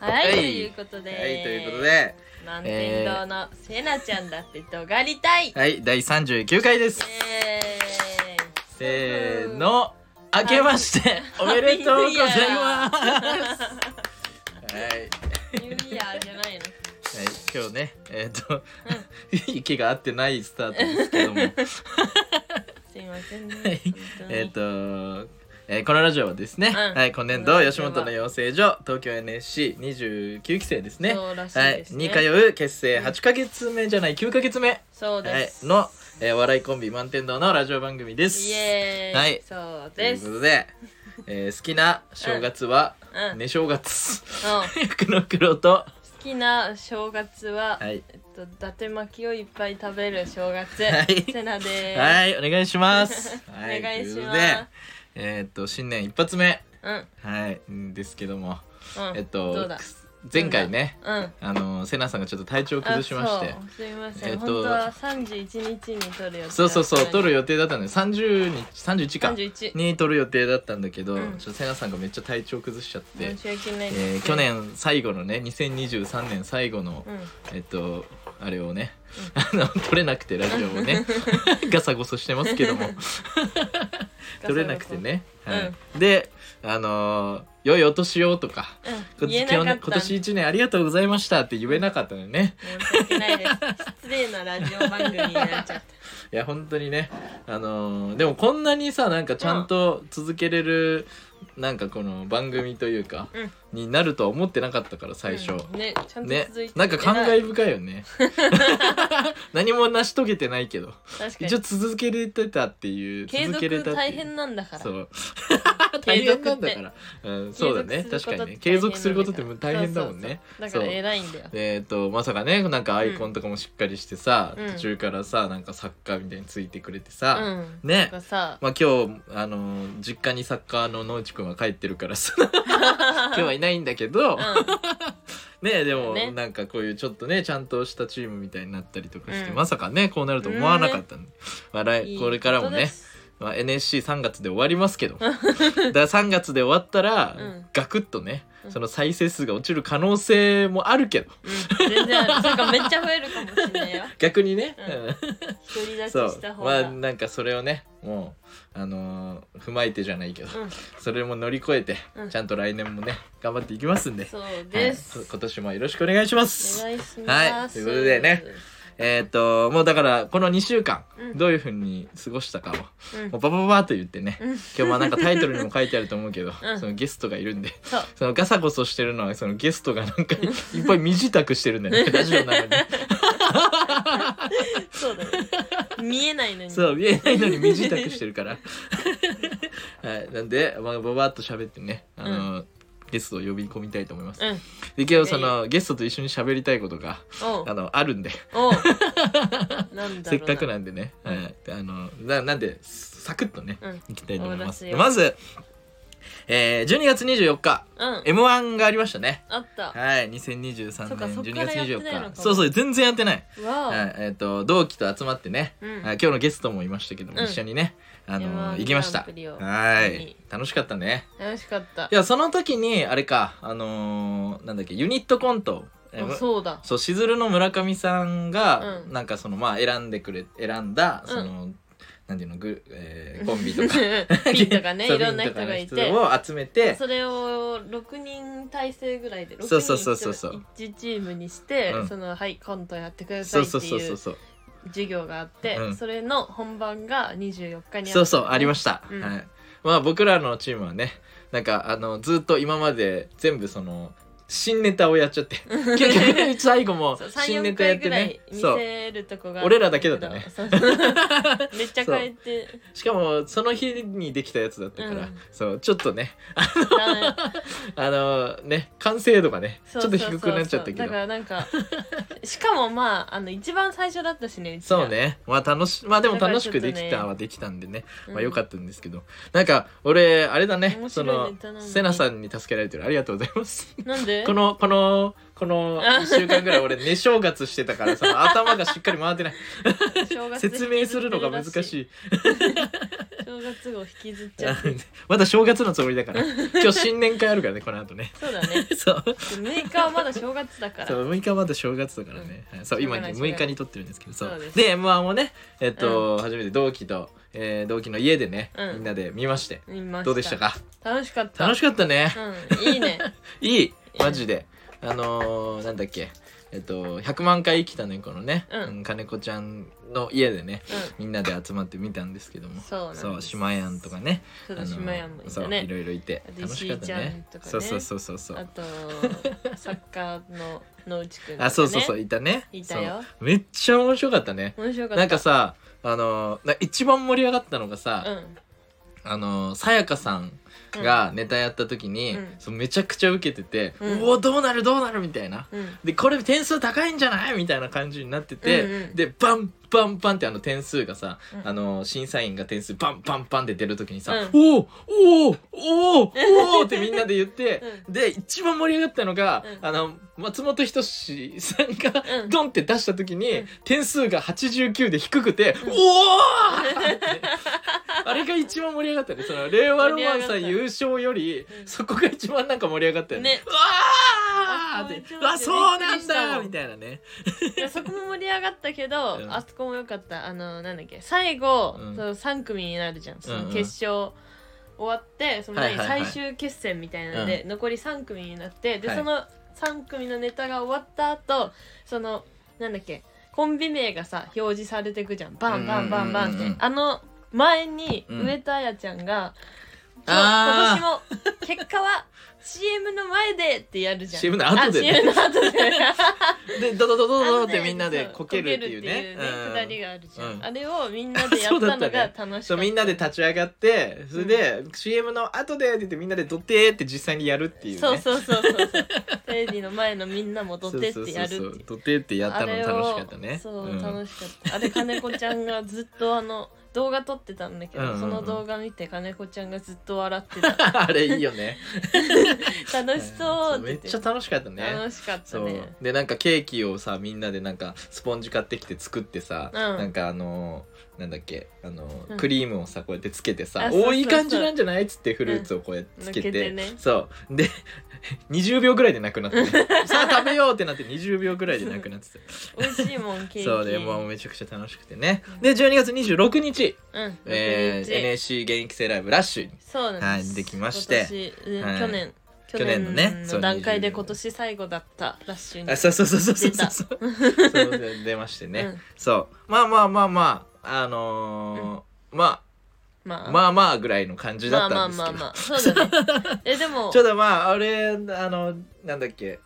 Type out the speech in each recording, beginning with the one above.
はい、はいということで。はい、ということ。で、満天堂のせなちゃんだってどがりたい。はい、第39回です。えせー。の、明けまして、おめでとうございます。はい。ニューイヤーじゃないの。はい、今日ね、えっ、と、息が合ってないスタートですけども、すいませんね。い本当にえっと、えーこのラジオはですね、うんはい、今年度吉本の養成所東京 NSC29 期生ですねそうらしいはいですねに通う結成8ヶ月目じゃない9ヶ月目、そうはでい、す。の、えーお笑いコンビ満天堂のラジオ番組です。イエーイ。はいそうといでうこす。とで、えー好きな正月はうんうん寝正月うん 黒黒と、好きな正月は、はい、えっと、伊達巻きをいっぱい食べる正月。はいせなではす。いお願いし ます。おは願いしますとうことでえーっと新年一発目うん、うん、はいんですけども、えっどとうだ。前回ねうん。あのセナさんがちょっと体調あ崩しましてそうすいません、えっと本当は31日に撮るよそうそうそう撮る予定だったので30日31か31に撮る予定だったんだけど、うんちょっとセナさんがめっちゃ体調崩しちゃって申、し訳ないです、えー去年最後のね2023年最後の、うんえっとあれをね、あの撮れなくてラジオをねガサゴソしてますけ ども撮れなくてね、はいであのー良いお年を」とかう今ん言え年なかった今年1年ありがとうございましたって言えなかったのよね申し訳ないです失礼なラジオ番組になっちゃっいや本当にねあのーでもこんなにさなんかちゃんと続けれる、なんかこの番組というか、うんになるとは思ってなかったからた最初、うんねちゃんとね続いて、なんか感慨深いよね 何も成し遂げてないけど確か一応に続けれてたっていう継続けれた続って大いう変なんだからそうう 大継変続なっんてだから、うん、そうだね継続確することってかにね継続することって大変だもんねそうそうそうだから偉いんだよえっ、とまさかねなんかアイコンとかもしっかりしてさ、うん途中からさなんか作家みたいについてくれてうさ、んねなんかさまあ今日あのー実家に作家の野内くんは帰ってるか らさ今日はいないんだけど、ねでもねなんかこういうちょっとねちゃんとしたチームみたいになったりとかして、うんまさかねこうなると思わなかったの、まあ来うんこれからもいいねことですまあ、NSC3 月で終わりま すけどだから3月で終わったら、うんガクッとねうんその再生数が落ちる可能性もあるけどうん全然あるそれかめっちゃ増えるかもしれないよ逆にね、う一人立ちそうした方まがあなんかそれをねもうあのー踏まえてじゃないけど、うんそれも乗り越えて、うんちゃんと来年もね頑張っていきますんでそうです、はい今年もよろしくお願いしますお願いします、はいということでねえーっともうだからこの2週間、うんどういうふうに過ごしたかを、うんもうババババッと言ってね、うん今日はなんかタイトルにも書いてあると思うけど、うんそのゲストがいるんでそうそのガサゴソしてるのはそのゲストがなん かいっぱい身支度してるんだよねラジオなのにそう だね見えないのにそう見えないのに身支度してるから はいなんで、まあ、ババッと喋ってねあの、ゲストを呼び込みたいと思います、うんで今日そのゲストと一緒に喋りたいことがおうあのあるんで おうなんだろうせっかくなんでね、うんはい、あのななんでサクッとね、うんいきたいと思いますお出しをまず、えー、12月24日うん m 1がありましたねあったはい2023そっか年そっ12から月やってないのか24も日そうそう全然やってない、わはあいえっと同期と集まってね、うんはい今日のゲストもいましたけども、うん一緒にねあの M1 行きましたはグランプリをい見に楽しかったね楽しかったいやその時にあれかあのーなんだっけユニットコントえあそう だ そうしずるの村上さんが、うんなんかそのまあ選んでくれ選んだうんその、なんていうのグ、えーコンビ とかピンとかね そういろんなピン人とかのがいてを集めてそれを6人体制ぐらいで6そうそうそうそう人1チームにして、うんそのはいコントやってくださそいうってそうそういそううそう授業があって、うんそれの本番が24日にあそうそうありましした、うんはいまあ僕らのチームはねなんかあのずっと今まで全部その新ネタをやっちゃって 結局最後も新ネ34タや回っぐてらねい見そうせるとこが俺らだけだったねそうそう めっちゃ変えてしかもその日にできたやつだったから、うんそうちょっとねだあのね完成度がねちょそっうそうとそう低くなっちゃったけどだからなんかしかもまああの一番最初だったしねちらそう、ね。まあ楽し、まあでもだから楽しくでちょきっとねたはできたんでね。うんまあ良かったんですけど。なんか、俺、あれだね。面そ白いのネタなの、にセナさんに助けられてる。ありがとうございます。なんで この、この、このあ1週間ぐらい俺寝正月してたか らさ、頭がしっかり回ってない。正月説明するのが難しい。正正月を引きずっちゃって まだ正月のつもり だから今日新年会あるからねこの後ねそうだねそう6日はまだ正月だからそう6日まだ正月だからね、はいそしょうう今がないね6日に撮ってるんですけどそうそうですで m 1をねえっと、初めて同期と、えー同期の家でね、うんみんなで見まして見ましたどうでしたか楽しかった楽しかったね、うんいいねいいマジであのーなんだっけえっと100万回生きた猫のね、うんうん金子ちゃんの家で ねうみんなで集まって見たんですけどもそうなんです島やんとかねんそあうの島屋もいそたういねろいろいてあと楽しかっ石た井ちゃんねとかねそうそうそうそうそあうとサッカーの野内くんとかねあそうそうそういたねいたよそうめっちゃ面白かったね面白かったなんかさあのーな一番盛り上がったのがうさ、んあのーさやかさんうんがネタやった時に、うんそうめちゃくちゃ受けてて、うんおおどうなるどうなるみたいなうんでこれ点数高いんじゃないみたいな感じになってて、うんうんでバンバンバンってあの点数がさ、うんあの審査員が点数バンバンバンって出るときにさ「うおーおーおーおおってみんなで言って、うで一番盛り上がったのが、うんあの松本人志さんがうんドンって出したときに、うん点数が89で低くて「おお!」ってあれが一番盛り上がったねその令和ロマンさ盛り上がんった優勝より、うんそこが一番なんか盛り上がったよね。ねうわーってあそううわそうなんだびっみくたいなねいやそこも盛り上がったけど、うんあそこも良かったあのなんだっけ最後、うんその3組になるじゃんそうんのうん決勝終わってそのはい何はいはい最終決戦みたいなので、残り3組になってで、はいその3組のネタが終わった後そのなんだっけコンビ名がさ表示されてくじゃんバンバンバンバンって、うんうんうんうんあの前にうん上田彩ちゃんが、今あー日今年も結果は CM の前でってやる じゃん CM の後でねあ CM の 後ででドドドドドドあのっねてみんなでそうこけるっていうねこけるっていうねくだりうんがあるじゃん、うんあれをみんなでやそっうだたっのたがね楽しかったそうみんなで立ち上がってそれで CM の後でって言ってみんなで「ドテー」って実際にやるっていうねそうそうそうそうそうテレビの前のみんなもドそうそうテっそうてやるっていうドテーってやったあのれ楽をしかったねそう、ん楽しかったあれ金子ちゃんがずっとあの動画撮ってたんだけど、うんうんうんその動画見て金子ちゃんがずっと笑ってた あれいいよね楽しそううんっめてっちゃ言って楽しかったね楽しかったそうねでなんかケーキをさみんなでなんかスポンジ買ってきて作ってさ、んなんかあのーなんだっけあのー、うんクリームをさこうやってつけてさあそ「うそうおそうーいい感じなんじゃない?」っつってフルーツをこうやってつけて,、うんのっけてねそうで 20秒ぐらいでな くなって、ね、さあ食べようってなって20秒ぐらいでなくなってて美味しいもんケーキそうでもうめちゃくちゃ楽しくてね、うんで12月26日、うんえ六ー日 NSC 現役生ライブラッシュにそうなんではいす。できまして今年うんはい去年、去年のね去年そうの段階で今年最後だったラッシュに。あそうそうそうそうそう出たそうそうで出ましてね、うんそうまあまあまあまああのーままああまあまあぐらいの感じまだあったまんあですまあまけど、あ。そうだね。 えでもちょっとまあ俺あのなんだっけ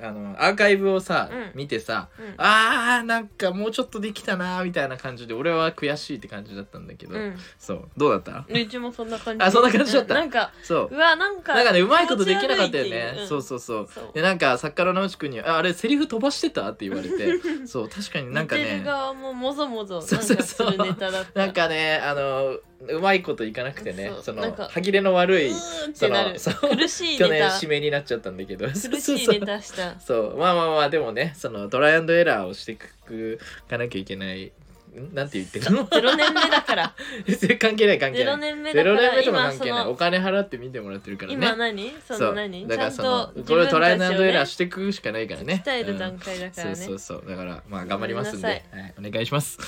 あのアーカイブをさ、うん見てさうんあーなんかもうちょっとできたなーみたいな感じで俺は悔しいって感じだったんだけど、うん。そうどうだったうちもそんな感じ。あそんな感じだったうんなんかそううわなんかなんかねうまいことできなかったよ気持ち悪いねていんそうそうそうそうでなんか作家の直樹君に「ああれセリフ飛ばしてた?」って言わ れてそう確かになんか見てるね側ももぞもぞなんそうそうかそすうるネタだった。なんかねあのうまいこといかなくてねそうそなのんか歯切れの悪ういーんってそなるの。そう苦しい去ネ年タ締。めになっちゃったんだけど苦しいネタした。そうまあまあまあでもねそのトライアンドエラーをしていくかなきゃいけないんなんて言ってるのゼロ年目だから。 全然関係ない関係ゼなロい年目だゼかロ年ら目とか今関そ係ないのお金払って見てもらってるから今ね何その何ちだかゃらんそのとこれトライアン自分ドエたちをラーねしていくしかないからね鍛えるう段ん階だかそらうねそ。うそうだからまあ頑張りますんで、ごめんはい、お願いします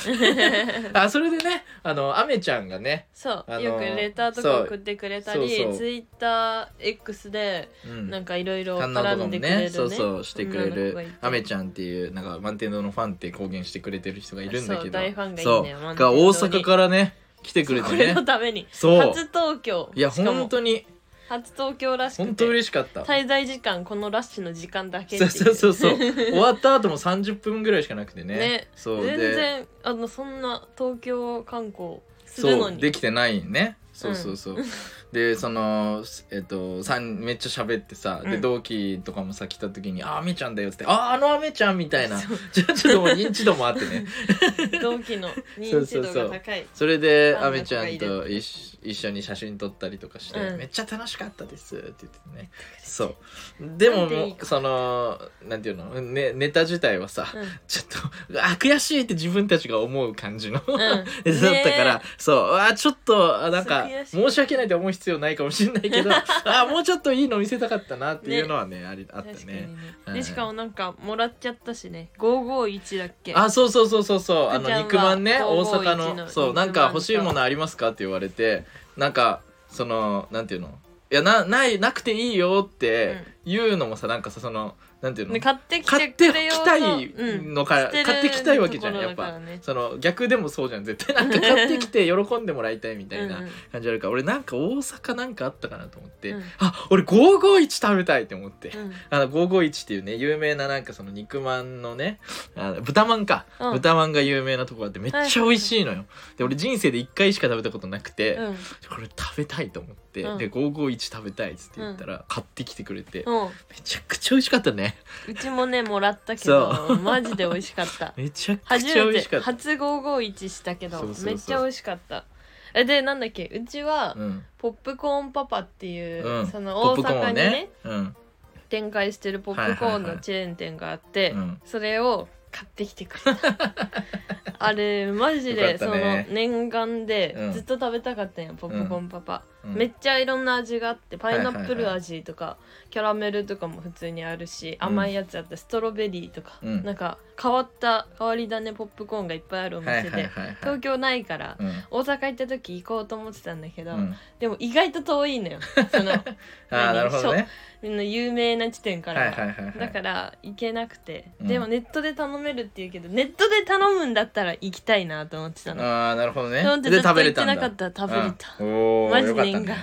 あそれでねあのアメちゃんがね、そう、あのーよくレターとか送ってくれたりそうそうそうツイッター X でうんなんかいろいろ反応とか絡もんでねくれるねそうそうしてくれ女の子がいるてアメちゃんっていうなんか満天堂のファンって公言してくれてる人がいるんだそけどう大ファンがいそるうんだよ満天が堂大に阪からね来てくれこてれねのためにそう初東京いやしかも本当に初東京らしく本当て嬉しかった滞在時間このラッシュの時間だけってそいうそうそうそう 終わった後も30分ぐらいしかなくてねねそう全で然あのそんな東京観光するそのうにできてないねそうそうそう、でそのえっとさんめっちゃ喋ってさ、うでん同期とかもさ来た時に「ああめちゃんだよ」っつって「あああのあめちゃん」みたいなちょちょっともう認知度もあってね同期の認知度が高いそれでファあンめの子ちゃがんいると一緒一緒に写真撮ったりとかして、うんめっちゃ楽しかったですって言ってねそうでもなんでいいもうそのなんていうの、ね、ネタ自体はさ、うんちょっとあ悔しいって自分たちが思う感じの、ん ネタだったから、ねそうあちょっとあなんかそう悔しい申し訳ないと思う必要ないかもしれないけ どあもうちょっといいの見せたかったなっていうのはねありあった確かにねね。はいでしかもなんかもらっちゃったしね551だっけあそうそうそうそうそうあ福ちゃのんは肉まんね大551阪ののそう肉まんなんか欲しいものありますかって言われてなんかそのなんていうのいやなないなくていいよって言うのもさなんかさそのなんていうのね買ってき買てくってきれようとたいのか、うん買ってきたいわけじゃんやっ捨てるところだからぱねその逆でもそうじゃん絶対なんか買ってきて喜んでもらいたいみたいなうんうん感じあるから、俺なんか大阪なんかあったかなと思って、うんあ俺551食べたいって思って、うんあの551っていうね有名ななんかその肉まんのねあの豚まんか、 うん豚まんが有名なとこがあってめっちゃ美味しいのよ、で俺人生で1回しか食べたことなくて、うんこれ食べたいと思って、うんで551食べたいっつって言ったら、買ってきてくれて、うんめちゃくちゃ美味しかったねうちもねもらったけどマジで美味しかった めちゃく初ちゃ美め味しかてった、初551したけどそうそうそうめっちゃ美味しかったえでなんだっけうちはうん、ポップコーンパパっていう、うんそのポッ大プコーン阪をにねねうん展開してるポップコーンはいはいのはいチェーン店があって、うんそれを買ってきてくれ たあれマジよかで、ったそのね念願うでんずっと食べたかったんよポップコーンパパ、うんめっちゃいろんな味があってパイナップはいはルいは味とか、キャラメルとかも普通にあるしうん甘いやつあったストロベリーとか、うんなんか変わった変わり種ポップコーンがいっぱいあるおは店いで、はいはいは東い京ないから、うん大阪行った時行こうと思ってたんだけど、うん、でも意外と遠いのよそ のあーなるほどねみんな有名な地点かはいらはいは、はいはいだから行けなくて、うんでもネットで頼めるって言うけどネットで頼むんだったら行きたいなと思ってたのああなるほどねでもずっでと食べ行れったてんだなかった食べれた、うんおーマジよかっ念た願、ね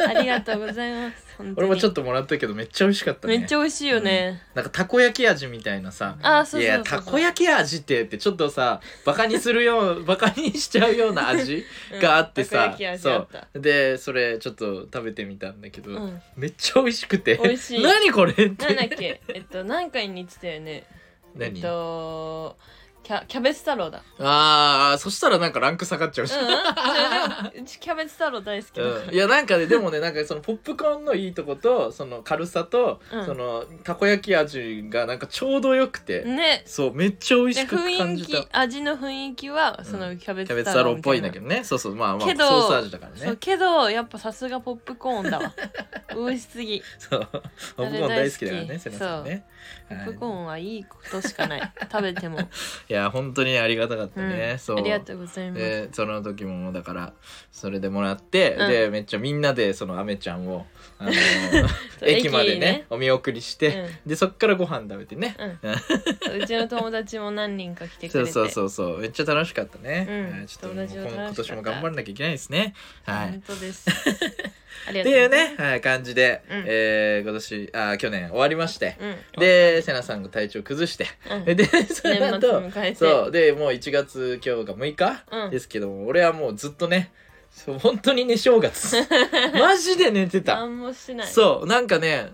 ありがとうございます本当 俺にもちょっともらったけどめっちゃ美味しかったねめっちゃ美味しいよね、なんかたこ焼き味みたいなさあーそうそうそうそういやたこ焼き味ってってちょっとさバカにするよう バカにしちゃうような味うんがあってたこさ焼、き味あそったうでそれちょっと食べてみたんだけど、うんめっちゃ美味しくて美味しい何これってなんだっ けえっと何回に言ってたよねえ何っとキャキャベツ太郎だああそしたらなんかランク下がっちゃうし、うんうんでもうちキャベツ太郎大好きだから、うんいやなんかねでもねなんかそのポップコーンのいいとことその軽さと、うんそのたこ焼き味がなんかちょうどよくて、ねそうめっちゃ美味でしく雰感囲じ気た味の雰囲気はそうんのキャベキツャベ太ツ太郎郎っぽいんだどけどねそうそうまあまあソけどース味だからそうねけどやっぱさすがポップコーンだ わ美味しすぎそうポップコーン大好きだからねセナさんねポッはプいコーンはいいことしかない食べても、いや本当にありがたかっうたんね、そうありがとうございます、でその時もだからそれでもらって、うんでめっちゃみんなでそのアメちゃんをあの そう駅までね駅ねお見送りして、でそっからご飯食べてね、うん うん、うちの友達も何人か来てくそれうてそうそうそうめっちゃ楽しかったね、うんはいちょっともう友達も楽しかった今年も頑張らなきゃいけないですねはい、本当です ありっがてとうございいうますね、はい、感じで、うんえー今年あー去年終わりまして、うんでセナさんが体調崩して、うんでそ年の末後迎えてそうでもう1月今日が6日、うんですけども俺はもうずっとねそう本当にね 正月マジで寝てた何もしてないそうなんかね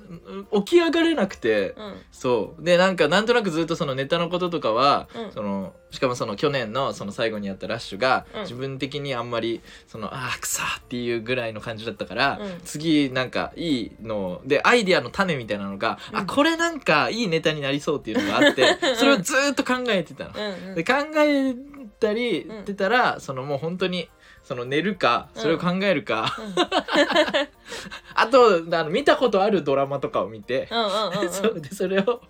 起き上がれなくて、うん、そうでなんかなんとなくずっとそのネタのこととかは、うんそのしかもその去年のその最後にやったラッシュが、うん自分的にあんまりそのああくさーっていうぐらいの感じだったから、うん次なんかいいのでアイディアの種みたいなのが、うあんこれなんかいいネタになりそうっていうのがあってそれをずーっと考えてたの。うんうんで考えたりってたら、そのもう本当にその寝るかそれを考えるか、うん あとあの見たことあるドラマとかを見て、うんうん うんうんそうでそれを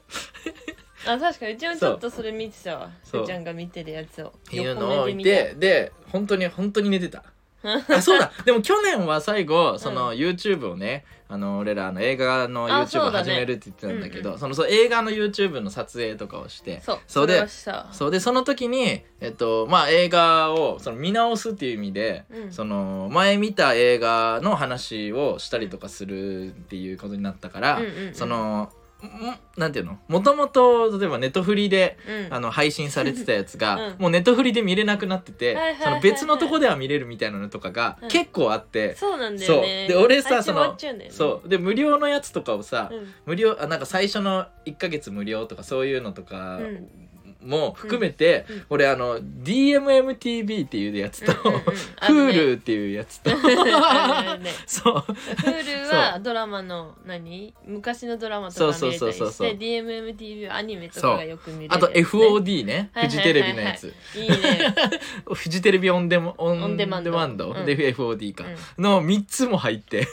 あ確かにうちもちょっとそれ見てたわそうふーちゃんが見てるやつをっていうのを置い横目でてで本当に本当に寝 てたあそうだでも去年は最後その YouTube をね、あの俺らあの映画のあそ YouTube うだね始めるって言ってたんだけどうんそのそう映画の YouTube の撮影とかをして見たそうそうでれはしたそうでその時に、えっとまあ、映画をその見直すっていう意味で、うんその前見た映画の話をしたりとかするっていうことになったから、うんうんうんそのんなんていうのもともと例えばネットフリでうん あの配信されてたやつが、うんもうネットフリで見れなくなってはて、いはいはいはいその別のとこでは見れるみたいなのとかがうん結構あって、そうなんだそうよねで俺さ配信その終わっちゃうんだよねそうで無料のやつとかをさ、うん無料あなんか最初の1ヶ月無料とかそういうのとかうんも含めて、うんうん俺あの DMMTV っていうやつと、うんうんうんあるね Hulu っていうやつ とあるねそう Hulu はドラマの何昔のドラマとか見れたそうそうりそうしそうて DMMTV はアニメとかがよく見れるあとやつね FOD ねはいはいはいはいフジテレビのやついいねフジテレビオンデマオオンンデデママンンドドで FOD か、うの3つも入って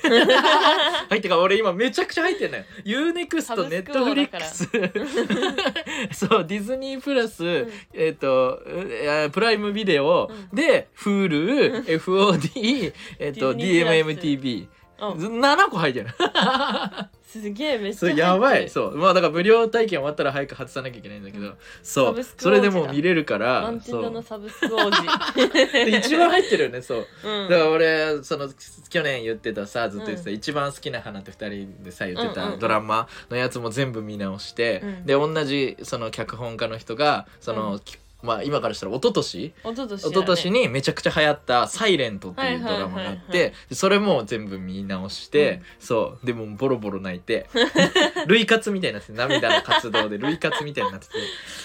入ってか俺今めちゃくちゃ入ってんのよ UNEXT ネットフリックス そうディズニープラス、んえっ、とえープライムビデオ、うで HuluFOD えっとディズニープラス DMMTV うん7個 入ってるすげえめっちそゃれやばいそうまあだから無料体験終わったら早く外さなきゃいけないんだけど、そサうブスクそれでもう見れるかマらンテそンダのうサブスク王子で一番入ってるよねそううんだから俺その去年言ってたさずっと言ってた、うん一番好きな花って二人でさ言ってうんうんたうんドラマのやつも全部見直して、うんで同じその脚本家の人がその、うきまあ今からしたら一昨年一昨年だ一ね昨年にめちゃくちゃ流行った「サイレントっていうドラマがあっはいはいはいはてでそれも全部見直して、そうでもうボロボロ泣 いて涙活みたいになってて涙の活動で涙 活みたいになってて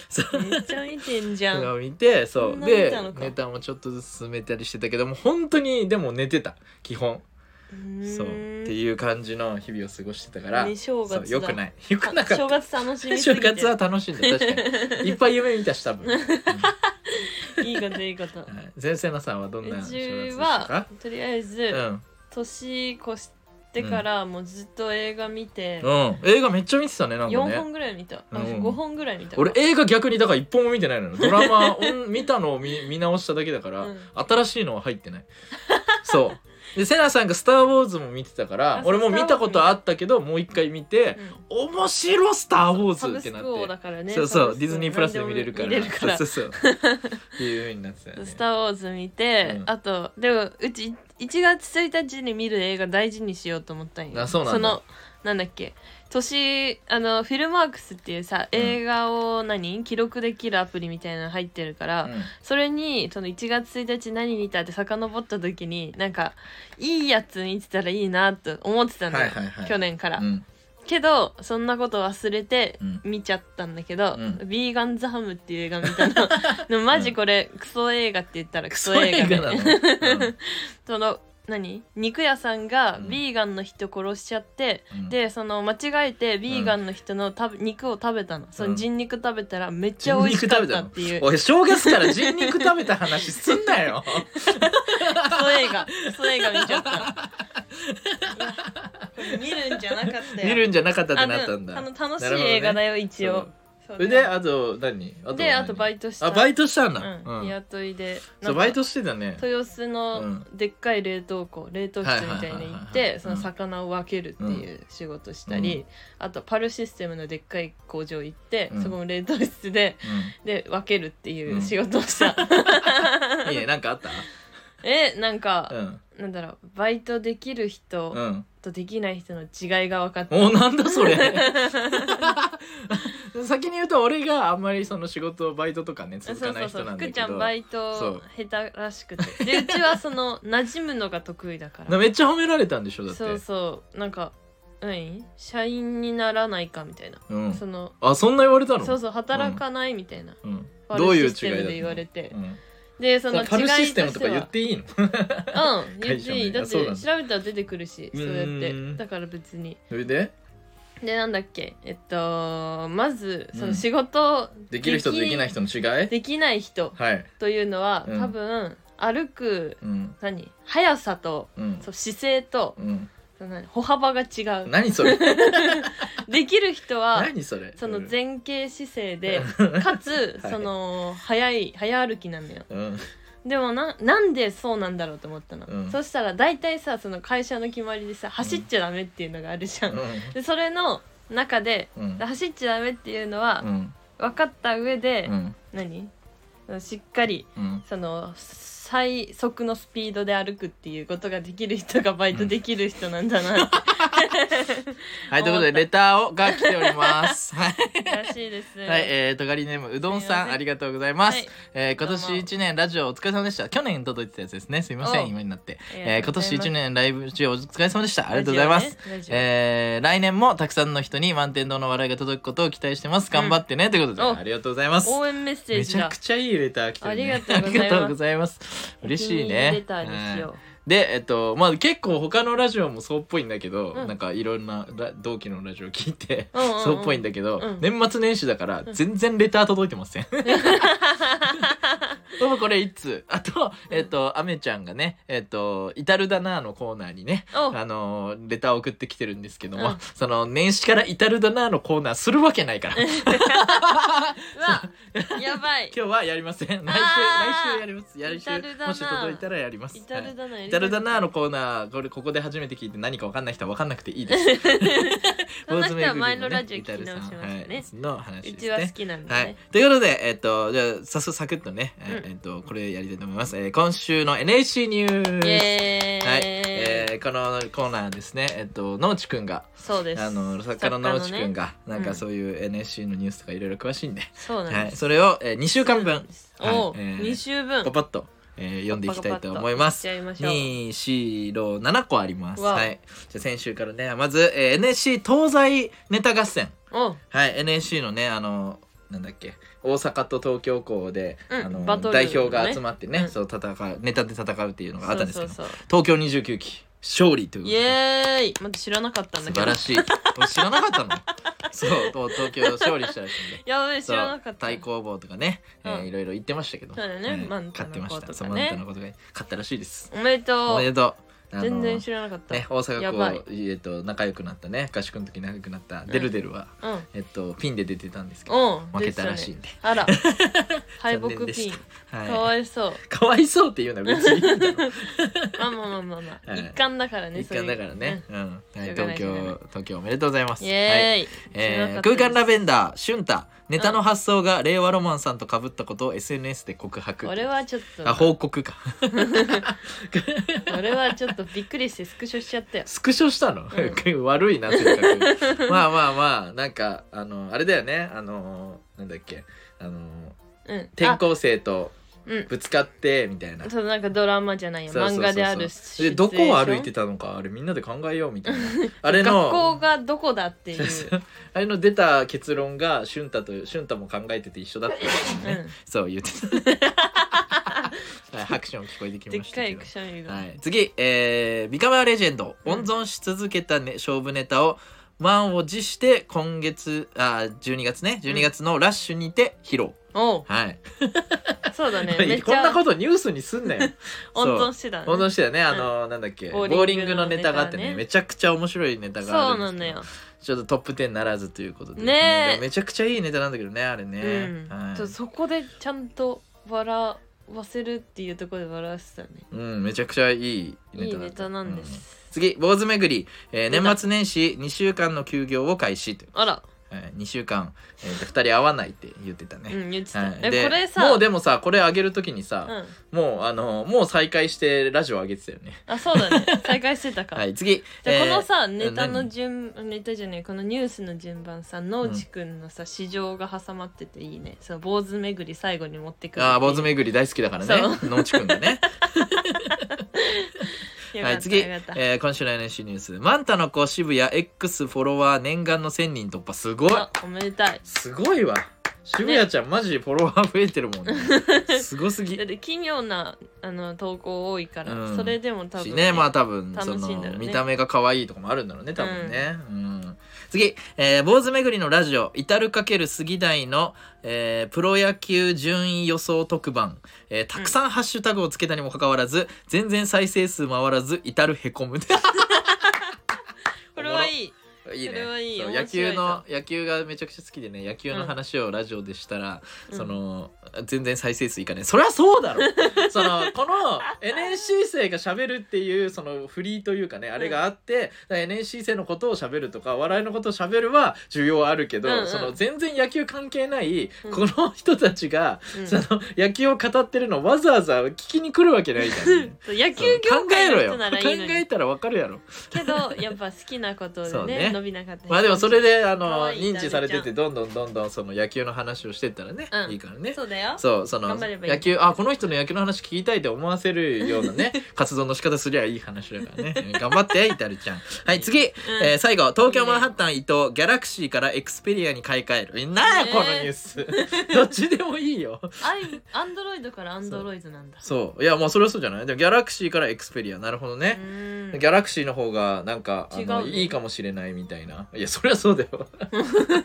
そうめっちゃ見てんじゃんのを見てそそんうな見でたのかネタもちょっとずつ進めたりしてたけどもう本当にでも寝てた基本そうっていう感じの日々を過ごしてたから、ね正月そだうよくないよくなあか正った月楽しみす正ぎて月は楽しんで確か にいっぱい夢見たし多分、うんいいこといいことはい前世のさんはどんうな正月でちしたはかとりあえず、うん、年越してからもうずっと映画見て、うん、映画めっちゃ見てたねなんか4ね本ぐらい見た、うあん5本ぐらい見たか俺映画逆にだから一本も見てないのよドラマ を見たのを見見直しただけだから、うん新しいのは入 ってないそうでセナさんが「スター・ウォーズ」も見てたからあそう俺も見たことあったけどもう一回見てうん「面白スター・ウォサーズ」ブってスなっク王てだからねそうそサブスうクディズニープラスで見れるか何らでも見れるからそうそうそう っていう風になってたよねスター・ウォーズ」見て、うんあとでもうち1月1日に見る映画大事にしようと思ったんよあそうなんだのなんだっけ年あのフィルマークスっていうさうん映画を何、記録できるアプリみたいなの入ってるから、うんそれにその1月1日何見たって遡った時になんかいいやつ見てたらいいなと思ってたのよ、はいはいはい去年から、うんけどそんなこと忘れてうん見ちゃったんだけど「うんビーガンズハム」っていう映画見 たのでもマジこれ、クソ映画って言ったらククソソ映映画,、ね、画なの、うんその何肉屋さんがうんビーガンの人殺しちゃって、うんでその間違えてビーガンの人の食べ肉を食べたのその人肉食べたらめっちゃ美味しかったっていうおい正月から人肉食べた話すんなよ クソ映画クソ映画見ちゃったいやこれ見るんじゃなかったよ見るんじゃなかったってあなったんだでもあの楽しなるほいどね映画だよ、一応そそうれであと何あとであとバイイトしたあバイトしたんだ、うん、うん日雇いでそうバイトしてたね豊洲うのんでっかい冷凍庫、冷凍室みたいに行はいはいはっいはいはいてその魚を分けるっていう仕事したり、うあとパルシステムのでっかい工場行って、うんそこの冷凍室でで分けるっていう仕事を した、うん、いいねなんかあ ったえなんか、うんなんだろうバイトできる人うんとできない人の違いが分かった、おなんだそ れ先に言うと俺があんまりその仕事バイトとかねそう続そかうないそ人うなんだ福けちゃどんバなイト下手らしく てでうちはその馴染むのが得意だからめっちゃ褒められたんでしょだってそうそうなんか何社員にならないかみたいな、うん、そのあそんな言われたのそうそう働かないみたいな、うん、パルどういう違いだシステムったので言われてうんでその違いとパしてルはシステムとか言っていいのうん言会っ社てい名いだってそう調なべんだたら出てくるしそうやっうーてんだから別にそれででなんだっけえっとまずそうんの仕事をできる人とできない人の違いできない人はいというのは、うん多分歩くうん何速さとうんそう姿勢とうんその何歩幅が違う何それできる人は何それそのうん前傾姿勢で、かつ はいその早い早歩きなんだようんでもななんでそうなんだろうと思ったの、うんそしたら大体さその会社の決まりでさ走っちゃダメっていうのがあるじゃん、でそれの中でうんうん走っちゃダメっていうのはうん分かった上で、うん何しっかりうんその最速のスピードで歩くっていうことができる人がバイトできる人なんだな、はい、ということで、レターをが来ており ます。はい。らしいです。はい、えー、とがりネームうどんすいさまんせんありがとうございます、はいえー今どうも年1年ラジオお疲れ様でした去年届いてたやつですねすいませおん今になって、ありがえー、とうござ今年います1年ライブ中お疲れ様でしたありがとうございます、ラジオねえー、来年もたくさんの人に満点堂の笑いが届くことを期待してます頑張ってね、ということでおありがとうございます応援メッセーめジちゃだく。ちゃいいレター来てるねありがとうございます嬉しいねレターにしよでえっとまあ結構他のラジオもそうっぽいんだけど、うんなんかいろんなラ同期のラジオ聞いて、うんうんうんそうっぽいんだけど、うん年末年始だから全然レター届いてません。 もうこれいつあとえっとアメちゃんがねえっと「至るだな」のコーナーにねお あのレターを送ってきてるんですけども、うんその年始から「至るだな」のコーナーするわけないから う。わ、やばい。今日はやりません来週来あー週やりますやる週至るだなもし届いたらやりますイタルだな。イタルだなのコーナーこれここで初めて聞いて何か分かんない人は分かんなくていいです その人は前の坊主めぐりラジオ聞き直しましたねイタルさんはいのう話でちすは好ねきなんではいね。、ということで、えっと、じゃあ、早速サクッとね、えーうんえっと、これやりたいと思います。えー今週の NAC ニュース。イエはい、ーイ。えーこのコーナーですね、えっと、農地くんが、そうです。あの、作家の農地くんが。が、なんうんかそういう NAC のニュースとかいろいろ詳しいんで、そうなんはでい、す。それを、えー、2週間分、お、はいえー二週分パ。パッと、えー読んでいきたいと思います。パパパッと行っちゃいましょう2、4、6、7個あります。わおはい。じゃあ先週からね、まず、えー NSC 東西ネタ合戦。お、はい、NSC のね、あの、なんだっけ、大阪と東京校で、うんあバの、トルの代ね表が集まってね、うんそう戦う、ネタで戦うっていうのがあったんですけど、そうそうそう東京29期、勝利というこイとでエーイ。まだ知らなかったんだ素け晴どら。しい。俺知らなかったのそう、と東京勝利したらしいんで。やばい、 知そうらなかった。対抗棒とかね、えーうんいろいろ言ってましたけどそうだよねはいマンタ勝のっ子てましたとかねそうマンタのことが勝ったらしいですおめでおとめう。でとうあの全然知らなかった。ね、大阪やばいこう、えっと仲良くなったね合宿の時仲良くなったデルデルは、うん。えっとピンで出てたんですけどうん。負けたらしいんであ ら敗北残念でピしンたかはわいいそうかわいそうっていうのは別にい いんだろうまあまあまあまあまあ はい一貫だからね一そういう貫だからね、うんはいしょうがないし東ょうがない京東京おめでとうございますうんイエはーいイ知らなえかーったです空間ラベンダー俊太ネタの発想が令和ロマンさんとかぶったことを SNS で告白俺はちょっあと報告か 俺はちょっとびっくりしてスクショしちゃったよスクショしたの、 悪いな性 格まあまあまあなんかあのあれだよねあのなんだっけあのうん転あ校生とうんぶつかってみたいなそうなんかドラマじゃないよそうそう漫そうそう画であるでどこを歩いてたたのかあれみんなで考えようみた いなあれ学の校がどこだっていうそう あれの出た結論が俊太と俊太も考えてて一緒だったっていうね、うんそう言って た、はい、拍手も聞こえてきでまっしたかけいどくしゃみがはい、次、えービカバーレジェンドうん温存し続けた、ね勝負ネタを満を持して今月あー12月ね12月のラッシュにて披露、おう はいそう だねめっちこんなゃことニュースにすんな よ温そう存してたね温存してたねあの、なんだっけボボーーリリンンググののネネタタががああっっててねねめちゃくちゃ面白いネタがあそるうんでなすけのよどちょっとトップ10ならずということで、ねえでもめちゃくちゃいいネタなんだけどねあれね、うんはいちょっとそこでちゃんと笑わせるっていうところで笑わせてたねうん、めちゃくちゃいいネいタだったいネタなんでうんす、次坊主巡り、えー出た年末年始2週間の休業を開始というあらはい、2週間、えーと2人会わないって言ってたうね。ん言ってた、はい、えでこれさもうでもさこれあげるときにうさ、ん、もうあのもう再開してラジオあげてたよね。あそう だね再開してたか、はい次じゃあこのえさ、ネタの何順ネタじゃねえこのニュースの順番さ農地くんのさ市場が挟まってていいねその坊主巡り最後に持ってくーるあー坊主巡り大好きだからそね農地くん がね。りはい次、えー今週の NSC ニュース「マンタの子渋谷 X フォロワー念願の1000人突破」すごいおめでたいすごいわ渋谷ちゃん、マジでフォロワー増えてるもんね すごすぎだって奇妙なあの投稿多いから、うんそれでも多し分ねまあ多分楽しそいんだろのうね見た目が可愛いとかもあるんだろうね多分ね、うん次、えー坊主巡りのラジオ「至るかける杉台の」えープロ野球順位予想特番、えーたくさんハッシュタグをつけたにもかかわらず、全然再生数回らず至るへこむこれはいいいいそれはいねいそう面野白い球ぞの野球がめちゃくちゃ好きでね野球の話をラジオでしたら、うんその全然再生数いかないそりゃそう だろそのこの NSC 生が喋るっていうそのフリーというかねあれがあって、だから NSC 生のことを喋るとか笑いのことを喋るは需要はあるけど、うんうんその全然野球関係ないうんこの人たちが、うんその野球を語ってるのわざわざ聞きに来るわけないじゃん、 野球そう業考え界ろのよ人考ならいいのえにたらわかるやろけどやっぱ好きなことでそうねね伸びなかったりまあでもそれであ可の愛い認知されてダメてどんどんどんどんその野球の話をしてったらね、うんいいからね。そうだよそうその頑張ればいい野球あこの人の野球の話聞きたいって思わせるよう なね活動の仕方すりゃいい話だからねうん頑張ってイタルちゃんはい次、えー最後東京マンハッタン伊藤ギャラクシーからエクスペリアに買い替えるなあねえこのニュース どっちでもいいよアイアンドロイドからアンドロイドなんだそういやもうそれはそうじゃないでもギャラクシーからエクスペリアなるほどね、うんギャラクシーの方がなんかあの違うのいいかもしれないみたいないやそりゃそう だよ違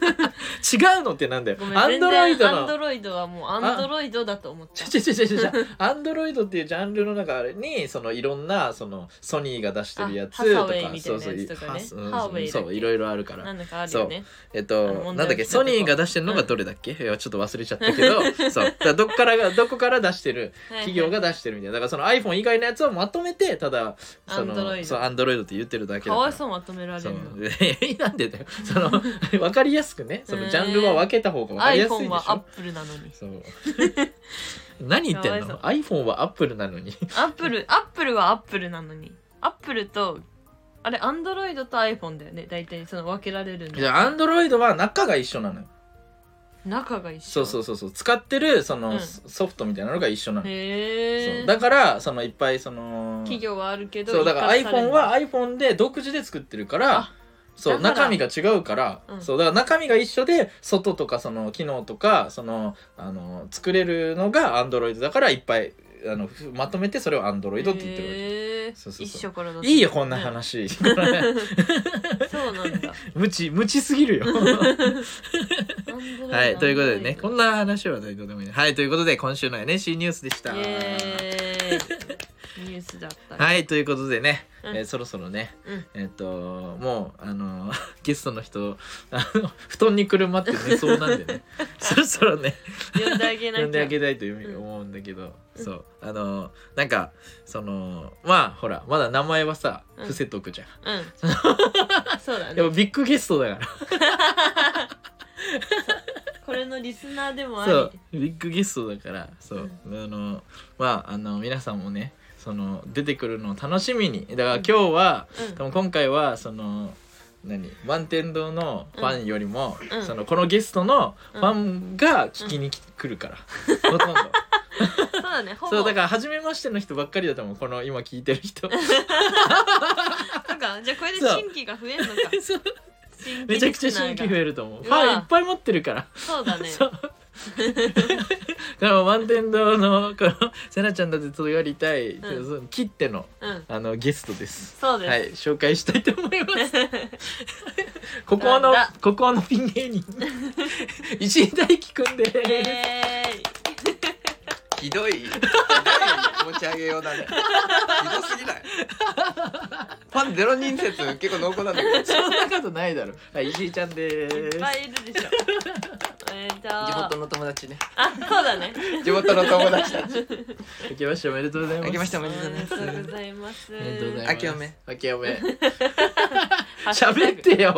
うのってなんだよごめんアンドロイド全然アンドのロイドはもうアンドロイドだと思っちたょちょちょちょちょアンドロイドっていうジャンルの中にそのいろんなそのソニーが出してるやつとあかハサウェイみたいなやつとかねそうそうハーウェイだっけそういろいろあるからなんだかあるよねえっあのと、問なん題だっけ、起きたとソこニーが出してるのがどれだっけ、いやちょっと忘れちゃったけ ど、そう。だからどっからが、どこから出してる、はいはい企業が出してるみたいな。だからその iPhone 以外のやつをまとめて、ただ、その、 Android そう、アンドロイドって言ってるだけかだかわら。いそうまとめられそるうの なんでだよ。その、 わかりやすくね、そのジャンルは分けた方が分かりやすいで iPhone しょ。はアップルなのにそう 何言ってんかの ?iPhone は Apple なのに。アップルアップルはアップルなのにアップルとあれアンドロイドと iPhone だよね大体その分けられるんじでゃあ、Android は中が一緒なのよ。中が一緒そうそうそうそう。使ってる、その、うんソフトみたいなのが一緒なの。へそうえだから、その、いっぱい、その、企業はあるけどそうだから一括され iPhone るは iPhone で独自で作ってるからあそうだから中身が違うから、うんそうだから中身が一緒で外とかその機能とかそのあの作れるのが Android だからいっぱいあのふまとめてそれを Android って言ってるわけ。へえそうそうそ一う緒からだいいよこんな話そうなんだ 無知無知すぎるよ はいということでねこのんな話はねどうでもいいねはいということで今週の NSC ニュースでしたイエーイニュースだったねはいということでね、うんえーそろそろね、うんえっ、ともうあの ゲストの人あの布団にくるまって寝そうなんでね そろそろ ね呼んであげな呼んできあゃげたいという思うんだけど、そうあのなんかそのまあほらまだ名前はさうん伏せとくじゃん、うんそうだでねもビッグゲストだかこれのリスナーでもらあそうりビッグゲストだからそう、あのまああの皆さんもねその出てくるのを楽しみにだから今日は、うんでも今回はその何満天堂のファンよりも、うんそのこのゲストのファンが聞きに来 るから、ほとんどそうだねほぼそうだから初めましての人ばっかりだと思うこの今聞いてる 人そうかじゃあこれでそう新規が増えるのかそう新規めちゃくちゃ新規増ええると思ううフわァンいっぱい持ってるからそうだねそうだから満天堂のこのせなちゃんだってとやりたい、うんその切ってのうんあのゲストですそうです、はい紹介したいと思 いますここなのんだ、ここのピン 芸人。石井大輝くんです。 イエーイひどい。ひどい持ち上げようだね。ひどすぎない。ファンゼロ人説結構濃厚なんだけど。そんなことないだろ。はい、石井ちゃんでいすっ。ぱいいるでしょ。えーと地元あ、の友達ね。そうだね。地元の友達たち。明けましておめでとうございます。あけましておおめめでとうございでとます。うございます。おめでとうございます。明けおめ。明けおめ。ます喋ってよ。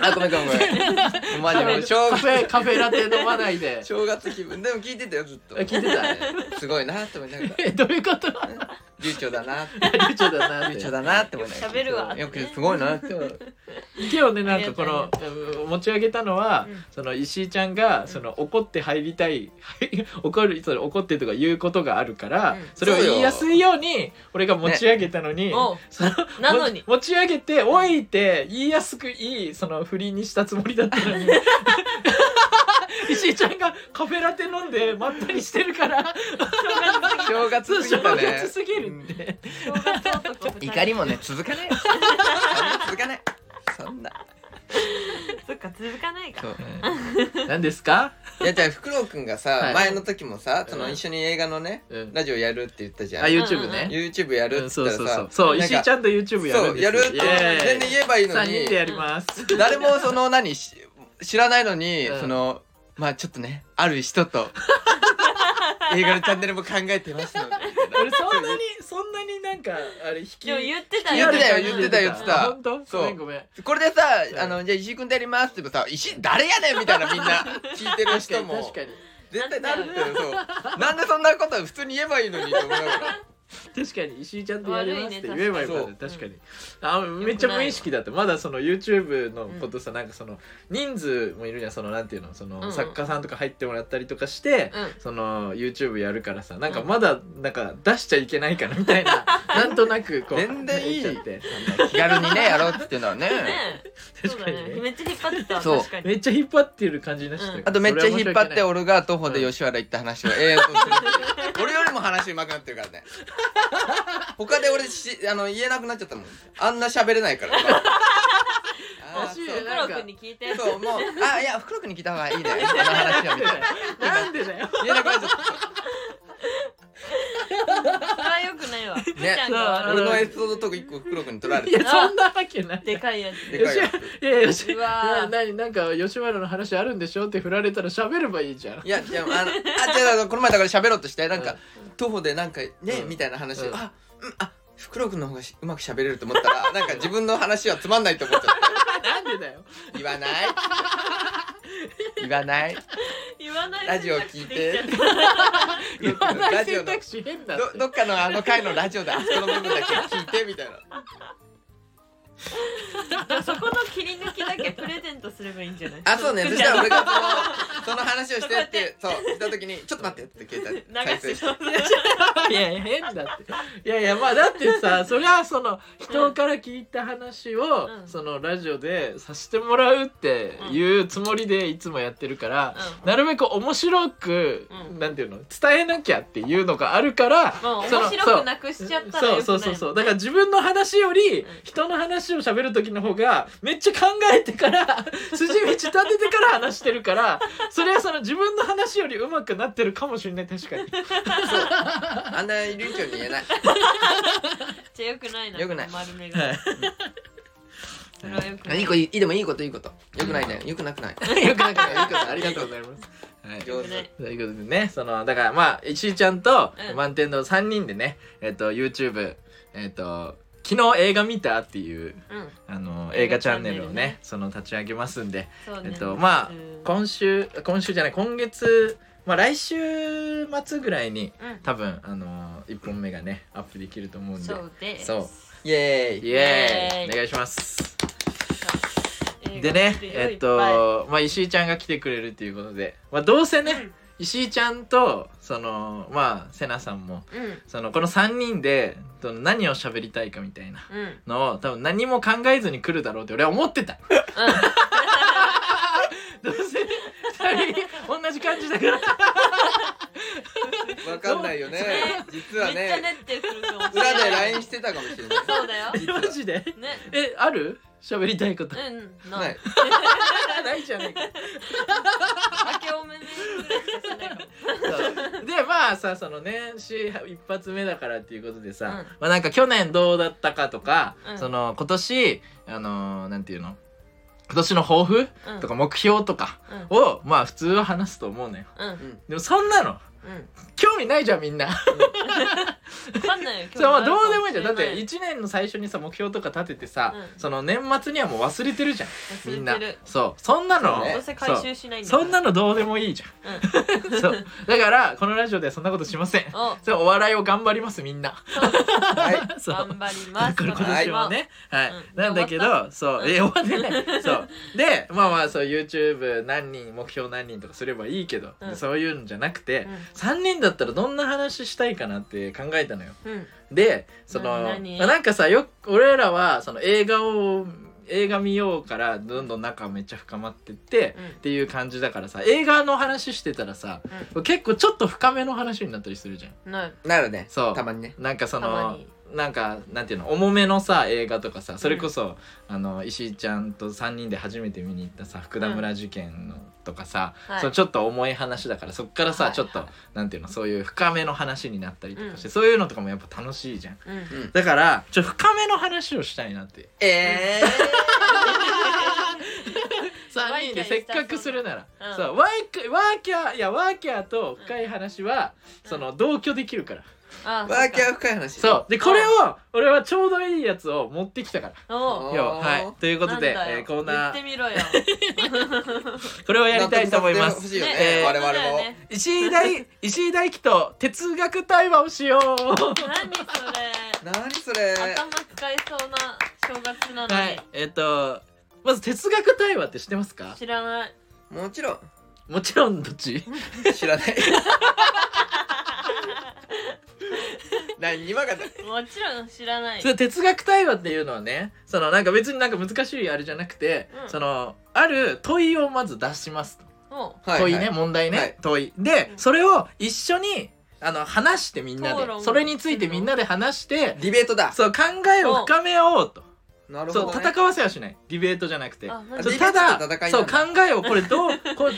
あ、ごめんごめんご めん。マジもう正カ月フェ、カフェラテ飲まないで。正月気分でも聞いてたよずっと。あ聞いてた。すごいなって思い ながら。え、どういう こと。流暢だなって。流暢だなって。流暢だなって思いながら。よく喋るわよくすごいなって。今日ね、なんかこの、うん持ち上げたのはうん、その石井ちゃんが、その怒って入りたい。 怒る、それ怒ってとか言うことがあるからうん、それをそうよ言いやすいように、俺が持ち上げたのに。おうそのなのにも持ち上げて「おい」って言いやすくいいその振りにしたつもりだった のに石井ちゃんがカフェラテ飲んでまったりしてるから正月すぎ正たね 月。すぎるんで正月男二人怒りもね続かない。 続かない。そんな。そっか続かないかそう。何ですかいやじゃあフクロウくんがさ、はい前の時もさそのうん一緒に映画のね、うんラジオやるって言ったじゃあん YouTube うんうんね、 YouTube やるうっんつそっうたらそうさそうそうなん石井かちゃんと YouTube やるんそうですやるってイエ全然ーイ言えばいいの3人でやにります 誰もその何し知らないのに、うんそのまあちょっとねある人 と映画のチャンネルも考えてますので俺そんなにそんなになんかあれ引き今日言ってた言ってたようん言ってた言ってたあ本当そうごめんごめんこれでさ、うんあのじゃあ石井君とやりますって言えばさ石井誰やねんみたいなみんな聞いて確るか人にも確かに絶対なるってそうなんでそんなこと普通に言えばいいのにと 思いながら確かに石井ちゃんとやりますって言えばよかった、悪いね確確かかににあめっちゃ無意識だったまだその YouTube のことさ、なんかその人数もいるじゃんそのなんていうのその、うんうん作家さんとか入ってもらったりとかして、うその YouTube やるからさなんかまだなんか出しちゃいけないかなみたい な、なんとなくこう全然いい出ちゃって気軽にねやろうって言ってんのはねんねえそう確だかにねねめっちゃ引っ張ってたそう確かにめっちゃ引っ張ってる感じになっちゃったうんよあとめっちゃそれ引っは張申しって訳ない俺が徒歩で吉原行った話を永遠とするっていう俺よりも話うまくなってるからね他で俺しあの言えなくなっちゃったもんあんな喋れないからあー惜しいそうフクロウ君に聞いてそうもうあいや福君に聞いた 方がいいねあの話はみたいななんでだよ言えなくなっちゃっそれはよくないわふーちゃんがた悪い俺のエピソードトーク1個福君に取られいてやそんなわけないでかいやつでかいやつい やいや吉うわーなななんか吉原の話あるんでしょって振られたら喋ればいいじゃんいやじゃああのあ違う違うこの前だから喋ろうとしてなんか、徒歩でなんかね、うんみたいな話、うんあ、うん、あ袋くんの方がしうまく喋れると思ったらなんか自分の話はつまんないと思っちゃっなんでだよた言わない言わない言わないラジオ聞いて選択肢できちゃった言わないラジオ選の択肢変だってどどっかのあの回のラジオであそこの部分だけ聞いてみたいなそこの切り抜きだけプレゼントすればいいんじゃないあそうねそしたら俺がそのその話をしてってそうした時に「ちょっと待って」って携帯再流生ししてそういやいや変だっていやいやまあだってさそりゃその人から聞いた話を、うんそのラジオでさしてもらうっていうつもりでいつもやってるから、なるべく面白く、うんなんていうの伝えなきゃっていうのがあるから、もうその面そ白くうなくしちゃったらそようくなそいうそうそうだから自分の話より人の話を喋る時の方がめっちゃ考えてから 筋道立ててから話してるからそれはその自分の話より上手くなってるかもしれない確かにあんな流暢に言えないじゃあよくないな良くない丸めはがいそれはよくないいい子いいでもいいこといいことよくないねよくなくないよくなくないいいことありがとうございますはい上く手ないということでねそのだからまあ石井ちゃんとうん満天堂3人でねえっと YouTube えっと昨日映画見たっていううんあの映画チャンネルを映画チャンネルねねその立ち上げますんでそうえねっとまあうん今週今週じゃない今月まあ来週末ぐらいにうん多分あのー、1本目がねアップできると思うんでそうですそうイエーイイイエーイエーイお願いします映画でね見てるよえっいぱいとまあ石井ちゃんが来てくれるっていうことでまあどうせね、うん石井ちゃんとそのまあ瀬名さんもうんそのこの3人でその何を喋りたいかみたいなうんうんのを多分何も考えずに来るだろうって俺は思ってた どうせ2人同じ感じだからわかんないよね実はめっちゃ練ねってくるかもしれな裏いで LINE してたかもしれないそうだよ実は マジでねえある喋りたいことうんなないい ないじゃねえか明けおめでとうぐらいしかしてないかもそうでまあさその年始一発目だからっていうことでさ、うんまあ、なんか去年どうだったかとか、うんその今年あのーなんていうの今年の抱負うん とか目標とかうんを、まあ普通は話すと思うのよ うんでもそんなのうん興味ないじゃんみんなわかんないよそうまあどうでもいいじゃんだって一1年の最初にさ目標とか立ててさ、うんその年末にはもう忘れてるじゃんみんな忘れてるそうそんなのそうねどうせ回収しないんだそうそんなのどうでもいいじゃん、 そうだからこのラジオではそんなことしませんおそうお笑いを頑張りますみ んなはいそう頑張りますこれ今年もね、はい、うんなんだけ終ど、そうう、んえ、終わって ない、そう、で、まあまあ、そう、YouTube 何人、目標何人とかすればいいけど、うんそういうんじゃなくてう、ん三人だったらどんな話したいかなって考えたのよ。うんで、その、な何なんかさ、よく、俺らは、その映画を、映画見ようからどんどん仲めっちゃ深まってって、うんっていう感じだからさ映画の話してたらさ、結構ちょっと深めの話になったりするじゃんないなるねそうたまにねなんかそたまのになんかなんていうの重めのさ映画とかさそれこそ、あの石井ちゃんと3人で初めて見に行ったさ福田村事件のとかさ、はいそのちょっと重い話だからそっからさ、はいはいちょっとなんていうのそういう深めの話になったりとかして、そういうのとかもやっぱ楽しいじゃん。うんうんだからちょっと深めの話をしたいなってえ3人でせっかくするならうんそうワイクワーキャーいやワーキャーと深い話は、うんその同居できるから、あー、ワーキャー深い話そうでこれを俺はちょうどいいやつを持ってきたからおう今日おーはいということで、えー、コー言ナってーみ ろよこれをやりたいと思いま納得させすてほしいよね、えー我々そうだもよ、ね石 井大石井大輝と哲学対話をしよう何そ何それれ頭使いそうな正月なのに、はいえっ、とまず哲学対話って知ってますか知らないもちろんもちろんどっち知らない何に分かったもちろん知らないその哲学対話っていうのはねそのなんか別になんか難しいあれじゃなくて、うんそのある問いをまず出しますと、おうはい問いね問題ね、はい問いでうんそれを一緒にあの話してみんな討で論それについてみんなで話してディベートだそう考えを深め合おうと。なるほそど、うね、戦わせはしないディベートじゃなくてあなんだそうディベたートってだ戦いそなうん考だえをこれどうこう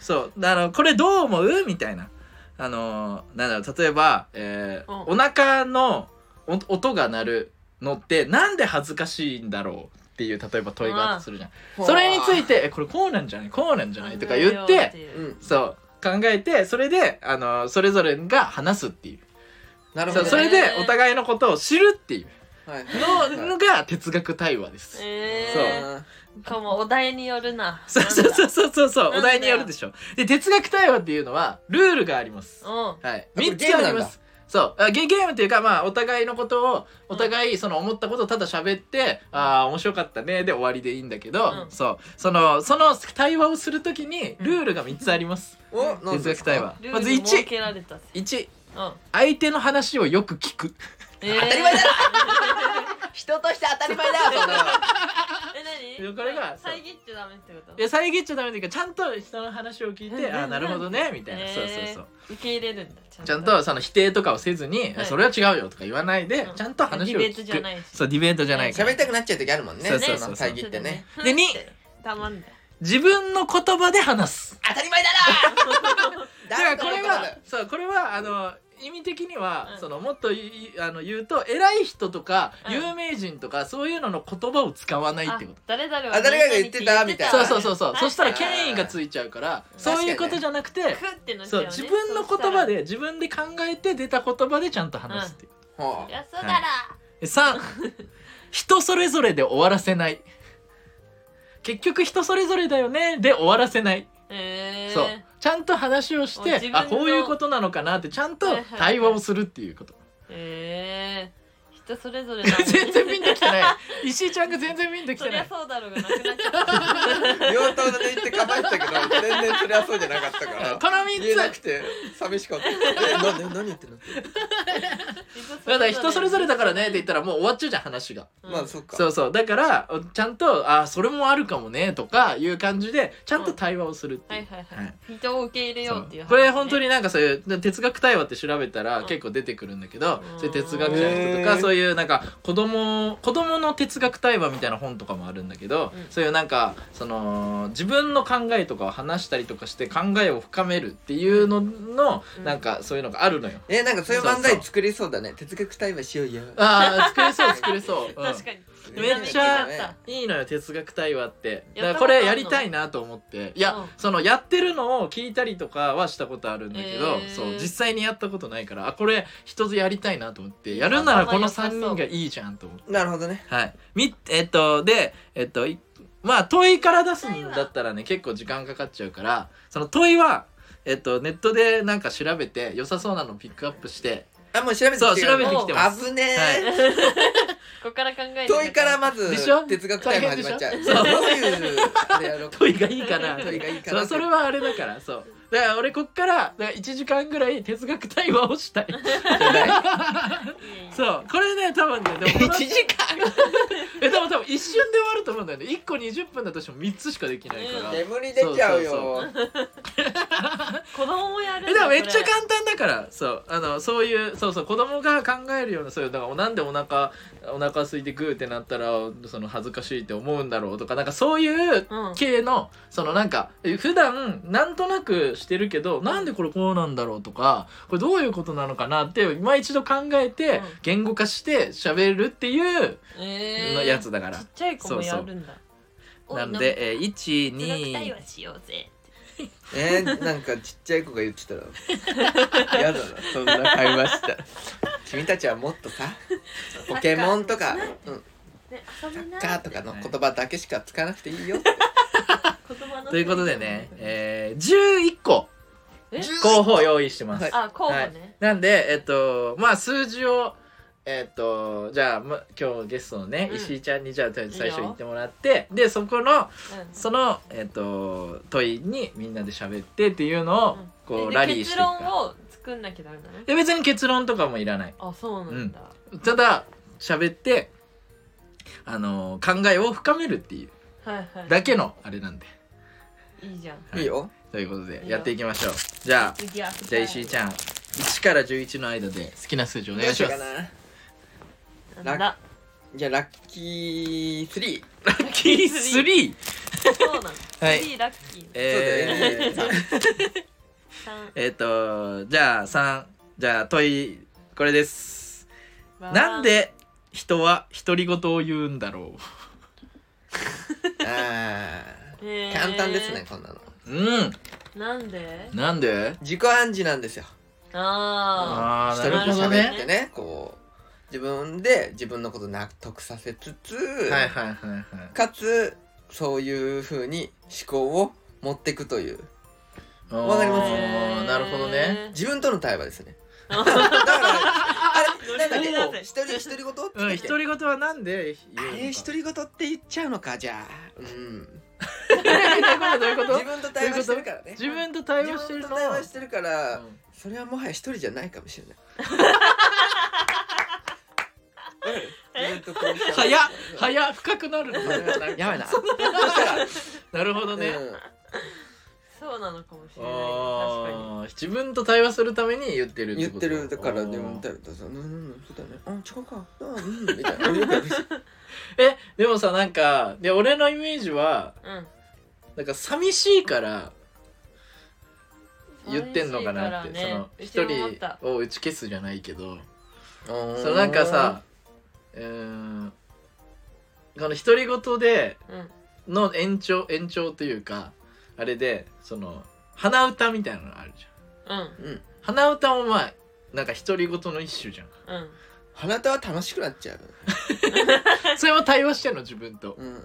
そうあのこれどう思うみたいなあのーなんだろう例えば、えーうお腹のお音が鳴るのってなんで恥ずかしいんだろうっていう例えば問いがあったとするじゃんほうそれについてえこれこうなんじゃないこうなんじゃないとか言ってうんそう考えてそれで、あのーそれぞれが話すっていうなるほそど、うね、それでお互いのことを知るっていうはいののが哲学対話です。えうんー、かもお題によるなそうそうそううそうそうそなんうだよお題によるでしょで哲学対話っていうのはルールがありますおうはいこれ3つゲームあなりんだますそうあゲゲームっていうかまあお互いのことをお互いその思ったことをただ喋って、ああ面白かったねで終わりでいいんだけど、うんそうそのその対話をするときにルールが3つあり ます、おなん哲で学すか対話ルーまずル設11けられた相手の話をよく聞く当当たり前だ人として当たり前だよそんなの えいや何これがそう遮ってダメってこといや遮っちゃダメだけどちゃんと人の話を聞いて、うんああなるほどねみたいな、えーそうそうそう受け入れるんだちゃんとちゃんとその否定とかをせずに、はいそれは違うよとか言わないで、うんちゃんと話をディベ聞ートくじゃないしそうディベートじゃないから喋りたくなっちゃう時あるもんねそうそうそうの遮ってねそうだでにたまんだ自分の言葉で話す当たり前だだろからこれはそうこれはあの意味的には、うんそのもっといあの言うと偉い人とか、うん有名人とかそういうのの言葉を使わないってこあ誰々はあ誰々が言ってたみとたいそうなそうそうそう、そしたら権威がくついちゃうからうんそういうことじゃなくて、ってなっちゃそううね自分の言葉で自分で考えて出た言葉でちゃんと話すっていう、ほいうやそうだらで3人それぞれで終わらせない結局人それぞれだよねで終わらせない、えーそうちゃんと話をしもう自て分のあこういうことなのかなってちゃんとはいはいはい対話をするっていうこと、えー人それぞれなのに全然ピンときてない石井ちゃんが全然ピンときそてりなゃいそうだろうがなくなっちゃう両頭で言って構えてたけど全然それはそうじゃなかったからこの言えな3くつて寂しかったえなな何言ってんのだから人それぞれだからねって言ったらもう終わっちゃうじゃん話がうんまあそっかそうそうだからちゃんとあそれもあるかもねとかいう感じでちゃんと対話をするって、はいいうはいははいい人を受け入れようっていうこれ本当になんかそういう哲学対話って調べたうらん結構出てくるんだけうど、んそういう哲学者の人とかへーそういうなんか子供子供の哲学対話みたいな本とかもあるんだけど、うんそういうなんかその自分の考えとかを話したりとかして考えを深めるっていうのの、うんなんかそういうのがあるのよ。えなんかそういう漫才作れそうだね哲学対話しようよあー作れそう作れそう、うん確かに めっちゃひらめきだっいいのよ哲学対話ってだかやっらたこことあんのれやりたいなと思っていや、うんそのやってるのを聞いたりとかはしたことあるんだけど、へーそう実際にやったことないからあこれ人とやりたいなと思ってやるならこの3人がいいじゃんと思ってなるほどねはいみえっとでえっといまあ問いから出すんだったらね結構時間かかっちゃうからその問いはえっと、ネットでなんか調べて良さそうなのピックアップして、あもう調べてそうきてる調べてきてます。危ねえ、はここから考えて問いからまずでしょ哲学タイム始まっちゃう。大変でしょどういうあれやろう問いがいいかな問いがいいかそな。うそれはあれだからそうだから俺こっからだから1時間ぐらい哲学対話をしたいそうこれね多分ねでもこの1時間 えでも多分一瞬で終わると思うんだよね1個20分だとしても3つしかできないから、眠り出ちゃうよそう子供もやるんだえでもめっちそゃれ簡単だからそうあのそういうそうそう子供が考えるようなそういうだからなんでお腹お腹空いてグーってなったらその恥ずかしいって思うんだろうとかなんかそういううん系の、そのなんかえ普段なんとなくしてるけどなんでこれこうなんだろうとかこれどういうことなのかなって今一度考えて、うん言語化して喋るっていうえのーやつだからちっ。ちゃい子もやるんだなので、えー、1、おいなんか哲学対2、話しようぜえー、なんかちっちゃい子が言ってた ら嫌だなそんな会話したら君たちはもっとさポケモンとかうんね遊びなガーとかの言葉だけしか使わなくていいよって言葉のということでね、えー、11個え候補を用意してます。はいあ候補はいねなんでえっとまあ数字をえっとじゃあ、ま、今日ゲストのね、うん石井ちゃんにじゃあとりあえず最い初いよ言ってもらってでそこのうんそのえっと問いにみんなで喋ってっていうのをうんこうでラリーして結いくか論らを作んなきゃダメだねで別に結論とかもいらないあそうなんだただ喋ってあの考えを深めるっていうはいはだけのあれなんでいいいじゃんはいいいよということでいいよやっていきましょうじゃあ次はじゃあ石井ちゃん1から11の間で好きな数字お願いしどうましよすうかなゃんなんだじゃあラッキー3ラッキー3そうなのはい次ラッキーえそうだよー、三えっとじゃあ3じゃあ問いこれですなんで人は独り言を言うんだろあえーー簡単ですねこんなのううんなんでなんで自己暗示なんですよああ一ー人なでるほど喋っねてねこう自分で自分のこと納得させつつ、はいはいはいはいかつそういうふうに思考を持っていくというわかりますあーなるほどね自分との対話 ですねあだからあれなんだっノリノリだけぜ一人一人ごとってうん言っ独てり言はなんであ言うのかれ独り言って言っちゃうのかじゃあうんどういうことどうい自うこ分と対話してるからねと自分と対話してる自の分と対話してるから、うんそれはもはや一人じゃないかもしれ ないえずっとこうしゃべって早っ早っ深くなるのやばいなそんそなるほどうね、ねうんそうなのかもしれない確かにあー自分と対話するために言ってる言ってるだからででもも誰とさ「うんうんうんそうだねあ違うかあうん」みたいな俺よくやるしえでもさなんかで俺のイメージはうんなんか寂しいから言ってんのかなって、寂しいからねうそのちも思っ一た人を打ち消すじゃないけどそ そうなんかさうーんこの独り言でうんの延長延長というかあれでその鼻歌みたいなのあるじゃんうんうん鼻歌もまあなんか独り言の一種じゃんうん鼻歌は楽しくなっちゃう、それも対話してんの自分とうん、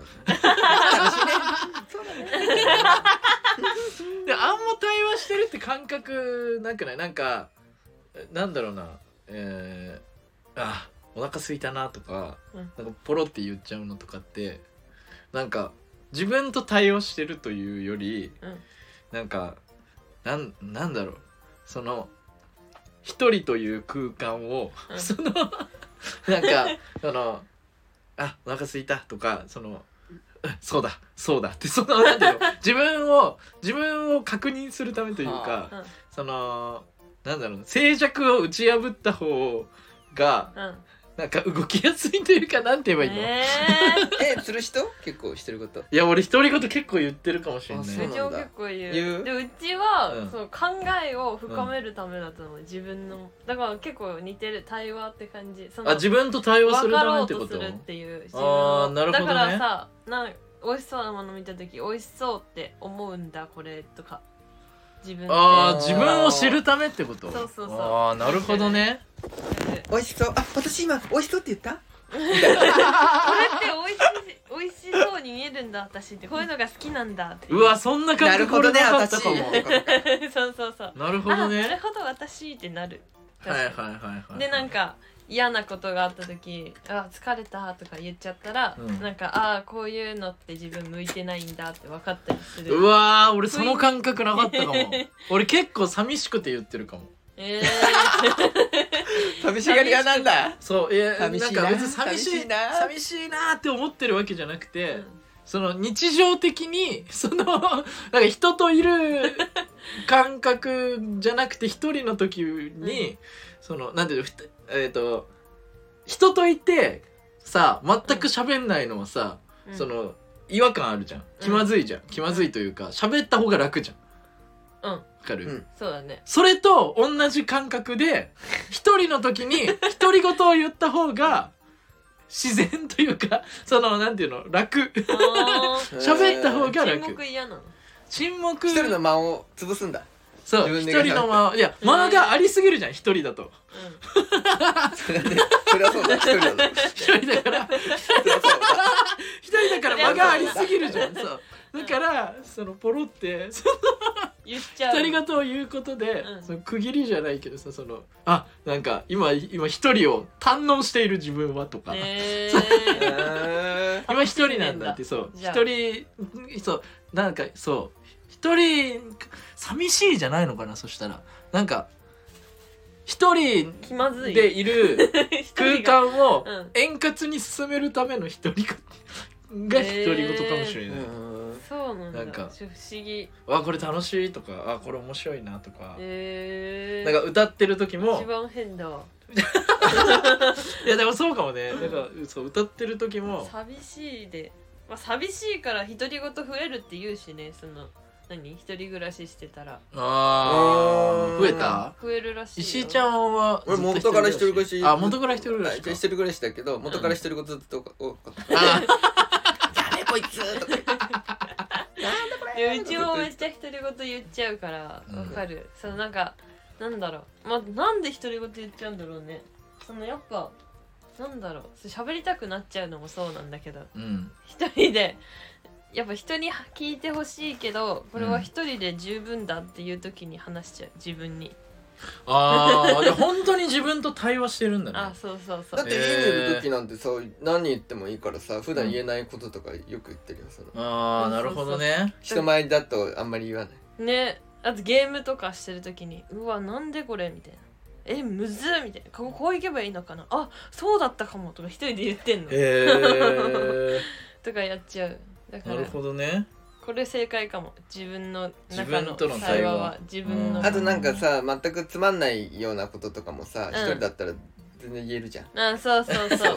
であんま対話してるって感覚なくないなんかえなんだろうなえー、あお腹空いたなとか,、うんなんかポロって言っちゃうのとかってなんか自分と対応してるというより、うんなんかなんなんだろうその一人という空間を、うんそ のなんかそのあお腹空いたとかそのそうだそうだってそ のなんていうの自分を自分を確認するためというはかうんそのなんだろう静寂を打ち破った方がうんなんか動きやすいというかなんて言えばいいの、ね えする人結構してることいや俺独り言結構言ってるかもしれなあいそうえなうのちも結構言う言うでうちうんはそう考えを深めるためだと思う自分のだから結構似てる対話って感じそのあ自分と対話す分るかためろっうてとこすとるっていう自あー分なるのほどだねからさなん美味しそうなもの見た時美味しそうって思うんだこれとか自分でああー自分を知るためってことそうそうそうああなるほどねやる美味しそうあ私今美味しそうって言ったこれって美味しい美味しそうに見えるんだ私ってこういうのが好きなんだっていううわそんなな感る覚ほ俺どねなかっ私たかも そうそうそうなるほあなどるねほど私ってなるはいはいはいはいでなんか嫌なことがあった時「あ疲れた」とか言っちゃったら、うんなんか「ああこういうのって自分向いてないんだ」って分かったりするうわー俺その感覚なかったかも俺結構寂しくて言ってるかもえ 寂しがり屋なんだそういやなん寂しいなか別に寂しい寂しいな寂しいなーって思ってるわけじゃなくて、ーその日常的にそのなんか人と いる感覚じゃなくて一人の時に、うそのなんていうのふたえっ、と人といてさ全く喋んないのはさ、うんその違和感あるじゃん気まずいじゃん、気まずいというか喋った方が楽じゃん。うんわかる、うんそうだ ねそれと同じ感覚で一人の時に独り言を言った方が自然というかそのなんていうの楽あー喋った方が沈楽黙嫌なの沈黙一人の間を潰すんだそう自分一で言う人の間いや間がありすぎるじゃん一人だとそれはねそれはそうだ一人だぞ一人だから それはそうだ一人だから間がありすぎるじゃんそうだからそのポロってそのうん言っちゃう二人がとを言うことで、うんその区切りじゃないけどさそのあなんか今今一人を堪能している自分はとか、えう ーん今一人なんだってそうじゃ一あ人そうなんかそう一人寂しいじゃないのかなそしたらなんか一人気まずいでいる空間をうん円滑に進めるための一人が独り言かもしれうない、ーんそうなんだなんか不思議わこれ楽しいとかあこれ面白いなとか、えなんか歌ってる時も一番変だわいやでもそうかもねなんかそう歌ってる時も寂しいで、まあ、寂しいから独り言増えるって言うしねその何一人暮らししてたらあうーん増えた増えるらしいよ石井ちゃんはずっ俺と元から一人暮らしあ元から一人暮らし一か人暮らしだけど元から一人言ずっと多かったあやべこいつ とか言っていやうちもめっちゃ独り言言っちゃうからうんわかる、そのなんかなんだろう、まあ、なんで独り言言っちゃうんだろうねそのやっぱなんだろうそう喋りたくなっちゃうのもそうなんだけどうん一人でやっぱ人に聞いてほしいけどこれは一人で十分だっていう時に話しちゃう自分に、ああで本当に自分と対話してるんだあねそうそうそだっうて家にいる時なんてさ何言ってもいいからさ普段言えないこととかよく言ってるよそのああなるほどね人前だとあんまり言わないねあとゲームとかしてる時にうわなんでこれみたいなえむずっみたいなこここういけばいいのかなあそうだったかもとか一人で言ってんのへえとかやっちゃうだか ならるほどねこれ正解かも自分の自中分のとの会対話話は自分のうあとなんかさ全くつまんないようなこととかもさうん一人だったら全然言えるじゃんあそうそうそう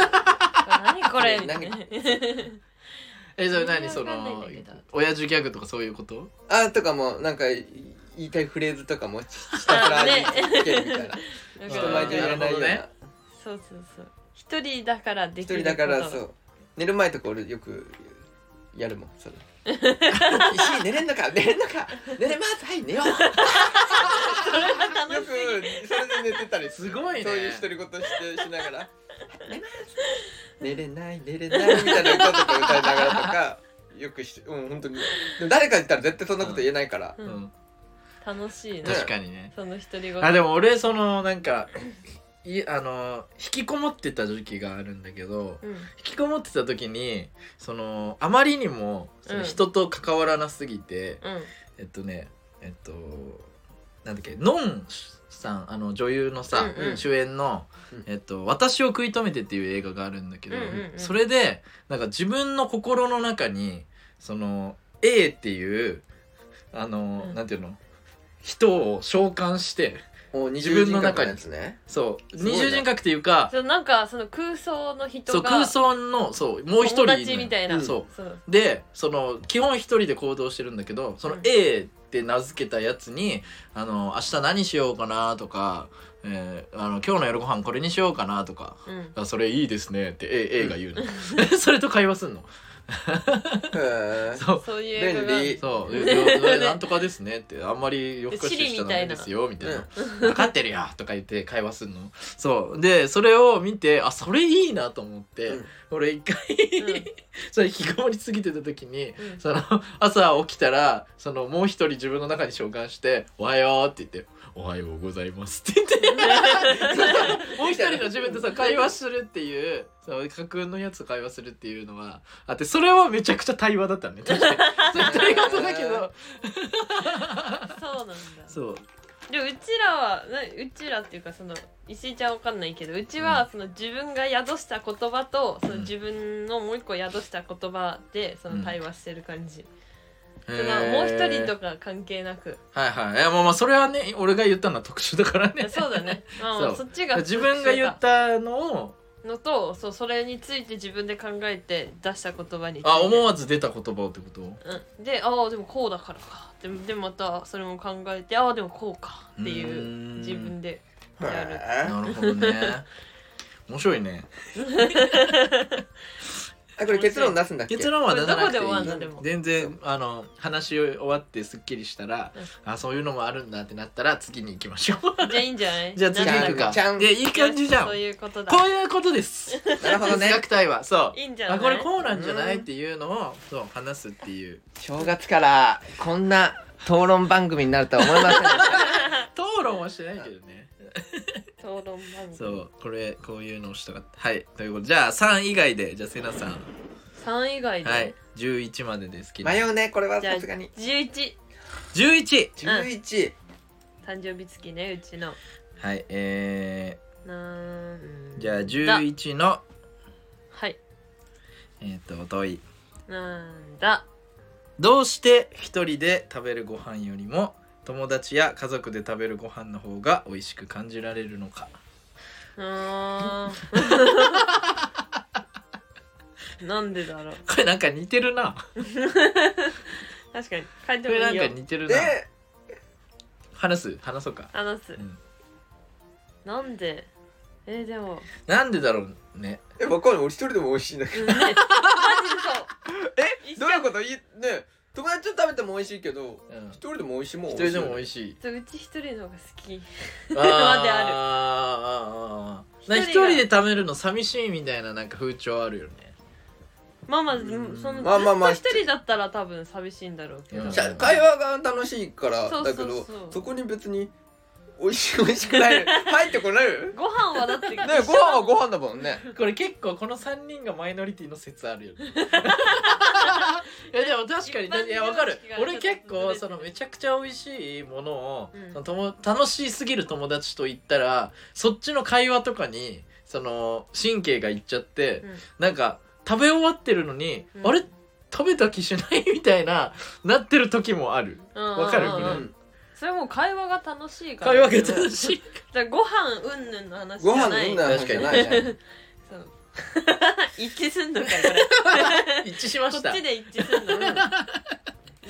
何これみたいな何 えそれ何そわかんないんのだけど親父ギャグとかそういうことあとかもなんか言いたいフレーズとかもひひたすら言い続けるみたいなだ人か前らで言えないようなるほなそうそうそう一人だからで一きる人ことだからそう寝る前とか俺よくやるもんそれ石井寝れんのか寝れんのか寝れますはい寝ようそれは楽よしくそれで寝てたりすごいねそういう独り言してしながら「寝ます寝れない寝れない」みたいな歌とか歌いながらとかよくしてうん本当にでも誰か言ったら絶対そんなこと言えないからい、う、うんん楽しいね確かにねその独り言あでも俺そのなんかいあの引きこもってた時期があるんだけどうん引きこもってた時にそのあまりにもその人と関わらなすぎて、うんえっとねえっとなんだっけのんさんあの女優のさ、うんうん主演の、うんえっと「私を食い止めて」っていう映画があるんだけど、うんうんうんそれでなんか自分の心の中にその A っていうあの、うんなんていうの人を召喚してもう二自重分の人格中のにやつねそうすごい二ね重人格っていうかそうなんかその空想の人がそう空想のそうもう一人友る達みたいな、うんそうそうでその基本一人で行動してるんだけどそのうん A って名付けたやつに「あの明日何しようかな」とか、えーあの「今日の夜ご飯これにしようかな」とかうん「あそれいいですね」って A, A が言うのそれと会話すん のへーそうそういう映画が便 利そうでで「なんとかですね」って「あんまり夜更かしシリしみたたいならダメですよ」みたいなう「分かってるよ」とか言って会話すんのそうでそれを見てあそれいいなと思って、うん俺一回、うん それ引きこもりすぎてた時にうんその朝起きたらそのもう一人自分の中に召喚して「おはよう」って言って「おはようございます」って言ってもう一人の自分とさ 会話するっていうさ架空のやつと会話するっていうのはあってそれはめちゃくちゃ対話だったね 確かにそれ対話だけどそうなんだ そうでもうちらはなうちらっていうかその石井ちゃんわかんないけどうちはその自分が宿した言葉とそのうん自分のもう一個宿した言葉でそうんの対話してる感じ、そそのもう一人とか関係なくはいはいいやまあまあそれはね俺が言ったのは特殊だからねそうだ ね、ま あまあ、そそっちが自分が言ったのをのとそうそれについて自分で考えて出した言葉についてあ思わず出た言葉をってことうん、でああでもこうだからかでもでもまたそれも考えてああでもこうかっていうーん自分でへやるーなるほどね面白いねあこれ結論出すんだっけ結論は出さなくていいこれどこで終わんのでも全然あの話を終わってすっきりしたら、あそういうのもあるんだってなったら次に行きましょうじゃあいいんじゃないじゃあ次なん行くかじゃんいやいい感じじゃんそうこいうことだういうことですなるほどね虐待はそいいんじうゃないあこれこうなんじゃないうんっていうのをそう話すっていう正月からこんな討論番組になるとは思いませんでした討論はしてないけどね討論番組そうこれこういうのをしたかったはいということでじゃあ3以外でじゃあせなさん3以外で、はい11までですけど 迷うねこれはじゃあさすがに11 11 11誕生日付きねうちのはいえなんー、じゃあ11のはいえっ、と問いなんだどうして一人で食べるご飯よりも友達や家族で食べるご飯の方が美味しく感じられるのか うーんなんでだろうこれなんか似てるな確かに書いこてもれないんいよか似てるなで話す話そうか話す、うんなんでえー、で も、なんでだろうねえわかんない俺一人でも美味しいんだけどうんね、マジでそうえ一緒どういうこといいね友達と食べても美味しいけどうん一人でも美味しいもん一人でも美い味 しいちょうち一人の方が好きあーまであるあーあーあーなんか一一人が人で食べるの寂しいみたいななんか風潮あるよねまあまあ、うんそのまあまあまあずっと一人だったら多分寂しいんだろうけど、うんじゃあ会話が楽しいからそうだけそうどそうそこに別に美味しい美味しくない 入ってこないねご飯はだってねご飯はご飯だもんねこれ結構この3人がマイノリティの説あるよ ねいやでも確かに一般いやわかる認識がちょっと俺結構ずれそのてるめちゃくちゃ美味しいものを、うんそのとも楽しすぎる友達と行ったらそっちの会話とかにその神経がいっちゃって、うんなんか食べ終わってるのに、うんあれ食べた気しないみたいななってる時もあるわかるうんうんうこれんうんそれはもう会話が楽しいから会話が楽 しいだからご飯うんぬんの話じごゃ飯な飲いんだ話じじゃゃなないいじじゃゃんんそう一致すんのかこ れ一致しまこしったちで一致すんの、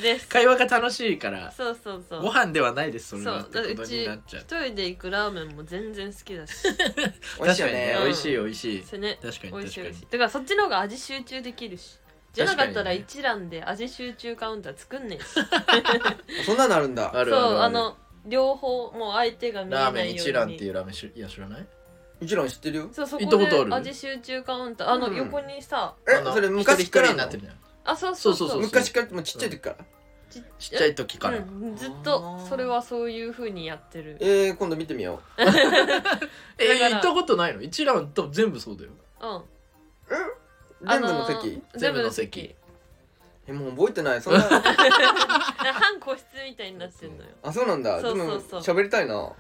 です会話が楽しいからそうそうそうご飯ではないですそれそはっうだからてうことちになっちゃう一人で行くラーメンも全然好きだし美味しいよ確ねかうにん美味しい美味しいそれね確かに美味確しかい美に味しいだからそっちの方が味集中できるしじゃなかった確からにね一覧で味集中カウンター作んねえしそんなのあるんだあるそうああるあの両方もう相手がる見えラーなメいンように一蘭っていうラーメンしいや知らないもちろん知ってるよそうそ行こったことあでる味集中カウンターあのうん横にさ、あえのそれ昔から一人一人になってるじゃんあそうそうそうそうそうそう昔からもうちっちゃい時からちっちゃい時から、うん、ずっとそれはそういうふうにやってるえー今度見てみよえだから行ったことないの一蘭と全部そうだようんうえ全部の席あのー全部の席えもう覚えてないそんな なんか半個室みたいになってるのよあそうなんだでそうそもうそう喋りたいな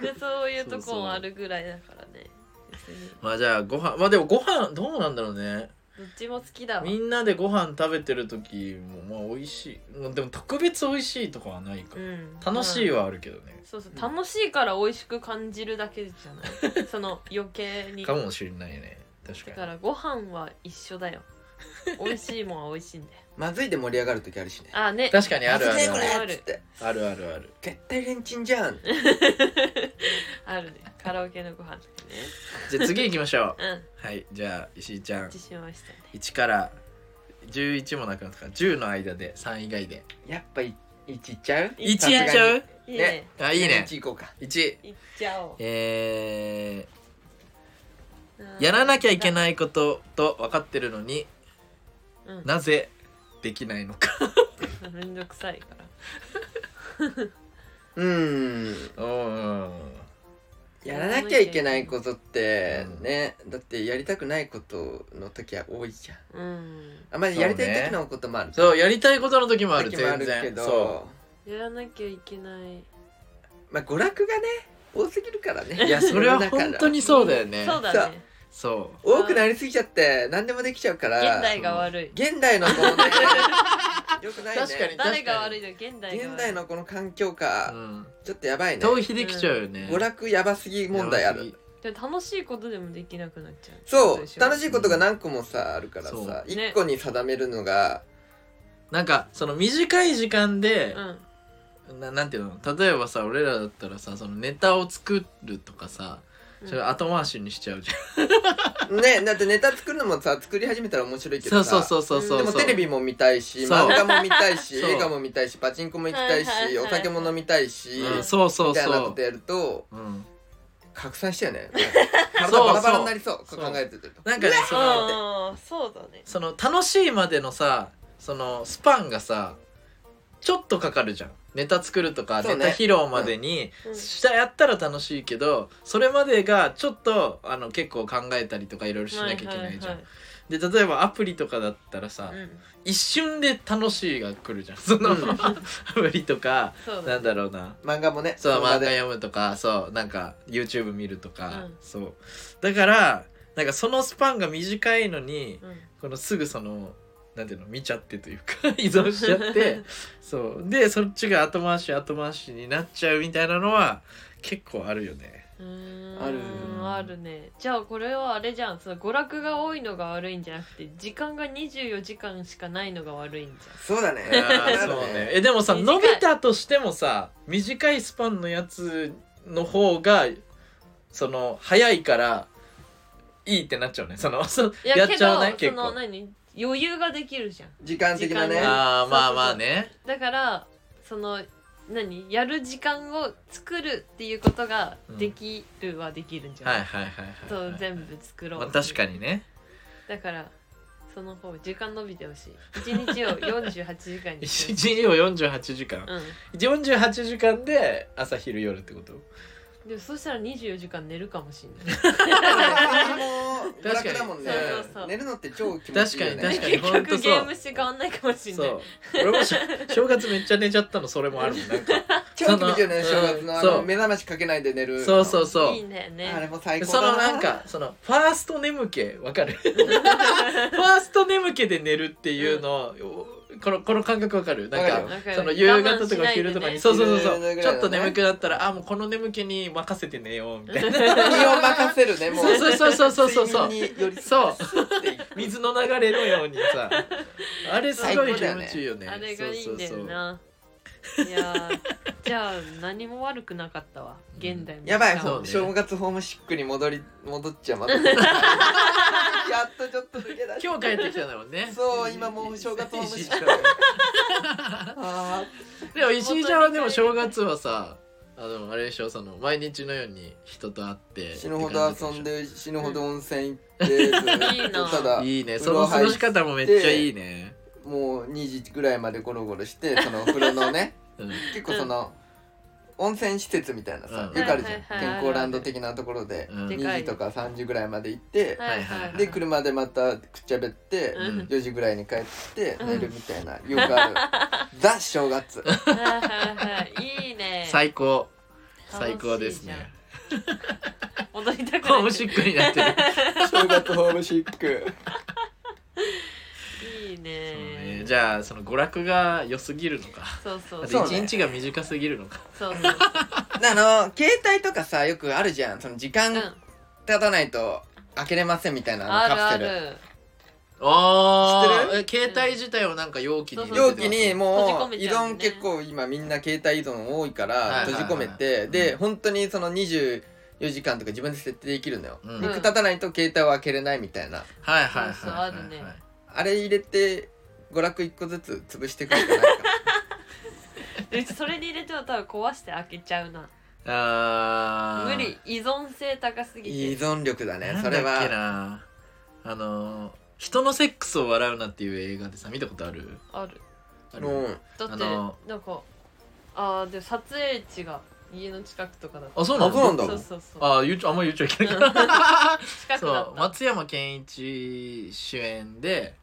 でそういうとこもあそうるぐらいだからね別にまあじゃあご飯まあでもご飯どうなんだろうねどっちも好きだわみんなでご飯食べてる時もまあ美味しいうんでも特別美味しいとかはないかう、ん、楽しいわ、はあるけどね、そうそう楽しいから美味しく感じるだけじゃないその余計にかだもしれないね確かからご飯は一緒だよ美味しいもんは美味しいんだよまずいで盛り上がる時あるしねあねに確かにあまるずあいるねこああるれるっつってあるあるある絶対レンチンじゃんあるねカラオケのご飯とかじゃあ次行きましょうねはいじゃあ石井ちゃうんん自信はしたね1から11もなくなったから10の間で3以外でやっぱい1いっちゃういっ1ちいゃうっちゃういいねあいいね1行こうか1いっちゃおうえー、やらなきゃいけい、ないことと分かってるのにうん、なぜできないのかめんどくさいからうんうんやらなきゃいけないことってねだってやりたくないことの時は多いじゃんうんあまり、やりたい時のこともあるそうやりたいことの時もある時も全あるけ然そどやらなきゃいけないまあ娯楽がね多すぎるからねういやそれは本当にそうだよねそうだねそう多くなりすぎちゃって何でもできちゃうから現代が悪い現代のこ のねよくないね確かに誰が悪いの現代が現悪い代のこの環境下、うんちょっとやばいね逃避できちゃうよね娯楽やばすぎ問題あるでも楽しいことでもできなくなっちゃうそう楽ししいことが何個もさあるからそうさ、一ね1個に定めるのが、なんかその短い時間でう、んななんていうの例えばさ俺らだったらさそのネタを作るとかさそれ後回しにしちゃうじねだってネタ作るのもさ作り始めたら面白いけゃん、どさそうそうそうそうそうでもテレビも見たいしそう漫画も見たい しそう映画も見たいしパチンコも行きたいし、はいはいはいはいお酒も飲みたいし、うん、そうそうみたいなこそとやるとう、うん、拡散しちゃう よねそ体うバラバラになりそうそう考えてるとなんかねそのああそうだねその楽しいまでのさそのスパンがさちょっとかかるじゃんネタ作るとか、そうねネタ披露までに、うんしたやったら楽しいけどそれまでがちょっとあの結構考えたりとかいろいろしなきゃいけないじゃん、はで例えばアプリとかだったらさ、はいはいうん一瞬で楽しいが来るじゃんその、うん アプリとかそうだなんねだろうな漫画もねそうの漫場画で読むとかそうなんか YouTube 見るとか、うんそうだからなんかそのスパンが短いのにうんこのすぐそのなんていうの見ちゃってというか 依存しちゃって そうでそっちが後回し後回しになっちゃうみたいなのは結構あるよねうーんあるあるねじゃあこれはあれじゃんその娯楽が多いのが悪いんじゃなくて時間が24時間しかないのが悪いんじそうだねいやーそうねえでもさ短い伸びたとしてもさ短いスパンのやつの方がその早いからいいってなっちゃうねそのそゃやんいやっちゃうねけ結どその構何余裕ができるじゃん時間的な時ね間があーまあまあねだからその何やる時間を作るっていうことができるはできるんじゃはないい、はいはいそうはい、はい全部作ろう、まあ、確かにねだからその方時間伸びてほしい一日を48時間に1 する日を48時間う48時間で朝昼夜ってことんでもそしたら24時間寝るかもしれないもう娯楽だもんね確かにそうそうそう寝るのって超気持確ちいいかよにね確か 結にほんと局ゲそーうムして変わんないかもしれそないう俺もし正月めっちゃ寝ちゃったのそれもあるもんなんか 超気持ちいいよねそ正の月のあそのう目覚ましかけないで寝るそうそうそういいんだよねあれも最高そだなのなんかそのファースト眠気 わかるファースト眠気で寝るっていうの、このこの感覚わかるなんわかかるわかるその夕方と我慢しかないでね昼とかに、そうそうそうそう、昼ぐらいだねちょっと眠くなったらあもうこの眠気に任せて寝ようみたいな身を任せるねもうそうそうそうそうそう そう睡眠に寄り添そうっていく 水の流れのようにさあれすごい気持ちいいよねあれがいいんだそようそうそうな。いやー、じゃあ何も悪くなかったわ。現代の時間やばい、そうね正月ホームシックに戻り戻っち ゃうまたやっとちょっと抜け出し今日帰ってきたんだもんねそう今もう正月ホームシックあ でも石井ちゃんはでも正月はさあのあれでしょその毎日のように人と会ってー死ぬほど遊んって感じしで死ぬほど温泉行ってずっとただょいいね風そ呂の過入っごし方もめっちゃいいね、もう2時ぐらいまでゴロゴロしてその風呂のねうん、結構その、温泉施設みたいなさ、うんよくあるじゃん、はいはいはい健康ランド的なところで、うん2時とか3時ぐらいまで行って、はいはいはい。で車でまたくっちゃべって、うん4時ぐらいに帰ってうん寝るみたいな、よくあるザ正月はいはいはい。いいね。最高楽しいじゃ最ん高ですね。踊りたくホーなムい。シックに なってる正月ホームシックいいそうねね。じゃあその娯楽が良すぎるのかそうそあうとそう。一日が短すぎるのかそうそう。あの携帯とかさよくあるじゃんその時間うん経たないと開けれませんみたいなああのるカあプセルる。あ知あ携帯自体をなんか容器にそう容そう器にもう閉じ込めち依ゃう存んだよね結構今みんな携帯依存多いかはらいはいはい閉じ込めてで本当にその24時間とか自分で設定できるのようん肉立たないと携帯を開けれないみたいなはいはいはいそうそうはあいるねあれ入れて娯楽一個ずつ潰していくんじゃ ないかうちそれに入れては多分壊して開けちゃうな。あー無理。依存性高す依ぎて。存力だねなんそだっれけはなあのー人のセックスを笑うなっていう映画でさ見たことあるある。あるもうだってあのなんかああでも撮影地が家の近くとかだったあそうなのあそうなんだそうそうそうああ言うちゃあんま言っちゃいけないから近くだそうった松山ケンイチ主演で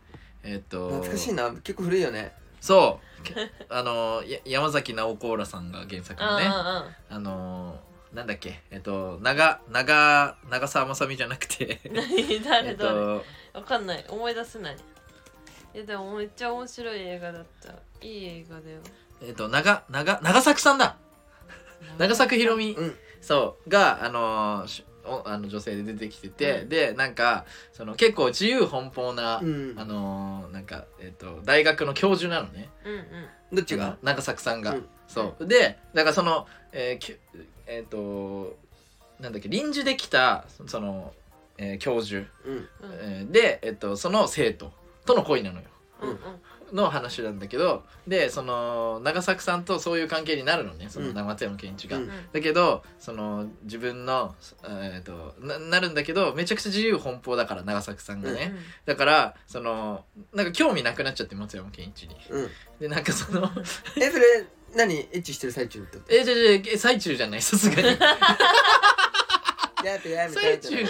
えっと懐かしいな結構古いよねそうけあのや山崎直子らさんが原作のねあのなんだっけえっと長長長澤まさみじゃなくてうんうんうん何 誰え誰、っとわかんない思い出せないいやでもめっちゃ面白い映画だったいい映画だよえっと長長長作さんだ長作ひろみ、うんそうがあのしおあの女性で出てきてて、うんでなんかその結構自由奔放な、うんあのなんかえっと大学の教授なのねうんうんどっちが長作さんが、うんそうでだからそのえーきゅえっ、となんだっけ臨時できたそその、えー教授、うんうんえーで、えっとその生徒との恋なのようんうんの話なんだけどでその長作さんとそういう関係になるのねそのうん松山健一が。ううんんだけどその自分の、えー、とななるんだけどめちゃくちゃ自由奔放だから長作さんがね、だからそのなんか興味なくなっちゃって松山健一にうんでなんかその えそれ何エッチしてる最中ってこ とえ、じゃあじゃあえ最中じゃない、さすが に。やめてやめて最中で、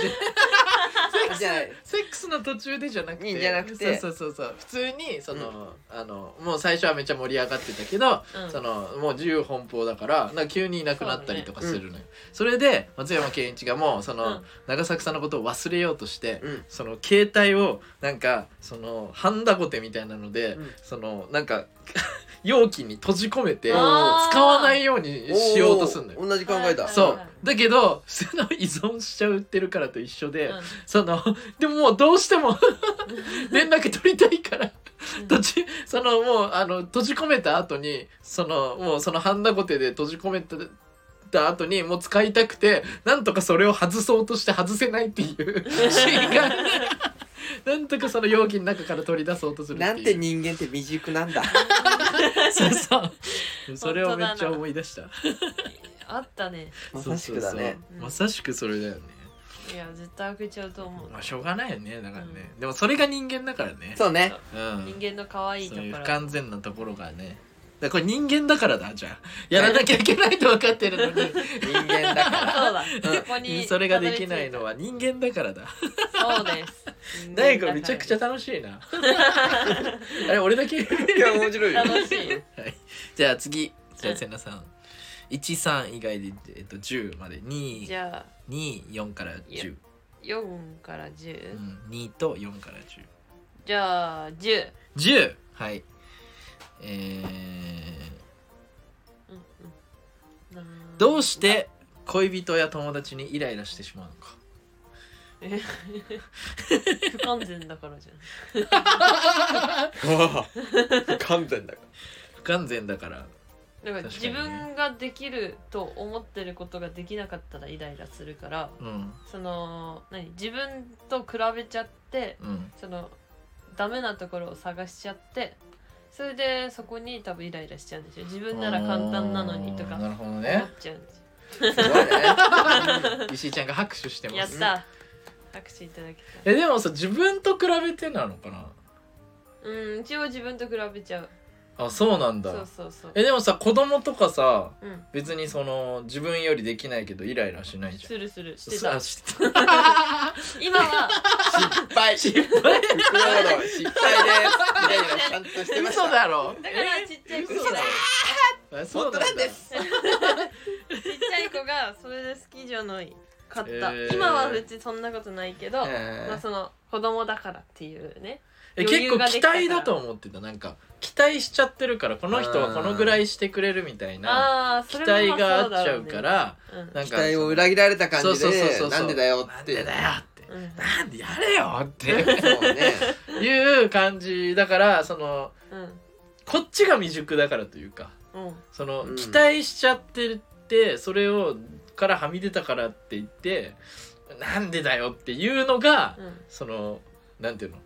あじゃないセックスの途中でじゃなくて。にじゃなくてそうそうそうそう。普通に、その、あの、もう最初はめっちゃ盛り上がってたけど、うんその、もう自由奔放だから、なんか急にいなくなったりとかするのよ。それで、松山ケンイチがもう、その、うん長作さんのことを忘れようとして、うんその携帯をなんかそのハンダゴテみたいなので、うんそのなんか 容器に閉じ込めて使あーわないようにしようとするのよおー同じ考えだはいそうだけどその依存しちゃうってるからと一緒で、うんそのでももうどうして も連絡取りたいからうん途中そのもうあの閉じ込めた後にそのもうそのハンダゴテで閉じ込めたた後にもう使いたくてなんとかそれを外そうとして外せないっていうシーンが なんとかその容器の中から取り出そうとするっていなうんて人間って未熟な んだそう そうそれをめっちゃ思い出したあったねまさしくだそうねそうそうまさしくそれだよねいや絶対開けちゃうと思うまあしょうがないよねだからね、でもそれが人間だからねそうねうん人間の可愛いとそうこいう不ろ完全なところがねだからこれ人間だからだじゃあやらなきゃいけないと分かってるの人間だからそうだそこににそれができないのは人間だからだそうです大悟めちゃくちゃ楽しいなあれ俺だけ いや面白いよ楽しいじゃあ次じゃあ瀬名さん13以外で、えっと、10までじゃあ224から10、 4からう10ん、2と4から10じゃあ10 10はいえうんうんなー、どうして恋人や友達にイライラしてしまうのかえ不完全だからじゃん不完全だか不完全だからだから確自かにね分ができると思ってることができなかったらイライラするからうんその何自分と比べちゃってうんそのダメなところを探しちゃってそれでそこに多分イライラしちゃうんですよ自分なら簡単なのにとかあーなるほど思 っねちゃうんですよ、らすごいね石井ちゃんが拍手してまやっすた拍手いただきたいえでもさ自分と比べてなのかなうん一応自分と比べちゃうあそうなんだそうそうそうえでもさ子供とかさうん別にその自分よりできないけどイライラしないじゃんするするしてさたあしてた今 は失敗失敗失敗ですイライラちゃんとしてまし嘘ただろだからちっちゃい子がちっ嘘だえそう本当だなんですちゃい子がそれで好きじゃない買った、えー今は別にそんなことないけど、えまあーその子供だからっていうねえ余結裕構が期できたから待だと思ってたなんか期待しちゃってるからこの人はこのぐらいしてくれるみたいなああー期それ待もまあがあそうっちだゃろうねからうんなん期か待を裏切られた感そうじそうそうそうそうでなんでだよなっんてでだよってうんなんでやれよってそ うねいう感じだからそのうんこっちが未熟だからというかうんその、うん期待しちゃってるってそれをからはみ出たからって言ってなんでだよっていうのが、うんそのなんていうの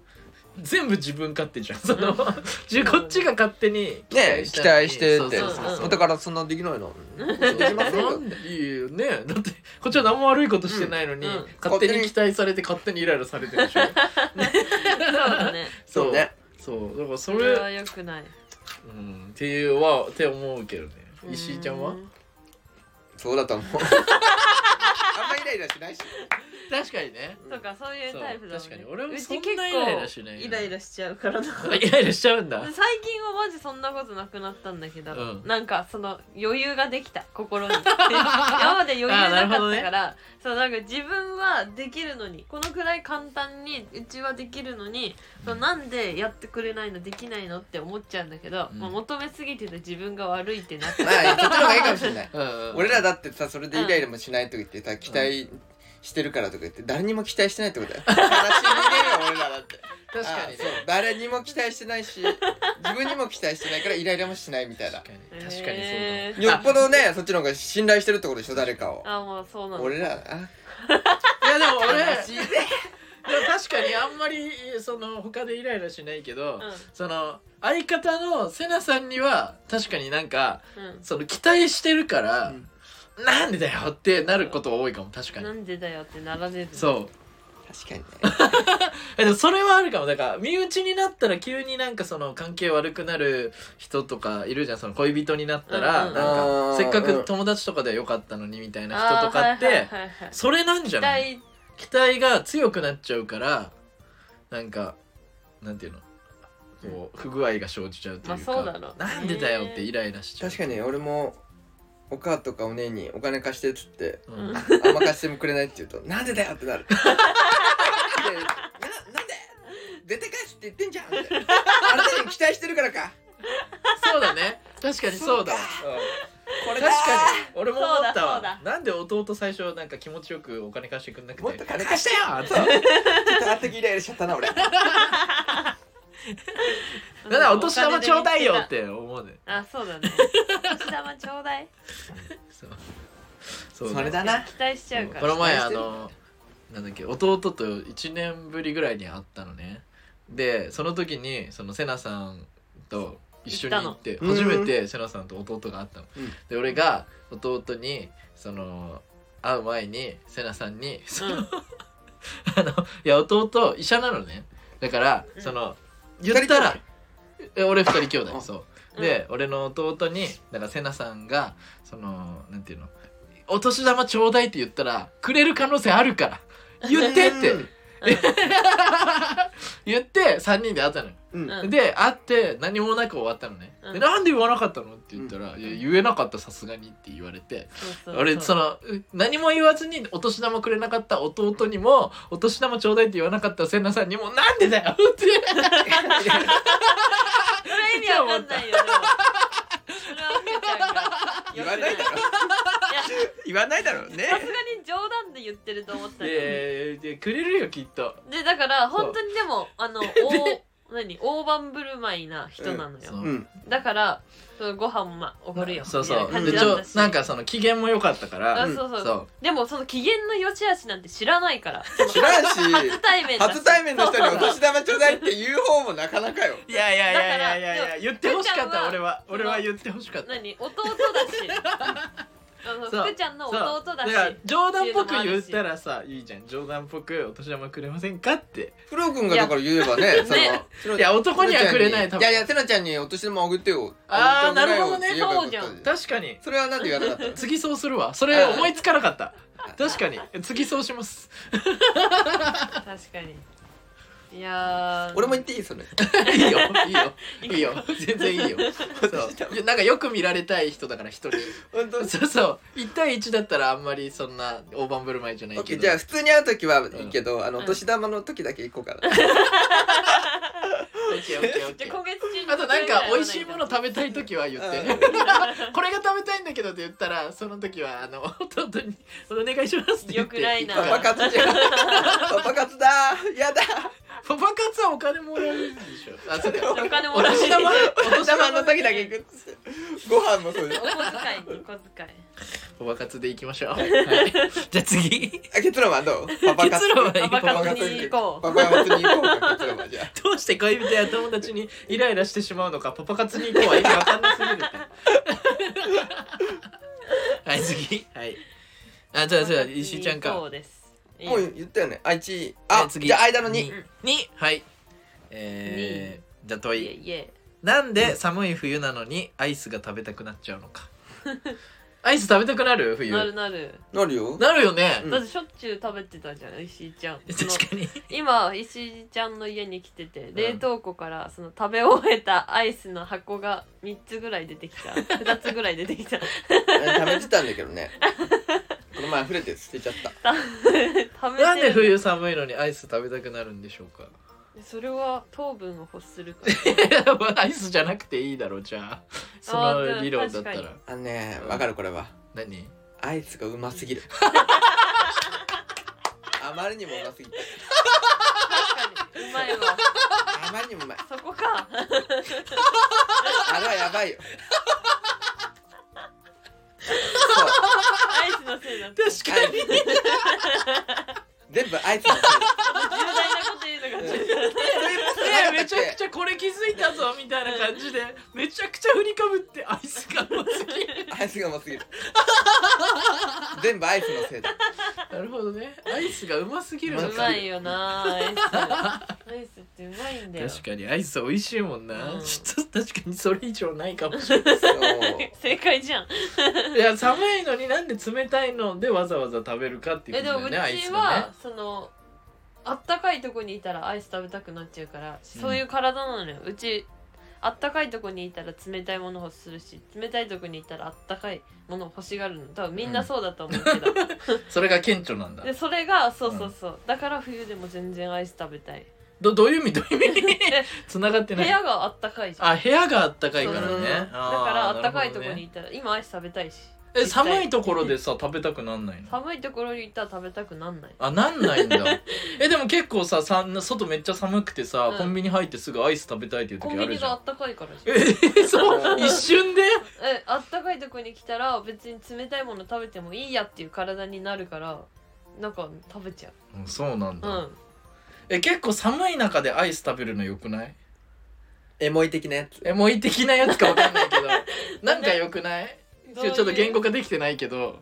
全部自分勝手じゃんその、じこっちが勝手にね期待してってそうそうそうだからそんなできないのできませんなよんでいいよねだってこっちは何も悪いことしてないのに、うんうん勝手に期待されて勝手にイライラされてるでしょそうだね そうねそうだからそそれれは良くないうん、っていうはって思うけどね石井ちゃんはそうだ と思うあんまイライラしないし確かにねとかそういうタイプだもんねそう確かに俺もうちそんな結構イライラしないなイライラしちゃうからな イライラしちゃうんだ最近はマジそんなことなくなったんだけど、うんなんかその余裕ができた 心に今まで余裕なかったから、そうなんか自分はできるのにこのくらい簡単にうちはできるのに、そうなんでやってくれないのできないのって思っちゃうんだけど、うんまあ、求めすぎてた自分が悪いって なったまあそっちの方がいいかもしれないうんうん俺らだってさそれでイライラもしないとか言ってさ期待してるからとか言って誰にも期待してないっ てことだよ悲しみでよ俺らだって確かにあねそう誰にも期待してないし自分にも期待してないからイライラもしないみたいな確かに確かにそうだわ、えーよっぽどねそっちの方が信頼してるってことでしょ誰かをあもうそうなの俺らあいやでも俺悲しいねでも確かにあんまりその他でイライラしないけど、うその相方のセナさんには確かになんかんうんその期待してるから、うんなんでだよってなることは多いかも確かに、なんでだよってならねえうそう確かにねえでもそれはあるかもだから身内になったら急になんかその関係悪くなる人とかいるじゃんその恋人になったら、うんうんなんあかーせっかうくん友達とかで良かったのにみたいな人とかって、それなんじ期ゃない待期待が強くなっちゃうからなんかなんていうのこう不具合が生じちゃうというか、まあそうだろうねなんでだよってイライラしちゃう確かに俺もお母とかお姉にお金貸してっつってううんん、 あんま貸してもくれないって言うと「なんでだよ!」っ てなるでななんで出て返すって言ってんじゃんみたいなあなたに期待してるからかそうだね確かにそうだわこうれんだ確かに俺も思ったそうだわそうなんで弟最初なんか気持ちよくお金貸してくんなくてもっと金貸してよそうちょっとあの時イライラしちゃったな俺なんだお年玉ちょうだいよって思うねあそう だねお年玉ちょうだいそうそうそれだな期待しちゃうかこらの前あのなんだっけ弟と1年ぶりぐらいに会ったのねでその時にそのセナさんと一緒に行って行った初のめてセナさんと弟が会ったの、うんで俺が弟にその会う前にセナさんにその、うんあのいや弟医者なのねだからうんその、言ったらえ俺二人兄弟あそううんで、俺の弟にだからセナさんがそのなんていうの「お年玉ちょうだい」って言ったらくれる可能性あるから言ってってうん 言って3人で会ったのよ、うんうんで会って何もなく終わったのね、うんでなんで言わなかったのって言ったら「うんいや言えなかったさすがに」って言われて、そうそうそう俺そのう何も言わずにお年玉くれなかった弟にも「お年玉ちょうだい」って言わなかったセナさんにも「なんでだよ」って それ意味わかんないよでもそれはふみちゃ言んがわないだろいや言わないだろうさねすがに冗談で言ってると思ったよででくれるよきっと。でだから本当にでもあ の大何大盤振る舞いな人なのそよううんだからそのご飯もまあおごるよそうみたいそな感うじでだちっょたしなんかその機嫌も良かったからあそうそうそうでもその機嫌の良し悪しなんて知らないからその知らんし初対面だし初対面の人にお年玉ちょうだいって言う方もなかなかよいやいやいやいやいやいだからや言ってほしかっふーちゃんはた俺は俺は言ってほしかった何弟だし あそのう福ちゃんの弟だしから冗談っぽく言ったらさいいじゃん冗談っぽくお年玉くれませんかってフロー君がだから言えばねそのねそのいや男にはくれない多分いやいやセナちゃんにお年玉あげてよあーあげてもなるほどねらえよって言えばよかったそう確かにそれはなんで言わなかった次そうするわそれ思いつかなかった確かに次そうします確かにいやー俺も言っていいそれいいよいいよいいよ全然いいよそういやなんかよく見られたい人だから一人本当そうそう1対1だったらあんまりそんな大盤振る舞いじゃないけどじゃあ普通に会う時はいいけど、あのお年玉の時だけ行こうかな、オッケーオッケーオッ じケゃーあ今月中にあとなんか美味しいもの食べたい時は言って これが食べたいんだけどって言ったらその時はあの弟に「お願いします」って言ってよくないな行パくパから 活じゃんパパ活だやだパパ活はお金もらえるんでしょあそうだよお金もおらう年玉お年玉の時だけ行くっつってご飯もそうじゃんお小遣いに小遣いパパ活でいきましょう、はい、じゃあ次あ結論はどうパパ活結論はいいパパ活に行こうパパ活に行こうか結論はじゃあどうして恋人や友達にイライラしてしまうのかパパ活に行こうは意味わかんなすぎるってはい次はいあじゃあじゃあ石井ちゃんかそうですもう言ったよね愛知あはい次じゃあ間の2ににはいえー、じゃあ問いいえいえ なんで寒い冬なのにアイスが食べたくなっちゃうのかアイス食べたくなる冬なるなるなるよなるよね、うんだってしょっちゅう食べてたじゃん石井ちゃんその 確かに今石井ちゃんの家に来てて冷凍庫からその食べ終えたアイスの箱が3つぐらい出てき た2つぐらい出てきた食べてたんだけどねこの前溢れて捨てちゃった食べてるなんで冬寒いのにアイス食べたくなるんでしょう かそれは糖分を欲するからアイスじゃなくていいだろうじゃあそあーので理論だった確からあのねわかるこれは何アイスがうますぎる あまりにもうますぎて確かにうまいわあまりにもうまいそこかあれはやばいよアイスのせいだって重そうアイス全部アイスの大なこせいと言うのが重大だめちゃくちゃこれ気づいたぞみたいな感じでめちゃくちゃ振りかぶってアイスがうま すぎるアイスがうますぎる全部アイスのせいだなるほどねアイスがうますぎるのううかまいよなアイスアイスってうまいんだよ確かにアイス美味しいもんな、うんちょっと確かにそれ以上ないかもしれなそう正解じゃん いいや寒いのになんで冷たいのでわざわざ食べるかっていうえこでもとうだちよねアイスがねはそのあったかいとこにいたらアイス食べたくなっちゃうから、そういう体なのようちあったかいとこにいたら冷たいものを欲するし冷たいとこにいたらあったかいものを欲しがるの多分みんなそうだと思うけど、それが顕著なんだでそれがそうそうそう、だから冬でも全然アイス食べたいどどういう意味どういう意味 で繋がって部ない屋があったかいじゃんあ部屋があったかいからねそうそうそうだあーからあったかいとなるほどこねにいたら、今アイス食べたいしえ寒いところでさ食べたくなんないの寒いところにいたら食べたくなんないあなんない んだえでも結構ささん外めっちゃ寒くてさ、うんコンビニ入ってすぐアイス食べたいっていうコ時ンあビるニじゃがあんったかいからじゃんえそう一瞬でえあったかいとこに来たら別に冷たいもの食べてもいいやっていう体になるからなんか食べちゃうんそうなんうだ、うんえ結構寒い中でアイス食べるのよくないエモい的なやつえもうい的なやつかわかんないけ どなんかよくないどうちいょうちょっと言語化できてないけど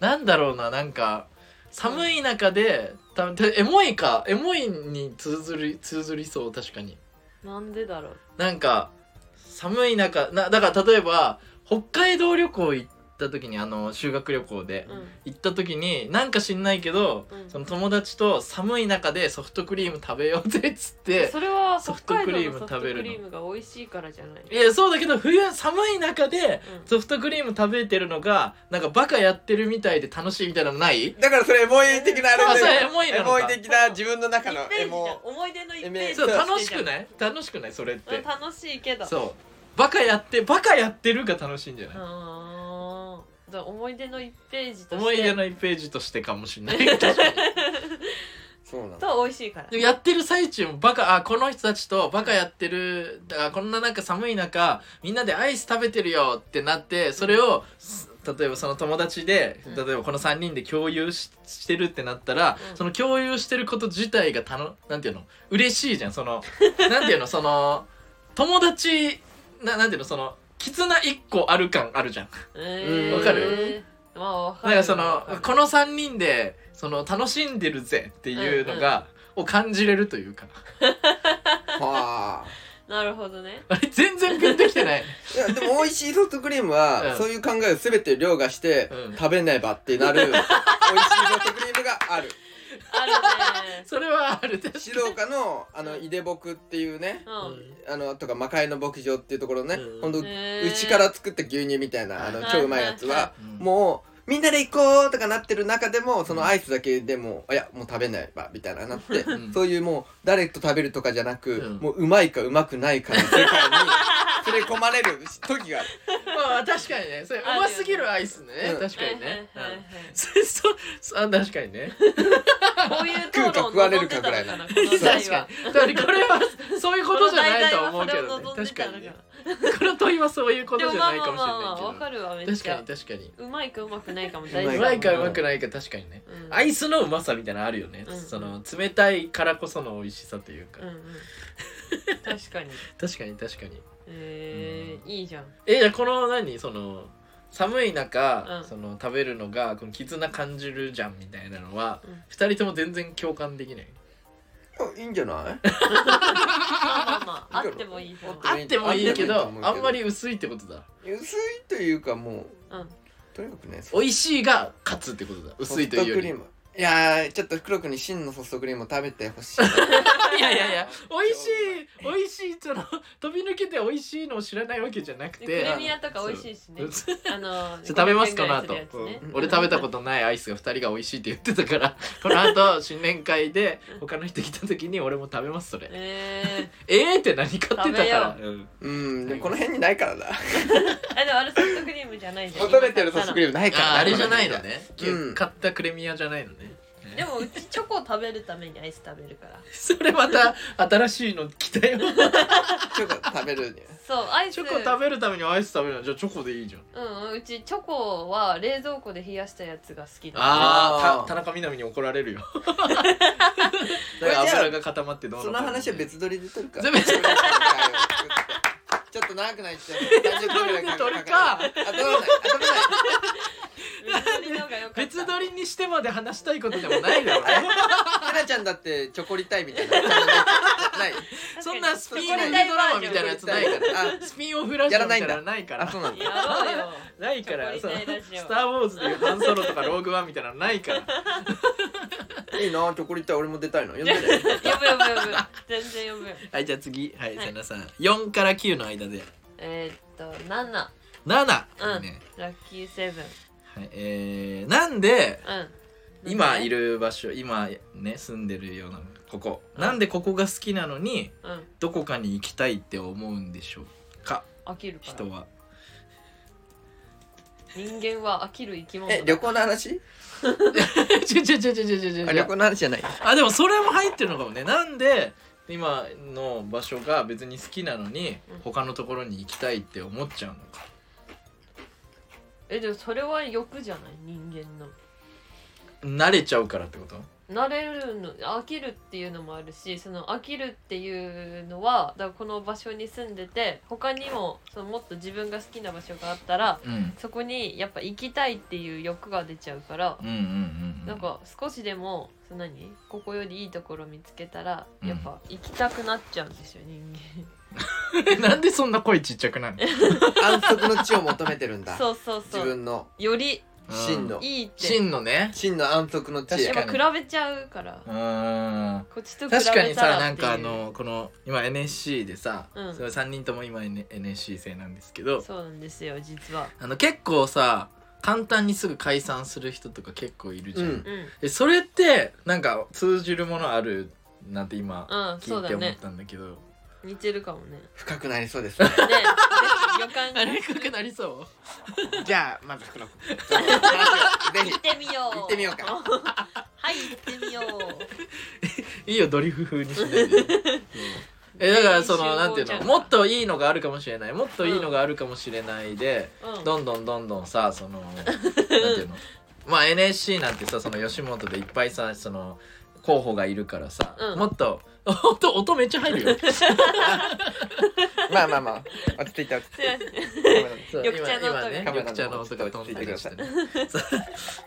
なんだろうななんか寒い中でたエモいかエモいに通ずる通ずりそう確かになんでだろうなんか寒い中なだから例えば北海道旅行行った時にあの修学旅行でうん行った時になんか知んないけど、うんその友達と寒い中でソフトクリーム食べようぜっつってそれはソ北フト海ク道リームのソフトクリームが美味しいからじゃないいやそうだけど冬寒い中でうんソフトクリーム食べてるのがなんかバカやってるみたいで楽しいみたいなのないだからそれエモい的なあれあそだれエよモいなエのモいか的な自分の中の一ペエージじゃんモ思い出の一ページそうそう楽しくないい楽しくないそれって楽しいけどうそうバカやってバカやってるが楽しいんじゃないーんじゃあ思い出の一ページと思いし出ての1ページとしてかもしれない確かにそうなのと美味しいからでもやってる最中もバカあこの人たちとバカやってるあこんななんか寒い中みんなでアイス食べてるよってなってそれをす例えばその友達でうん例えばこの3人で共有ししてるってなったら、うんその共有してること自体がたのなんていうの嬉しいじゃんそ のなんていうのその友達ななんていうのその絆1個ある感あるじゃん。えーわかるまあわかなんるかそのわかるこの3人でその楽しんでるぜっていうのが、を感じれるというかはあなるほどねあれ 全然ピンときてない。いやでも美味しいソフトクリームうはんそういう考えを全て凌駕してうん食べねばってなる美味しいソフトクリームがあるあるねそれはあるでし静岡のあの井出牧っていうねうんあのとか魔界の牧場っていうところねうんほんとへうーちから作った牛乳みたいなあのはい超うまいやつはいははいはいもうみんなで行こうとかなってる中でもそのアイスだけでもいやもう食べないばみたいななってうんそういうもう誰と食べるとかじゃなくうんもううまいかうまくないかの世界に連れ込まれる時がある。 まあ確かにねそれうますぎるアイスねうん確かにね、はいはいはいはいうんそそそあ確かにねこういう討論を望んでたのかなこの確か際にはだからこれはそういうことじゃないと思うけどこねの題材はそれを望んで確たかのかにねなこの問いはそういうこでともじゃまあないまかあもまあまあわしかるわめれっないけちどゃ確かに確かうにまいかうまくないかもう大ま事うだまもいんかねうまくないか確かにねうんアイスのうまさみたいなのあるよね、うんその冷たいからこその美味しさというか、うんうん確かに確かに確かにえーいいじゃんえじゃあこの何その寒い中、うんその食べるのがこの絆感じるじゃんみたいなのは、うん二人とも全然共感できないいいんじゃないまあまあまああってもいいと思うああってもいいけあっどてもいいと思うけどあんまり薄いってことだ薄いというかもううんとにかくね美味しいが勝つってことだ薄いというよりソフトクリームいやーちょっと黒くに真のソフトクリームを食べてほしい いやいやいや美味しい美味しいその飛び抜けて美味しいのを知らないわけじゃなくでプてレミアとか美味しいしねそうあのじゃあ食べますかな500円と、ぐらいするやつね俺食べたことないアイスが2人が美味しいって言ってたからこの後新年会で他の人来た時に俺も食べますそれええーって何買ってたから、うんうんでもこの辺にないからだー、あでもあれソフトクリームじゃないじゃん求めてるソフトクリーリームないからああれじゃないのね、うん買ったクレミアじゃないのねムでもうちチョコ食べるためにアイス食べるから それまた新しいの来たよチョコ食べるにはそうアイスチョコ食べるためにアイス食べるのじゃあチョコでいいじゃんうんうちチョコは冷蔵庫で冷やしたやつが好きだあああー田中みな実に怒られるよれじゃあ油が固まってどうのその話は別撮りで撮るか全 部別撮りちょっと長くなっちゃう30分ぐらいか撮るか頭ない頭ない別撮りにしてまで話したいことでもない だろうねかなちゃんだってチョコリたいみたいなないそんなスピンオフドそれラマみたいなやつないからあスピンオフラジオみたいなのないかあらそうなんだやろうよないからチョコそリのスタイラジオター・ウォーズ」でいう「ハンソロ」とか「ローグワン」みたいなのないからいいなチョコリたい俺も出たいの呼ん呼でぶね呼ぶ呼ぶ全然呼ぶ はいじゃあ次はいはいさなさん4から9の間でえー、っと7ラ7、ねッキーセブンはいえー、なんでうん今いる場所今ね住んでるようなここなんでここが好きなのにうんどこかに行きたいって思うんでしょうか飽きるから人は人間は飽きる生き物だえ旅行の話ちょちょちょちょちょちょちょあ旅行の話じゃないあでもそれも入ってるのかもねなんで今の場所が別に好きなのにうん他のところに行きたいって思っちゃうのかえでもそれは欲じゃない人間の慣れちゃうからってこと慣れるの飽きるっていうのもあるしその飽きるっていうのはだからこの場所に住んでて他にもそのもっと自分が好きな場所があったらうんそこにやっぱ行きたいっていう欲が出ちゃうからうんうんうんうんなんか少しでもその何ここよりいいところ見つけたらうんやっぱ行きたくなっちゃうんですよ人 なんでそんな声ちっちゃくなる安息の地を求めてるん間だそうそう自そう分のより の真のいいって真のね真の安息の地確やかっにぱ比べちゃうからうーんこっちと比べ確たらってかいにうさなんかあのこの今 NSC でさ、うんそれ3人とも今 N- NSC 生なんですけどそうなんですよ実はあの結構さ簡単にすぐ解散する人とか結構いるじゃん、うんうんえそれってなんか通じるものあるなんて今うんそ聞ういてだ思ねったんだけど、似てるかもね深くなりそうですねね、予感があれ深くなりそう じゃあまず黒くちょっと話をぜ行ひってみよう行ってみようかはい行ってみよういいよドリフ風にしな いでうんえだからいそい集の合なんていうじゃのんもっといいのがあるかもしれないもっといいのがあるかもしれないで、うんどんどんどんどん さそのなんていうのまあ NSC なんてさその吉本でいっぱいさその候補がいるからさ、うんもっと 音音めっちゃ入るよまあまあまあ落ち着いて落ち着いすいませんてごめんなさいそう緑茶の音が今今ねカメラの緑茶の音が飛んでるして、ちょね、 そう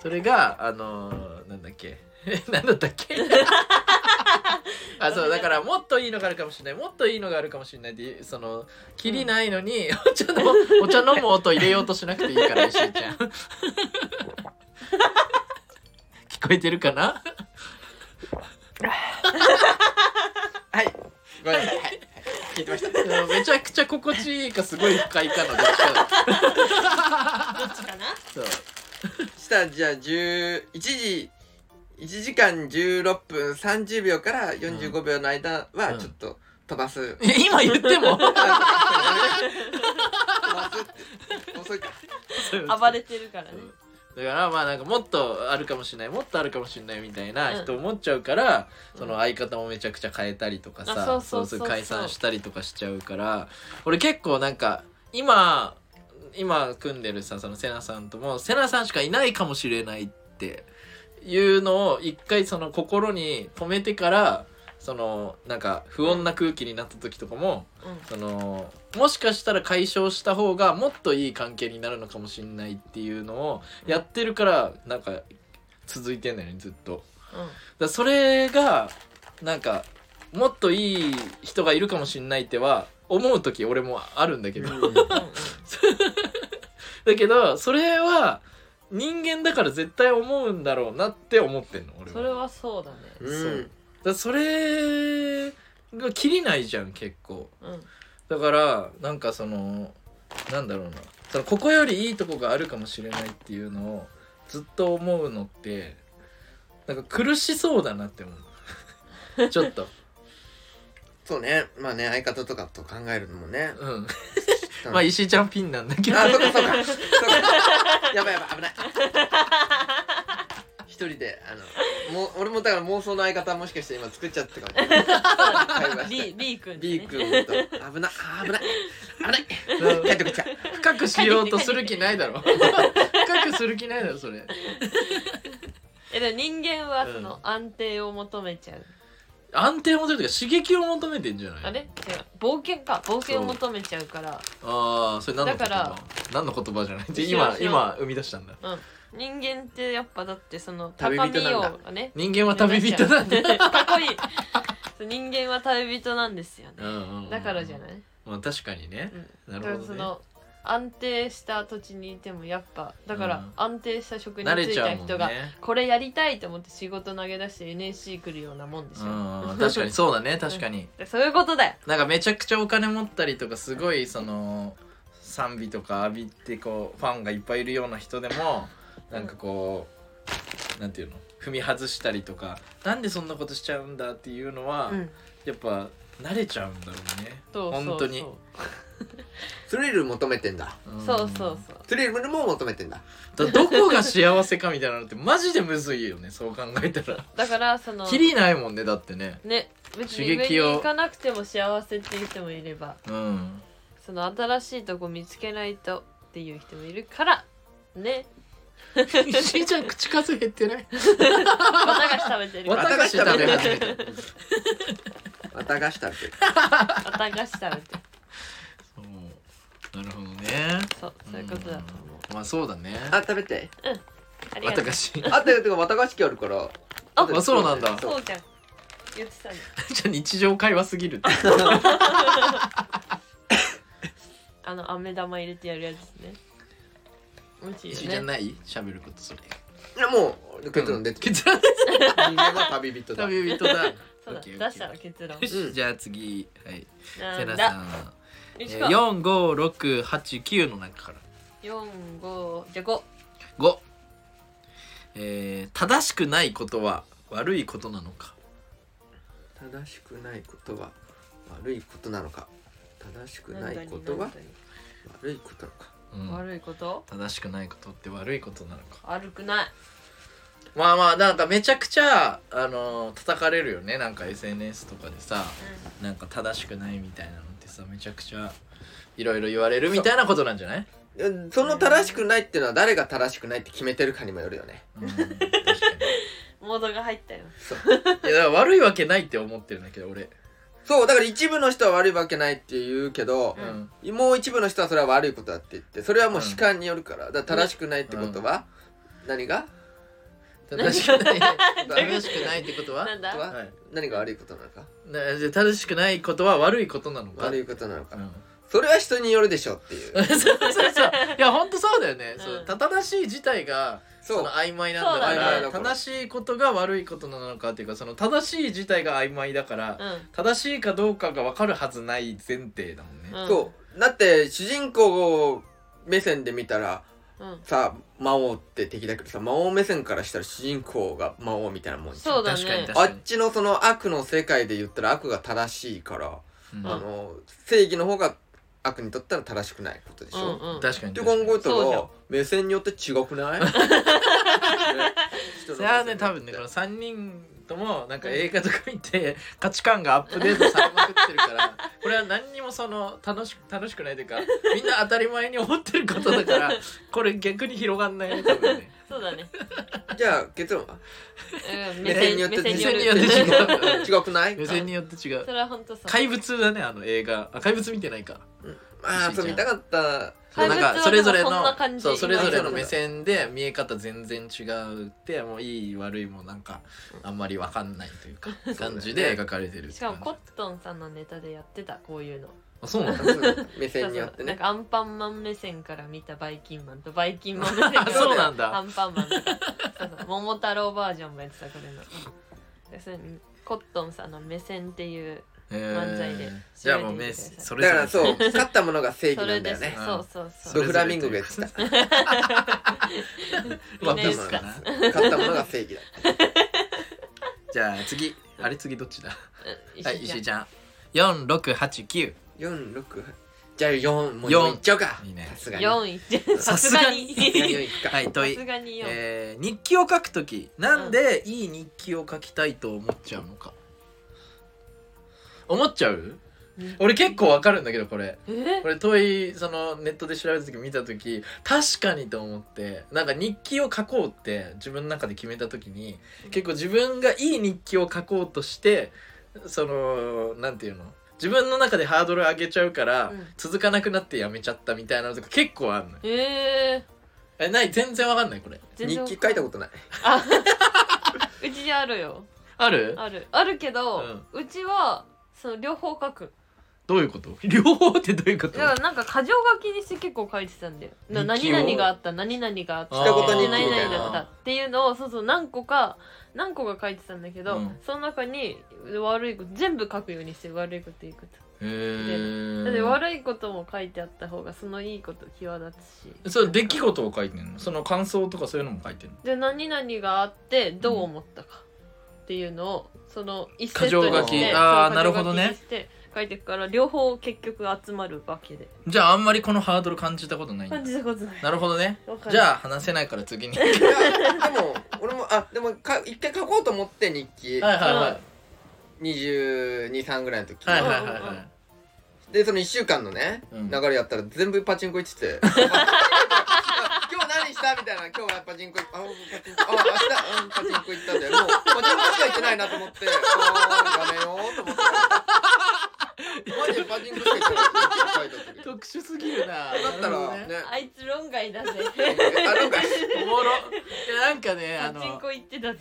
それがあのーなんだっけ なんだったっけ あそうだからもっといいのがあるかもしれないもっといいのがあるかもしれないでそのきりないのに、 お茶のお茶飲む音入れようとしなくていいから石井ちゃん 聞こえてるかなはいごめんなさいはい聞いてましたうんめちゃくちゃ心地いいかすごい不快かのどっちかだどっちかなそうしたらじゃあ11時1時間16分30秒から45秒の間うはんちょっと飛ばす、え今言って も飛ばすって遅いか暴れてるからねだからまあなんかもっとあるかもしれないもっとあるかもしれないみたいな人思っちゃうから、その相方もめちゃくちゃ変えたりとかさあそうそうそうそう解散したりとかしちゃうから俺結構なんか今今組んでるさそのセナさんともセナさんしかいないかもしれないっていうのを一回その心に止めてからそのなんか不穏な空気になった時とかも、うんそのもしかしたら解消した方がもっといい関係になるのかもしれないっていうのをやってるからなんか続いてんだよねずっとだからそれがなんかもっといい人がいるかもしんないっては思う時俺もあるんだけど、だけどそれは人間だから絶対思うんだろうなって思ってんの俺はそれはそうだねうんだからそれが切りないじゃん結構うんだからなんかそのなんだろうなそのここよりいいとこがあるかもしれないっていうのをずっと思うのってなんか苦しそうだなって思 うちょっとそうねまあね相方とかと考えるのもねうんまあ石井ちゃんピンなんだけどあ、そうかそうか。そうかやばいやばい危ない。一人であのもう俺もだから妄想の相方もしかして今作っちゃったかもしれない。会話して B, B 君ってね B 君と危な危ない危なういん帰ってこっちゃ深くしようとする気ない だろ深くする気ないだろそれえでも人間はそのう安定を求めちゃう、安定を求めてるか刺激を求めてんじゃないあれ違う冒険か冒険を求めちゃうからあーそれ何の言だから葉何の言葉じゃないで知らん今知らん今生み出したんだ人間ってやっぱだってその旅高人みなんだをね人間は旅人なんだ 目指しちゃうかっこいいそう人間は旅人なんですよね、だからじゃい、ない、まあ、確かにね、うなだからるほそどねの安定した土地にいてもやっぱだかうらん安定した職に慣れ就いちゃたうもん人が、ねこれやりたいと思って仕事投げ出して NSC 来るようなもんでしょ、うん確かにそうだね確かに、で そういうことだよなんかめちゃくちゃお金持ったりとかすごいその賛美とか浴びてこうファンがいっぱいいるような人でもなんかこうなんていうの踏み外したりとかなんでそんなことしちゃうんだっていうのは、うんやっぱ慣れちゃうんだろうねそうそうそう本当にスリル求めてんだんそうそうそうスリルも求めてんだだからどこが幸せかみたいなのってマジでむずいよねそう考えたらだからそのキリないもんねだってねね別に上刺に激を行かなくても幸せっていう人もいれば うんその新しいとこ見つけないとっていう人もいるから ね石井ちゃん口数減ってないバタ菓子食べてるわバたがし食べ始めたまたがしたってタ菓子食べてるそうなるほどねそうそういうことだと思うまあそうだねあ食べてありがわたとうがし あってかまたがし器あるからあ後でそうなんだそそううじゃん言ってたねじゃあ日常会話すぎるってあの飴玉入れてやるやつね美味し石い井じよゃねない喋ることそれいやもう結論出てる結論です人間は旅人だ旅人だそうだ OK 出 OK したら結論よしじゃあ次はいなセんナださんえよしーか45689の中から四五じゃあ五5えー正しくないことは悪いことなのか正しくないことは悪いことなのか正しくないことは何々悪いことなのかうん何々悪いこと正しくないことって悪いことなのか悪くないまあまあなんかめちゃくちゃあのー叩かれるよねなんか SNS とかでさなんか正しくないみたいなのってさめちゃくちゃいろいろ言われるみたいなことなんじゃない、いやその正しくないっていうのは誰が正しくないって決めてるかにもよるよねうん、確かにうんモードが入ったよいやだから悪いわけないって思ってるんだけど俺、そうだから一部の人は悪いわけないって言うけどう、んもう一部の人はそれは悪いことだって言ってそれはもう主観によるからだから正しくないってことは、何が正しくないどういうこと正しくないってことはなんこだとは、はい何が悪いことなのかなじゃあ正しくないことは悪いことなのか悪いことなのか、うんそれは人によるでしょっていうそうそうそういや本当そうだよね、うんそう正しい自体がそそうの曖昧なんだそうかだねら曖昧だから正しいことが悪いことなのかっていうかその正しい自体が曖昧だから、うん正しいかどうかが分かるはずない前提だもんね、うんそうだって主人公を目線で見たらうんさ魔王って敵だけどさ魔王目線からしたら主人公が魔王みたいなもんじゃんそうだ確かにね確あっちのその悪の世界で言ったら悪が正しいから、うんあの正義の方が悪にとったら正しくないことでしょ、うんうん確かにって確考かにえたそうじゃんら目線によって違くない ね人の目線によってそれはね多分ねこの3人ともなんか映画とか見て価値観がアップデートされまくってるからこれは何にもその楽しく楽しくないというかみんな当たり前に思ってることだからこれ逆に広がんないね多分ねそうだねじゃあ結論はうん目線によって目目線線にによっよってて違違うう違くない目線によって違うそれは本当そう怪物だねあの映画あ怪物見てないかまああそう見たかったそうなんかそれぞれの怪物はでもそんな感じそうそれぞれの目線で見え方全然違うってもういい悪いもなんかあんまり分かんないというか感じで描かれてるってしか感もじコットンさんのネタでやってたこういうのあそうなんだ 目線によっそてうそうなんねかアンパンマン目線から見たバイキンマンとバイキンマン目線から 見たそうなんだアンパンマンとかそうそう桃太郎バージョンもやってたこれのでそれにコットンさんの目線っていう漫才でえーじゃあもう目調べてみてくださいそれだぞかれらそう勝ったものが正義そなれんだでよす、ねそうそうそうそうフラミンゴがやってた まあねブスかな勝ったものが正義だじゃあ次あれ次どっちだうんはい石石井井ちちゃん四六八九四六じゃあ四もう四四いっちゃうかいいねさすゃがんに4位ってさすがにさすがに四さいっかはい問いすがに4、えー日記を書くときなんでいい日記を書きたいと思っちゃうのか思っちゃう俺結構わかるんだけどこれえこれ問いそのネットで調べた時見た時確かにと思ってなんか日記を書こうって自分の中で決めた時に結構自分がいい日記を書こうとしてそのなんていうの自分の中でハードル上げちゃうから、うん続かなくなってやめちゃったみたいなのとか結構あるのよええない全然わかんないこれー、日記書いたことないあうちにあるよあるあるあるけど、うちはその両方書くどういうこと 両方ってどういうこだとからなんか箇条書きにして結構書いてたんだよな日記何を々があった何々があったあー二言日記み何たい々だったなっていうのをそうそう何個か何個か書いてたんだけど、うんその中に悪いこと全部書くようにして悪いこといいことへーだって悪いことも書いてあった方がそのいいこと際立つしそれ出来事を書いてんのその感想とかそういうのも書いてんので何々があってどう思ったかっていうのをその一セ箇ット条に書しきてあーそうなるほど箇条ね書きにして書いてくから両方結局集まるわけでじゃああんまりこのハードル感じたことないんだ感じたことないなるほどねわかるじゃあ話せないから 次にはいやでも俺もあでもか一回書こうと思って日記いはいはい223ぐらいの時、はいはいはいはいでその1週間のね、うん流れやったら全部パチンコ行って て今日何したみたいな今日はパチンコ行っあパチンコあ明日、うん、パチンコ行ったんだよもうパチンコしか行ってないなと思ってあーダメよー と思ってマジでパチンコしか行ってないって書いた時 特殊すぎるなだったらね あいつ論外だぜあなんかおもろいやなんかね あパのチンコ行ってたぜ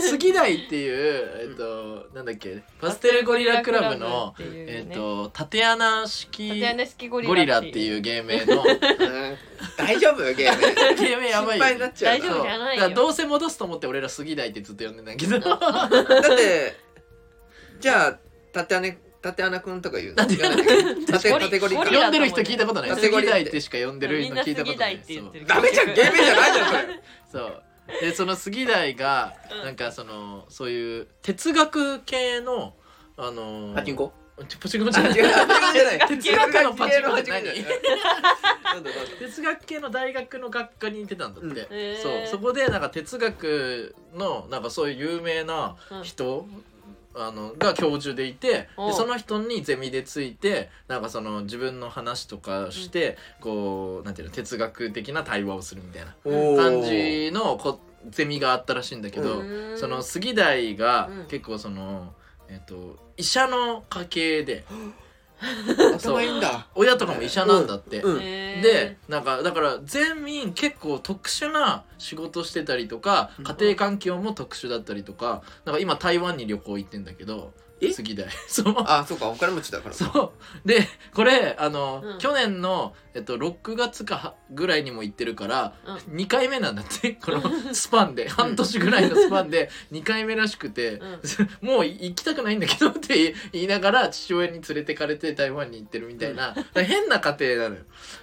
杉台っていうえっとなんだっけパステルゴリラクラブのパステルゴリラクラブっていうえねっと縦穴式縦穴式ゴリラゴリラっていう芸 名のうん 大丈夫ゲー ム芸名やばい心よ配になっちゃう大丈夫じゃないよそうだからどうせ戻すと思って俺ら杉台ってずっと呼んでんだけ どだってじゃあ縦穴縦穴くんとか言うの縦ゴリ縦ゴリゴリ呼ラんでる人聞いたことない縦ゴ杉リラって台ってしか呼んでるみんのな聞いたこ杉とな台いって言ってるダメじゃん芸名じゃないじゃんそれそうそうでその杉台がうんなんかそのそういう哲学系のあのーパチンコちょパチンコじあゃ違なうい違う違う哲学のパチンコって何なんだなんだ哲学系の大学の学科に行ってたんだって、うんへーそうそこでなんか哲学のなんかそういう有名なうん人、あのが教授でいておでうその人にゼミでついてなんかその自分の話とかして、こうなんていうの哲学的な対話をするみたいなおー感じのこゼミがあったらしいんだけど、うその杉台がうん結構その、えっと医者の家系で頭いいんだ親とかも医者なんだって。うんでなんかだから全員結構特殊な仕事してたりとかうん家庭環境も特殊だったりとかなんか今台湾に旅行行ってんだけどえ杉台 そうあそうかお金持ちだからそうでこれあの、うん去年の、えっと、6月かぐらいにも行ってるから、2回目なんだってこのスパンで半年ぐらいのスパンで2回目らしくて、もう行きたくないんだけどって言いながら父親に連れてかれて台湾に行ってるみたいな、だから変な家庭なのよ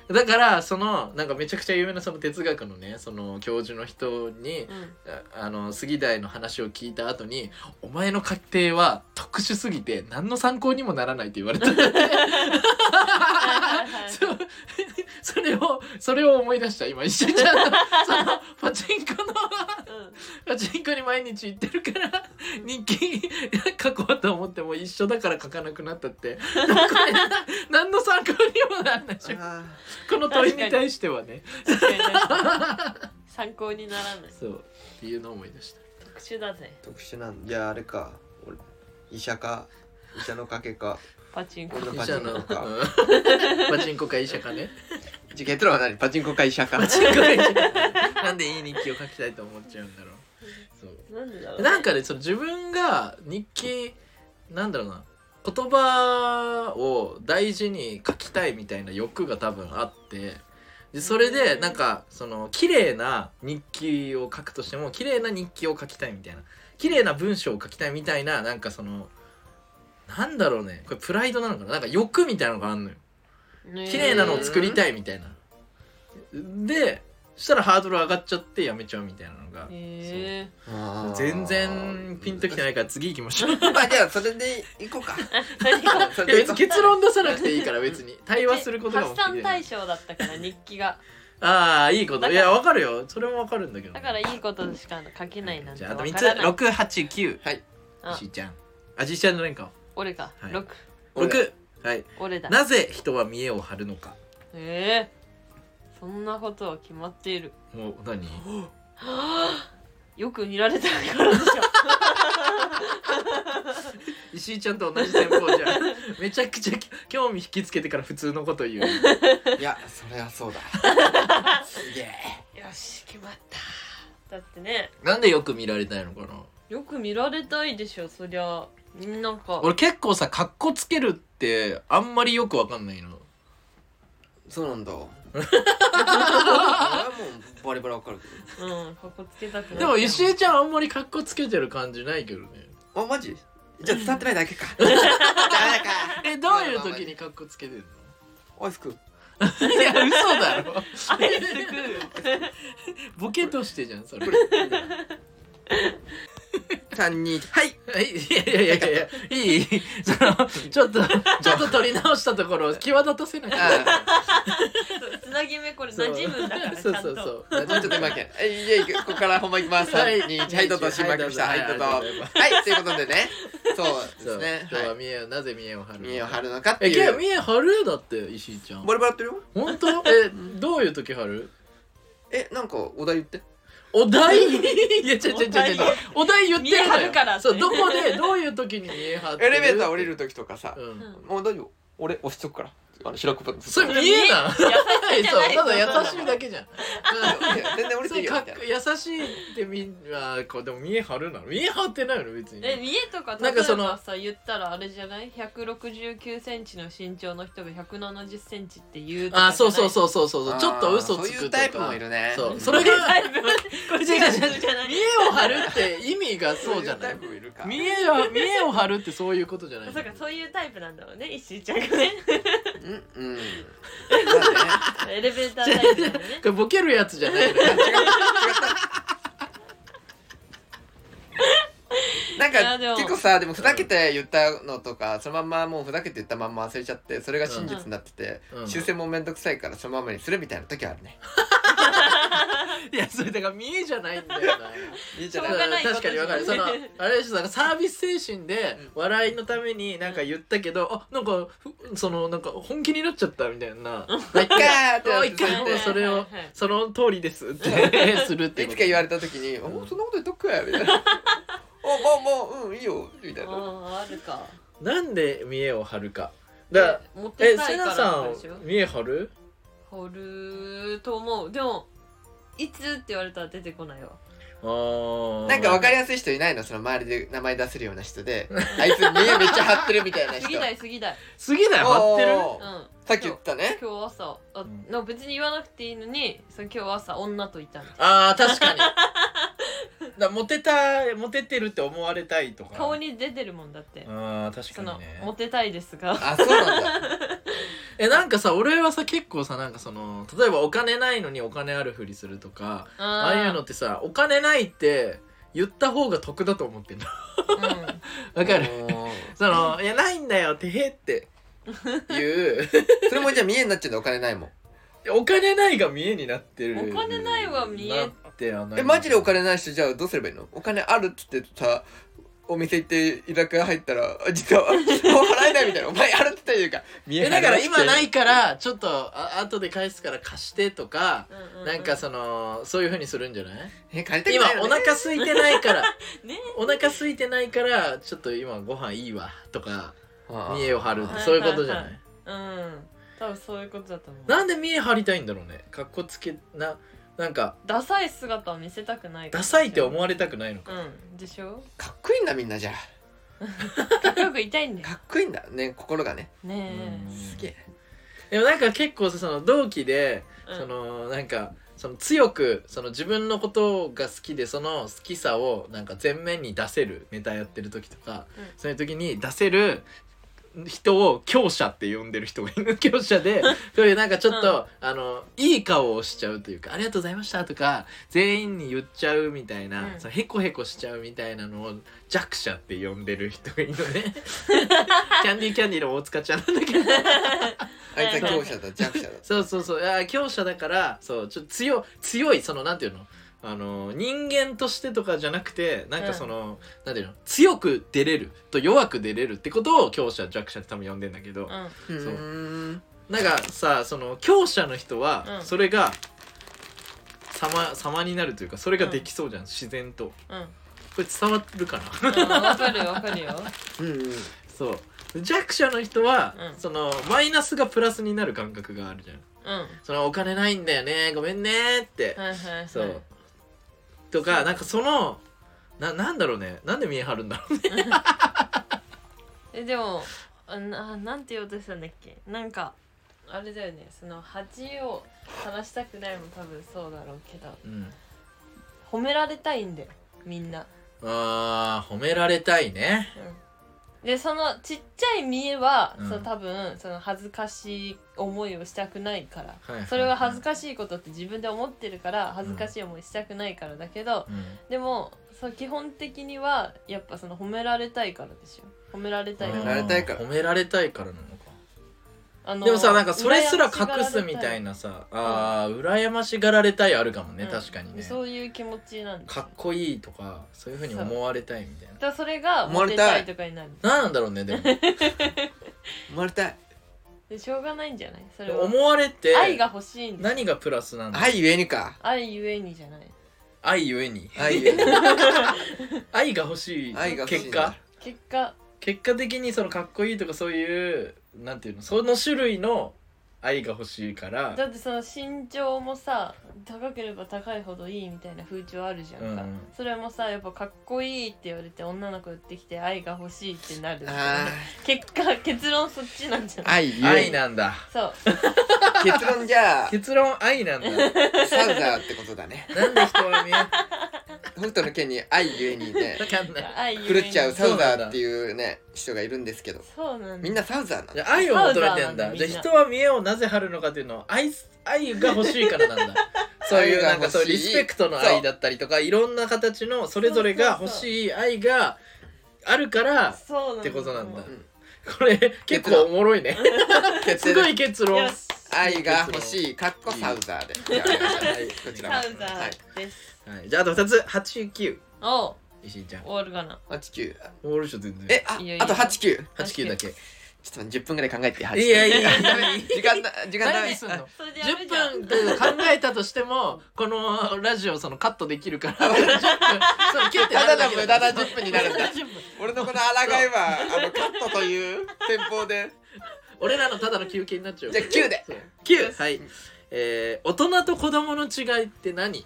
だからそのなんかめちゃくちゃ有名なその哲学のねその教授の人にうんああの杉台の話を聞いた後に「お前の家庭は特殊すぎて何の参考にもならない」って言われたそう それをそれを思い出した今一緒ちゃんのそのパチンコうのんパチンコに毎日行ってるから日記書こうと思っても一緒だから書かなくなったってこれ何の参考にもならないでしょあこの問いに対してはね確かに参考にならない そうっていうのを思い出した特殊だぜ ー特殊なんじゃああれか俺医者か医者の賭けかパチンコ俺の医パチ者ンの、うコんかパチンコか医者かねじゃあ結論は何パチンコか医者かパチンコか医者かなんでいい日記を書きたいと思っちゃうんだろうそうなんでだろうなんかねその自分が日記なんだろうな言葉を大事に書きたいみたいな欲が多分あってでそれでなんかその綺麗な日記を書くとしても綺麗な日記を書きたいみたいな綺麗な文章を書きたいみたいななんかそのなんだろうねこれプライドなのかななんか欲みたいなのがあんのよ綺麗なのを作りいたいみたいなでそしたらハードル上がっちゃってやめちゃうみたいなのがへそう全然ピンときてないから次行きましょういま あじゃあそれで行こうかそやれで別行にこ結論出さなくていいから別 に対え話することが目発散的だ対象だったから日記がああいいこだとからいやわかるよそれもわかるんだけどだからいいことしか書けないなんてじゃああとわ3かつらない689はいあしーちゃんあじーちゃんの連か俺かはい六俺6はい俺だなぜ人は見栄を張るのかええそんなことは決まっているもう 何はあよく見られた からでしょ石井ちゃんと同じ戦法じゃんめちゃくちゃ興味引きつけてから普通のこと言ういやそれはそう だすげえよし決まっただってねなんでよく見られたいのかなよく見られたいでしょそりゃなんか俺結構さ格好つけるってあんまりよくわかんないのそうなんだ俺はもうバリバリわかるけうんかっこつけたくないでも石井ちゃんあんまり格好つけてる感じないけどねどあマジじゃあ伝わってないだけ かダメだか えどういう時に格好つけてるアイス食うのいや嘘だろアイス食うボケとしてじゃんそれこはれ三人はいい いやいやいやいやいいそのちょっとちょっと取り直したところを際立たせなきゃあつなぎ目これ そう馴染むんだからちゃそんうとそうそうーちょっと今けんはいじゃあ行くここから本番行きますははいいはいどうぞ新幕したはいどうぞはいどうぞはいということでねそうでそすう、ね今日はは見栄をなぜ見栄を張るいの見栄を張るのかってえ、けいやう見栄張るよだって石井ちゃんバリバリやってるよ本当えどういう時張るえなんかお題言ってお題いやちょちょちょちょお題言ってるの見よ栄張るからってそうどこでどういう時に見栄張ってエレベーター降りる時とかさうんうんもう大丈夫俺押しとくからあの開くボタンそれれ見えな優しいじゃそなういただ優しいだけじゃん全然う降んりそてれいいよかっみたいなこ優しいってみんなこうでも見栄張るなの見栄張ってないの別にえ家とかな例んえかばそさの言ったらあれじゃない169センチの身長の人が170センチって言うあそうそううそうそうそうそうちょっと嘘つくとかそういうタイプもいるねそうそこれれがが タイプこれ違う違う違う違うじゃない見栄を張るって意味がそうじゃないそういうタイプもいるか見栄を見栄を張るってそういうことじゃな いそうかそういうタイプなんだろうね石井ちゃんが ねうんうんまあエレベータータイプ なんだねこれボケるやつじゃないのよね違った違いやで ったなんもか結構さでもふざけて言ったのとかそのまんまもうふざけて言ったまんま忘れちゃってそれが真実になってて、うん修正もめんどくさいからそのままにするみたいな時あるねいやそれだから見栄じゃないんだよないいじゃしょうがないない確かにわかるそのあれでしょなんかサービス精神でうん笑いのためになんか言ったけど、あなんかふそのなんか本気になっちゃったみたい な一回ってなって一回もうそれはいをはいはいその通りですってするっていこつとか言われた時に「おそんなこと言っとくか」みた いな「おもうもううんいいよ」みたいなあーあるかなんで見栄を張るかだからモテえたせいなかさらんでしょ見栄張る掘ると思うでもいつって言われたら出てこないわあなんかわかるりやすい人いないのその周りで名前出せるような人であいつ目めっちゃ張ってるみたいな人 次だよ次だよ次だよ張ってるうんるさっき言ったね今日朝あんなんか別に言わなくていいのにその今日朝女といたのあー確かにだからモテたモテてるって思われたいとか顔に出てるもんだってあー確そかのにねモテたいですがあそうなんだえなんかさ俺はさ結構さなんかその例えばお金ないのにお金あるふりするとか あああいうのってさお金ないって言った方が得だと思っ てんのわかるおーその「いやないんだよてへ」っていう それもじゃあ見えになっちゃうんだお金ないもんお金ないが見えになってるお金ないは見えなってはないえマジでお金ない人じゃあどうすればいいのお金あるっつってさお店行って居酒屋入ったらあ実はもう払えないみたいなお前あるって言うか見えだから今ないいからちょっとあ後で返すから貸してとかうん なんかそのそういうふうにするんじゃないえ借りたく今ないよおね腹空いてないからねお腹空いてないからちょっと今ご飯いいわとかああ見栄を張るってはいそういうことじゃない、はいうん多分そういうことだと思うなんで見栄張りたいんだろうねかっこつけななんかダサい姿を見せたくないダサいって思うわれたくないのか、うんでしょかっこいいんだみんなじゃあかっこよくいたいんだよかっこいいんだね心がねねうんえすげえでもなんか結構さその同期で、うんそのなんかその強くその自分のことが好きでその好きさをなんか全面に出せるネタやってる時とか、うんそういう時に出せる人を強者って呼んでる人がいる 強者でそういうなんかちょっと、あのいい顔をしちゃうというか「ありがとうございました」とか全員に言っちゃうみたいな、うんそのへこへこしちゃうみたいなのを弱者って呼んでる人がいる のねキャンディーキャンディーの大塚ちゃんなんだけどあいつは強者だ弱者だそうそうそうあー強者だからそうちょっと強強いそのなんていうのあの人間としてとかじゃなくてなんうかんその、なんていうの強く出れると弱く出れるってことを強者弱者って多分呼んでんだけうど、んううーんなんかさその強者の人うはんそれが様様になるというかそれができそうじゃん、自然とうんうんこれ伝わるかな わかるよわかるようんうんそう弱者の人は、うんそのマイナスがプラスになる感覚があるじゃんうんはそのお金ないんだよねごめんねっていはいはいそう。とか、なんかその、な、なんだろうね。なんで見え張るんだろうね。えでもあななんて言おうとしたんだっけなんかあれだよねその恥を話したくないも多分そうだろうけどうん。褒められたいんだよみんな、あー、褒められたいね。うん、でそのちっちゃい見栄は、うんそう多分その恥ずかしい思いをしたくないから、はいそれは恥ずしい。かしいことって自分で思ってるから恥ずかしい思いしたくないからだけど、うんでもそう基本的にはやっぱその褒められたいからでしょ褒められたい褒められたいかあらー褒められたいからなのか。あのでもさ、なんかそれすら隠すみたいな、なさ、あー、羨ましがられたいあるかもね、うん確かにね。そういう気持ちなんですかよっこいいとか、そういうふうに思われたいみたいなだ。からそれが思わモれテたたいいとかになるなんなんだろう ね、でも。生まれたいでしょうがないんじゃないそでれもは思われて、愛が欲しいんだよ何がプラスなんだ愛ゆえにか愛ゆえにじゃない愛ゆえに。愛ゆえに愛が欲しい愛が欲しい結ん果だ結果結果的にそのかっこいいとかそういうなんていうのその種類の愛が欲しいからだってその身長もさ高ければ高いほどいいみたいな風潮あるじゃんか、うんそれもさやっぱかっこいいって言われて女の子言ってきて愛が欲しいってなるあ結果結論そっちなんじゃ ーない愛ゆえ愛になんだそう結論じゃあ結論愛なんだなんでサウザーってことだね人は見えわ北斗の剣に愛ゆえにねかんない愛ゆえ狂にっちゃうサウザーっていうね人がいるんですけどそうなんだみんなサウザーなのじゃあ愛を求めてんサウザーなんだだみんじゃなあ人は見えをなぜ張るのかっていうのは愛す愛が欲しいからなんだそういうなんかそう愛が欲しいリスペクトの愛だったりとかいろんな形のそれぞれが欲しい愛があるからそうなんだってことなんだんこれ結構おもろいね決 す定ごですい結論よしサ愛が欲しいかっこサウザーでじゃあお願いしますはいこちらウもザはいーです、はい、じゃああと2つ89おう石井ちゃん終わるかな八九オールショ全然えあいいよいいよあと八九89だけちょっと待って10分ぐらい考えていやいやいやや時間だ時間だ何すんのそれでやめ10じゃん分で考えたとしてもこのラジオそのカットできる から10分そうキュッてなるけただの無駄な10分になるん だ10分俺のこの抗いはあのカットという戦法で俺らのただの休憩になっちゃうじゃあ9で9はいえー、大人と子供の違いって何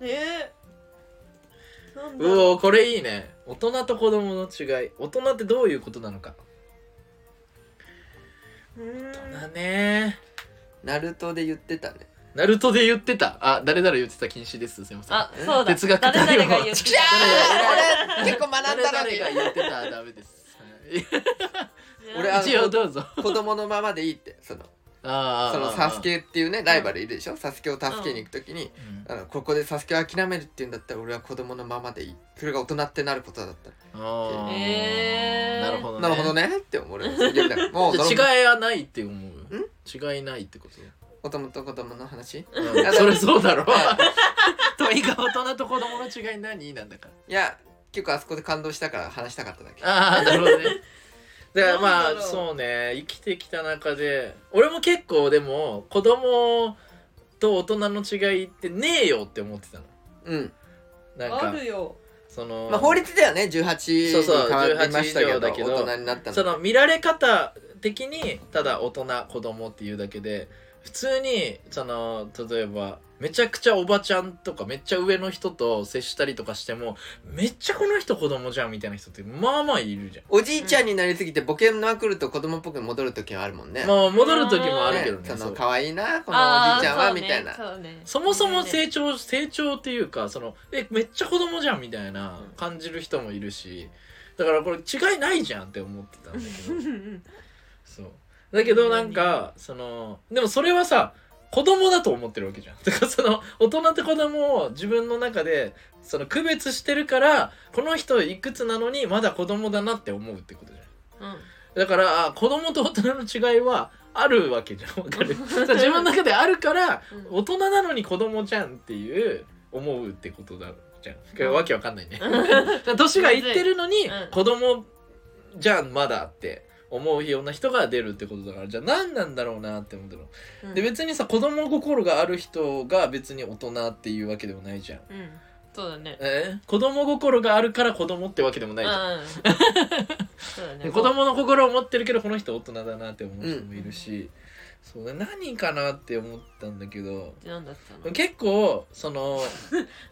えー、なんだうおーこれいいね大人と子供の違い大人ってどういうことなのかうーん大人ねナルトで言っ てたねナルトで言ってたあ誰々言ってた禁止ですすいませんあそうだ哲学誰々がい言やっていやたー俺結構学ん誰々だがなって言ってたらダメですはい俺あの一応どうぞ子供のままでいいってそのあーそのサス、ケっていうねライバルいるでしょサスケを助けに行くときにうんあのここでサスケを諦めるって言うんだったら俺は子供のままでいいそれが大人ってなることだったあーえーなるほどねなるほどねって思う俺すげえなもうじゃ泥あ違いはないって思う違いないってこと子供と子供の話うんそれそうだろ 問いが大人と子供の違い何なんだかいや結構あそこで感動したから話したかっただけらああなるほど ねだからまなあんだろうそうね生きてきた中で俺も結構でも子供と大人の違いってねえよって思ってたのうんなんかよその、まあ、法律ではね18そうそうに変わりましたけ18以上どだけど大人になったそのの見られ方的にただ大人子供っていうだけで普通にその例えばめちゃくちゃおばちゃんとかめっちゃ上の人と接したりとかしてもめっちゃこの人子供じゃんみたいな人ってまあまあいるじゃん。おじいちゃんになりすぎてボケまくると子供っぽく戻る時はあるもんね、まあ戻る時もあるけどね。そそのう可愛いなこのおあじいちゃんはみたいなそうねそもそも成長成長っていうかそのえめっちゃ子供じゃんみたいな感じる人もいるしだからこれ違いないじゃんって思ってたんだけどうんうんそうだけどなんかそのでもそれはさ子供だと思ってるわけじゃん。だ からその大人って子供を自分の中でその区別してるからこの人いくつなのにまだ子供だなって思うってことじゃん。うんだからあ子供と大人の違いはあるわけじゃんわかるそれ自分の中であるからうん大人なのに子供じゃんっていう思うってことだじゃんこれわけわかんないねだから 年がいってるのうにん子供じゃんまだって思うような人が出るってことだからじゃあ何なんだろうなって思ってるのうん で別にさ子供心がある人が別に大人っていうわけでもないじゃんうんそうだねえ子供心があるから子供ってわけ でもないじゃんうんそうだね子供の心を持ってるけどこの人大人だなって思う人もいるし、そうね何かなって思ったんだけどなんだったの結構その、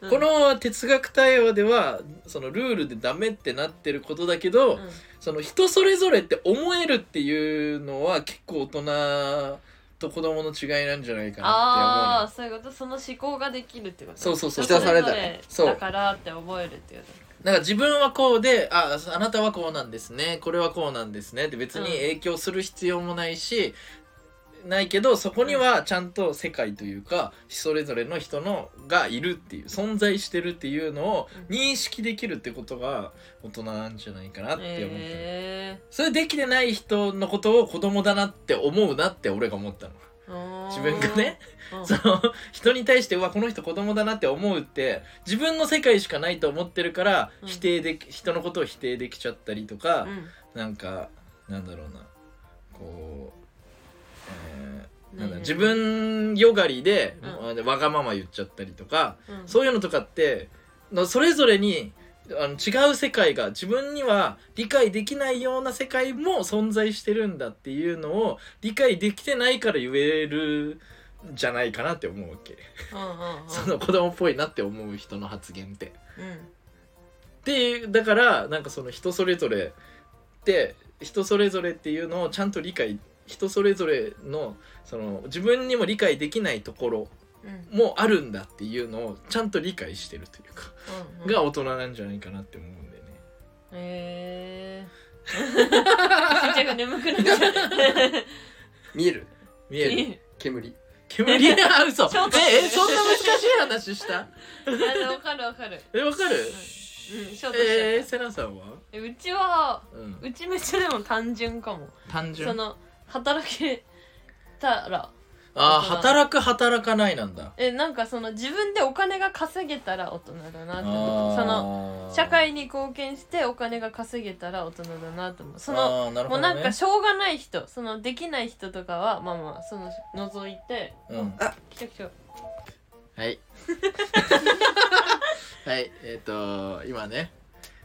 うんこの哲学対話ではそのルールでダメってなってることだけど、うんその人それぞれって思えるっていうのは結構大人と子供の違いなんじゃないかあなあって思うのそよういうことその思考ができるってことそうそうそう人れ人ぞそれれぞれだからって覚えるっていうこなんか自分はこうでああなたはこうなんですねこれはこうなんですねって別に影響する必要もないし、ないけどそこにはちゃんと世界というかそれぞれの人のがいるっていう存在してるっていうのをうん認識できるってことが大人なんじゃないかなっとて思ったの、へそれできてない人のことを子供だなって思うなって俺が思ったのえー、自分がねうん その人に対してうわこの人子供だなって思うって自分の世界しかないと思ってるからうん否定でき、人のことを否定できちゃったりとか、うんなんかなんだろうなこう、えーなんねだえ自分よがりで、わがまま言っちゃったりとか、うんそういうのとかってのそれぞれにあの違う世界が自分には理解できないような世界も存在してるんだっていうのを理解できてないから言えるんじゃないかなって思うわけ、うんうんうんその子供っぽいなって思う人の発言って。うんでだからなんかその人それぞれって人それぞれっていうのをちゃんと理解人それぞれのその自分にも理解できないところうんもあるんだっていうのをちゃんと理解してるというか。うんうんが大人なんじゃないかなって思うんだよね。へえ ー、ちっちゃく眠くなっちゃう見える見える。煙煙 あ嘘。ちょっとええそんな難しい話した？あわかるわかるえわかる？うんショートしえー、ちゃっセナさんは？た、うちはうん。うちめっちゃでも単純かも単純。その働けたらあー働く働かないなんだ。えなんかその自分でお金が稼げたら大人だなって思うそのの社会に貢献してお金が稼げたら大人だなと思うそのあーなるもほうどねなんかしょうがない人そのできない人とかはまあまあその除いてうん。来た来たはい。 はい、えっ、と、今ね、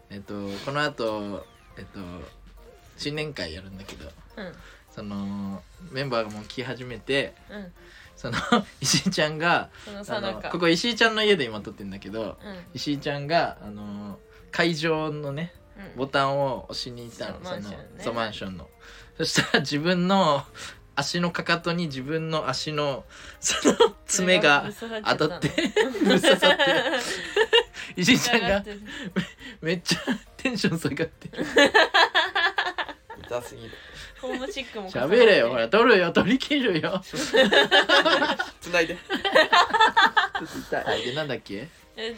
えっ、と、この後、えっ、と、新年会やるんだけど、うんその、メンバーがもう来始めて、うんその、 石井ちゃんが、そのあさなんのかここ石井ちゃんの家で今撮ってんだけど、うんうん石井ちゃんが、あの、会場のね、ボタンを押しに行ったのそうマそのンションねそうマンションのそしたら自分の足のかかとに自分の足のその爪が当たってぶっ刺さって 石井ちゃんがめっちゃテンション下がってる痛すぎるホームシックも重なって喋れよほら取るよ取り切るよ繋い でちょっと痛はいでなんだっけでう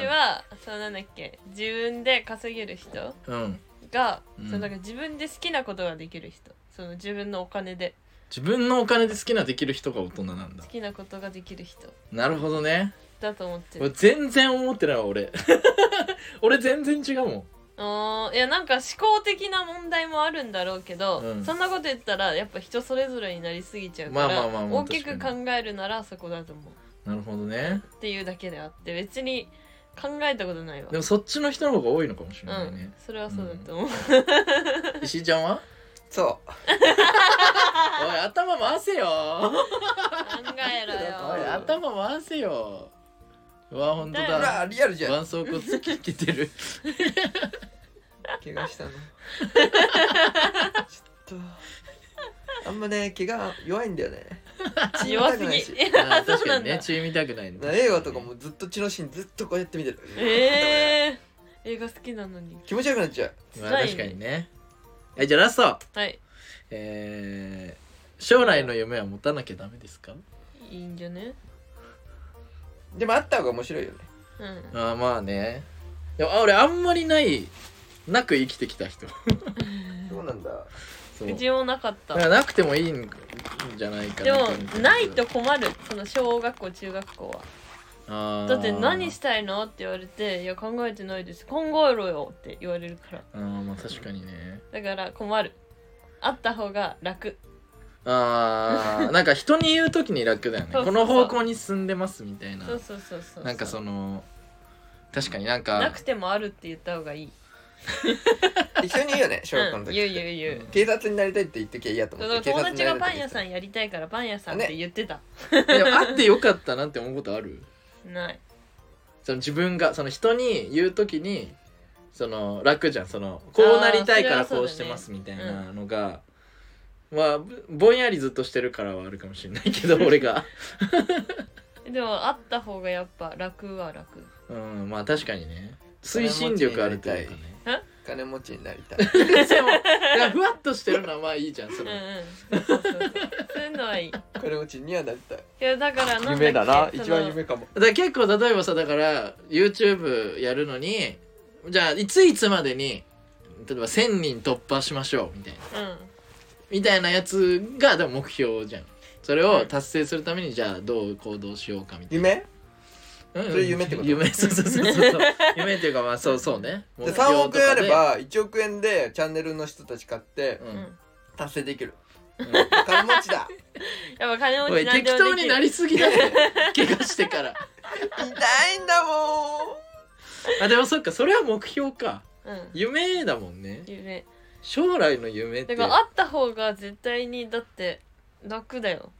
ちは、そうなんだっけ自分で稼げる人うんが、うんそのなんか自分で好きなことができる人その自分のお金で自分のお金で好きなできる人が大人なんだ好きなことができる人なるほどねだと思って俺る全然思ってないわ俺 俺全然違うもあーいやなんか思考的な問題もあるんだろうけど、うんそんなこと言ったらやっぱ人それぞれになりすぎちゃうかまあらまあまあまあ大きく確か考えるならそこだと思うんなるほどねっていうだけであって別に考えたことないわでもそっちの人の方が多いのかもしれないね、それはそうだと思う、石井ちゃ んはそおい頭回せよ考え ろおいよ頭回せようわ本当だう。よほねだら、リアルじゃん。絆創骨切け てる怪我したの。ちょっと。あんまね、怪我弱いんだよね。血弱痛すくないしぎあーあ確そうなかにんだね血見たくないね映画とかもずっと血のシーンずっとこうやって見てる。えー、映画好きなのに気持ち悪くなっちゃう。まあ確かにねはいじゃあラストはいえー将来の夢は持たなきゃダメですかいいんじゃねでもあった方が面白いよね。うんあーまあねでもあ俺あんまりないなく生きてきた人そうなんだ。そううだちもなかっからたなくてもいいんじゃないかでなもないと困るその小学校中学校はだだって何したいのって言われて「いや考えてないです考えろよ」って言われるからあーまあ確かにねだから困るあった方が楽 あーなんか人に言う時に楽だよねそうそうそうこの方向に進んでますみたいなそうそうそうそうなんかその確かになんかなくてもあるって言った方がいい一緒にいい よね、小学校のうん時。言う言う言う、警察になりたいって言ってきゃ嫌とそ思っのて。友達がパン屋さん。んやりたいからパン屋さんって言ってた、でもあってよかったなって思うことあるないその自分がその人に言う時にその楽じゃんそのこうなりたいからあーそれはこうそうしてだねますみたいなのが、まあぼぼんやりずっとしてるからはあるかもしれないけど俺がでもあった方がやっぱ楽は楽うんまあ確かにね推進力あるというかね金持ちになりたい。 でもいやふわっとしてるのはまあいいじゃんそうんの、うんそうそうそうそういうのはいい い金持ちにはなりたい。やだからなんだっけそのかも。だから結構例えばさだから YouTube やるのにじゃあいついつまでに例えば1,000人突破しましょうみたいなうんみたいなやつがでも目標じゃんそれを達成するためにじゃあどう行動しようかみたいな夢うんうんそれ夢ってこと夢そうそうそうそう そう夢っていうかまあそうそうねで目標3と億か円あでれば1億円でチャンネルの人たち買ってううんん達成できるうん金持ちだやっぱ金お持いちなん適でもできる当になりすぎだって 怪我してから痛いんだもあでもそっかそれは目標かうん夢だもんね夢将来の夢ってだからあった方が絶対にだって楽だよ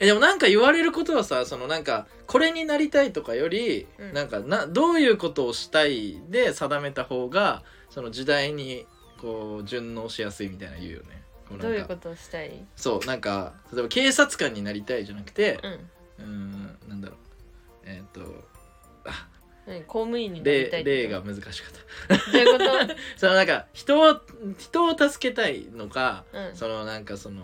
えでもなんか言われることはさそのなんかこれになりたいとかより、うんなんかなどういうことをしたいで定めた方がその時代にこう順応しやすいみたいな言うよね。こなんかどういうことをしたいそうなんか例えば警察官になりたいじゃなくてうんうーんなんだろうえーっと何公務員になりたい例って例が難しかったどういうこそのなんか人を人を助けたいのか、と、うん、そのなんかその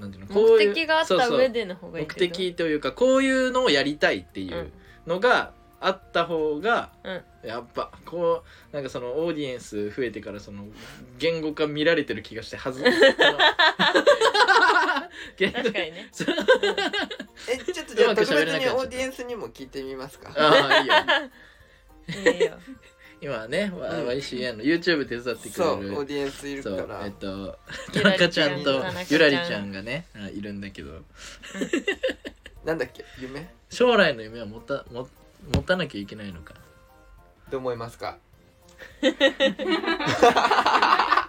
なんていうのこうい目う的があっそうたそう上での方がいい目けど的というかこういうのをやりたいっていうのがあった方が、うんやっぱこうなんかそのオーディエンス増えてからその言語化見られてる気がしてはず言うん、語確化かにねそううえちょっとじゃうあまく特喋れなくなっ別ちにゃったオーディエンスにも聞いてみますか ああいいよいいよ今はね、わうん YCN の YouTube 手伝ってくそうれオるーディエンスいるかそうらえっとゆ田らり中ちゃんと田中ちゃんゆらりちゃんがねあいるんだけどなんだっけ夢将来の夢を持たも持たなきゃいけないのかどう思いますか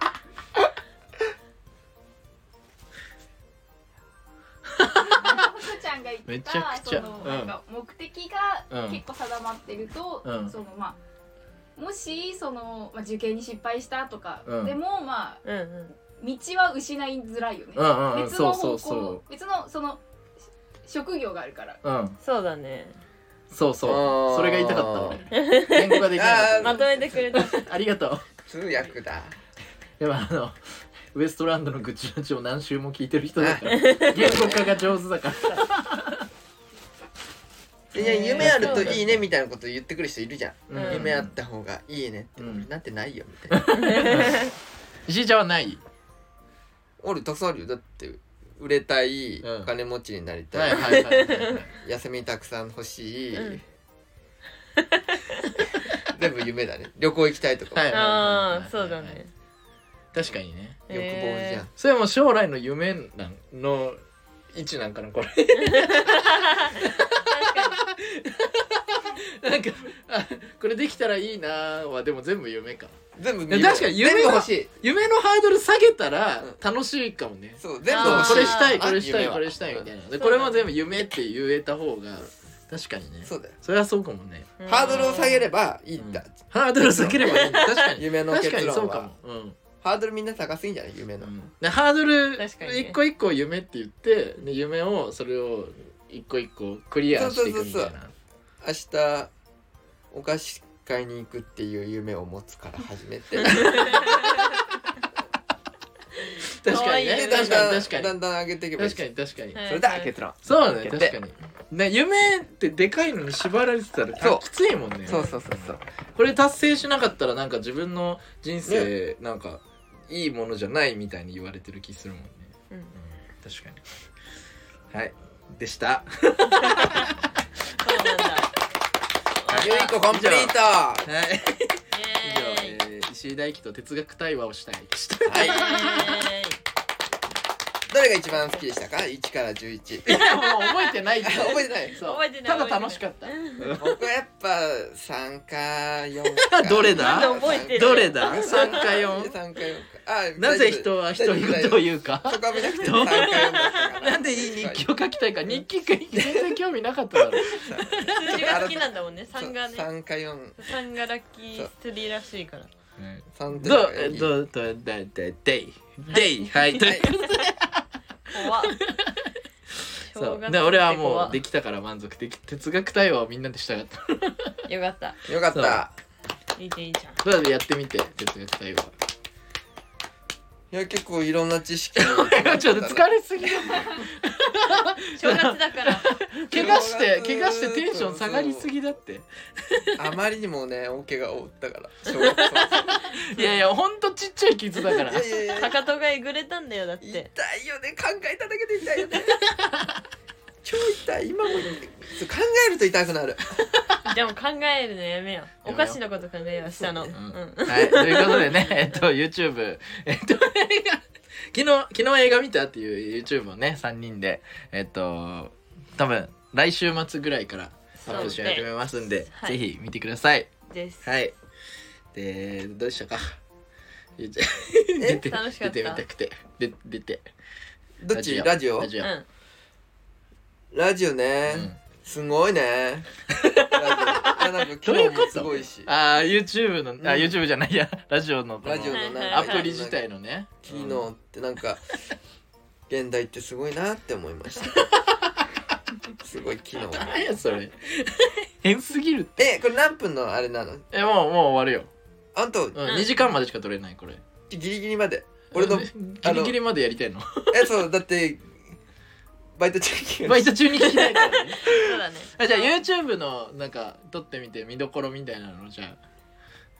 ふーちゃんが言っためちゃくちゃそのうんなんか目的がうん結構定まってると、うんそのまあもしその、まあ、受験に失敗したとか、うんでもまあうんうん道は失いづらいよね、うんうんうん別のそう方そ向うそ別のそのし職業があるからううんそうだねそうそうそれが言いたかったあ俺 言語ができなかったまとめてくれたありがとう。通訳だでもあの、ウエストランドの愚痴ラジオ何週も聞いてる人だから、言語化が上手だから。いや夢あるといいねみたいなこと言ってくる人いるじゃん、うん夢あった方がいいねって、うんなんてないよみたいな石井ちゃんはない。俺たくさんあるよだって売れたい、うん金持ちになりた、はいいはいはい。休みたくさん欲しい、うん全部夢だね旅行行きたいとか、はいああそうだね確かにね。欲望じゃん、えそれはもう将来の夢なんの位置なんかな、これ。ー確かに なんか、あこれできたらいいなはでも全部夢か全部見よういや確かに夢は全部欲しい夢のハードル下げたら楽しいかもね、そう全あ部ー欲しいこれしたいなこれした夢いはこれしたいみたいなでんこれも全部夢って言えた方が確かにねそうだよそれはそうかもねハードルを下げればばいいんだハードル下げればい い確かに夢の確か結に論そうかはも、うんハードルみんな高すぎんじゃない夢うのんでハードル確かにね一個一個夢って言ってで夢をそれを一個一個クリアしていくみたいなそうそう明日お菓子買いに行くっていう夢を持つから始 めて確かに可愛ねい確かに確かだにんだん上げていけばいい確かに確かにはいそれだ結論そうだね決確定かにね夢ってでかいのに縛られてたらそうきついもんねそうそうそうそうこれ達成しなかったらなんか自分の人生なんかいいものじゃないみたいに言われてる気するもんね、うんうん確かにはいでしたそうなんだ11個コンプリートははい以上、イエーイえー石井大輝と哲学対話をしたいでしたいイエーイどれが一番好きでしたか1から11いやもう 覚えてないって覚えてないそう覚えてないただ楽しかった僕はやっぱ3か4か どれだなんで覚えてるどれだ3 3かか4 4か4かなぜ人は人のことを言うかそこは見なくて3か4だったから なんでいい日記を書きたいか日記が全然興味なかっただろ数字が好きなんだもん ね三がね3か4三がラッキースリーらしいから三どうどうどうどうどうデイデイはいということで 怖っそうで俺はもうでききたから満足でき哲学対話をみんなでしたかったよかったよかったいいじゃんいいじゃんどうやってみて哲学対話いや結構いろんな知 識ちょっと疲れすぎる正月だ から怪我して怪我してテンション下がりすぎだってあまりにもね大怪我を負ったから小学校 いやいやほんとちっちゃい傷だ からいやいやいやかかとがえぐれたんだよだっ痛ていよね考えただけで痛いよね 超痛い今も痛いそう考えると痛くなるでも考えるのやめようお菓子のこと考えようしたのううんんはい、ということでね、 えっと、YouTube、えっと、映 画、昨日、昨日映画見たっていう YouTube をね、3人で、えっと、多分、来週末ぐらいからアップし始めますんで、はいぜひ見てください。ですはい。で、どうでしたか YouTube 出て、楽しか出ったてみたくて、で出て。どっちラジオラジオ。うんラジオね、うんすごいねラジオいやなんか どういう今こ日ともすごいしあー、YouTube の、あ、うん YouTube じゃないや、 ラジオのこのラジオのはいなアプリ自体のね。機能ってなんか現代ってすごいなって思い ましたすごい機能が何やそれ。変すぎるって。えこれ何分のあれなのえ、もう、もう終わるよ。あんたうん、2時間までしか取れないこれギリギリまで俺のギリギリまでやりた いのえそうだってバイト中にバイト中に聞きた いからねそうだねあじゃあ YouTube のなんか撮ってみて見どころみたいなのじゃ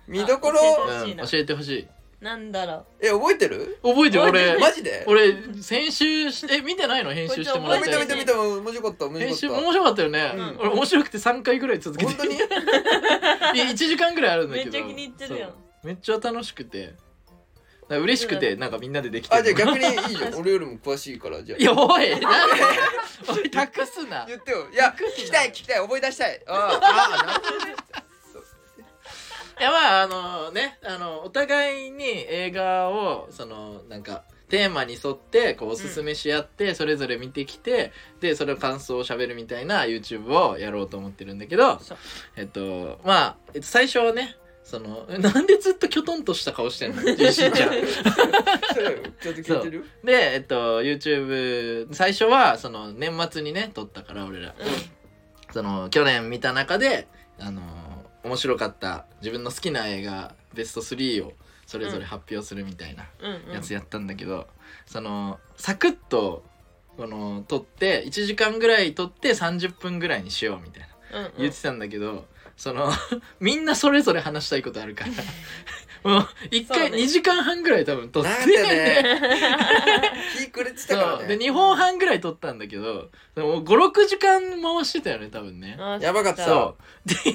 見どころあ、欲うしいん、な教えてほしいなんだろえ覚えてる覚えてるえ俺マジで俺先週しえ見てないの編集してもあらっ見覚えた見るてた見た面白かった面編集白か面っ白かったよね、うん俺面白くて3回ぐらい続たけて本 当に1時間ぐらいあるうんだけめっどちゃ気に入ってるやんそうめっちゃ楽しくてだから嬉しくてなんかみんなでできてあるじゃあ逆にいいよ 俺よりも詳しいからじゃいやお いなんでおい託すあな言ってよいや聞きたい 聞きたい思い出したいああなるほどねいやまああのねあのお互いに映画をそのなんかテーマに沿ってこうおすすめし合って、それぞれ見てきてでそれを感想をしゃべるみたいな YouTube をやろうと思ってるんだけどそうえっとまあえっと最初はねそのなんでずっときょとんとした顔してんのジェシーちゃん。そうちょっと聞いてるよでえっと YouTube 最初はその年末にね撮ったから俺ら、その去年見た中であの面白かった自分の好きな映画ベスト3をそれぞれ発表するみたいなうんうんやつやったんだけど、そのサクッとこの撮って1時間ぐらい撮って30分ぐらいにしようみたいなうんうん言ってたんだけど、その みんなそれぞれ話したいことあるから もう1回そうね2時間半ぐらい多分撮ってなんでね 気くれてたかそらうでね2本半ぐらい撮ったんだけど56時間回してたよね多分ねあやばかったそ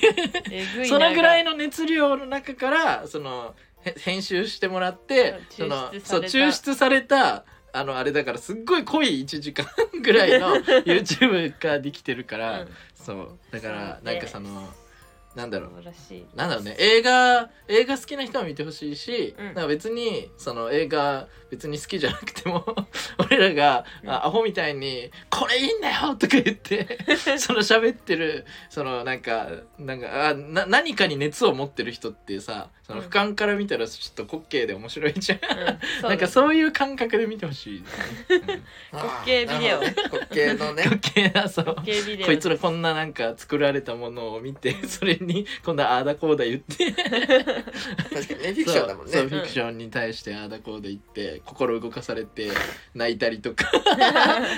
えぐういそのぐらいのの熱量の中からそのへ編集してもらってそそうの抽出そうされた抽出されたあのあれだからすっごい濃い1時間ぐ らいの YouTube ができてるから、そうだからそうなねんかそのなんだろうそうらしいなんだろうね映画映画好きな人は見てほしいし、うんなんか別にその映画別に好きじゃなくても 俺らが、うんあアホみたいに「これいいんだよ!」とか言って その喋ってるそのなんかなんかあな何かに熱を持ってる人ってさそのうん俯瞰から見たらちょっと滑稽で面白いじゃん。うんそうなんかそういう感覚で見て ほしい、うん滑稽ビデオあーなるほどね滑稽のね 余計なそうゲービデオこいつらこんななんか作られたものを見てそれにこんなああだこうだ言って確かにねフィクションだもんそうそねうフィクションに対してああだこうで言って心動かされて泣いたりと か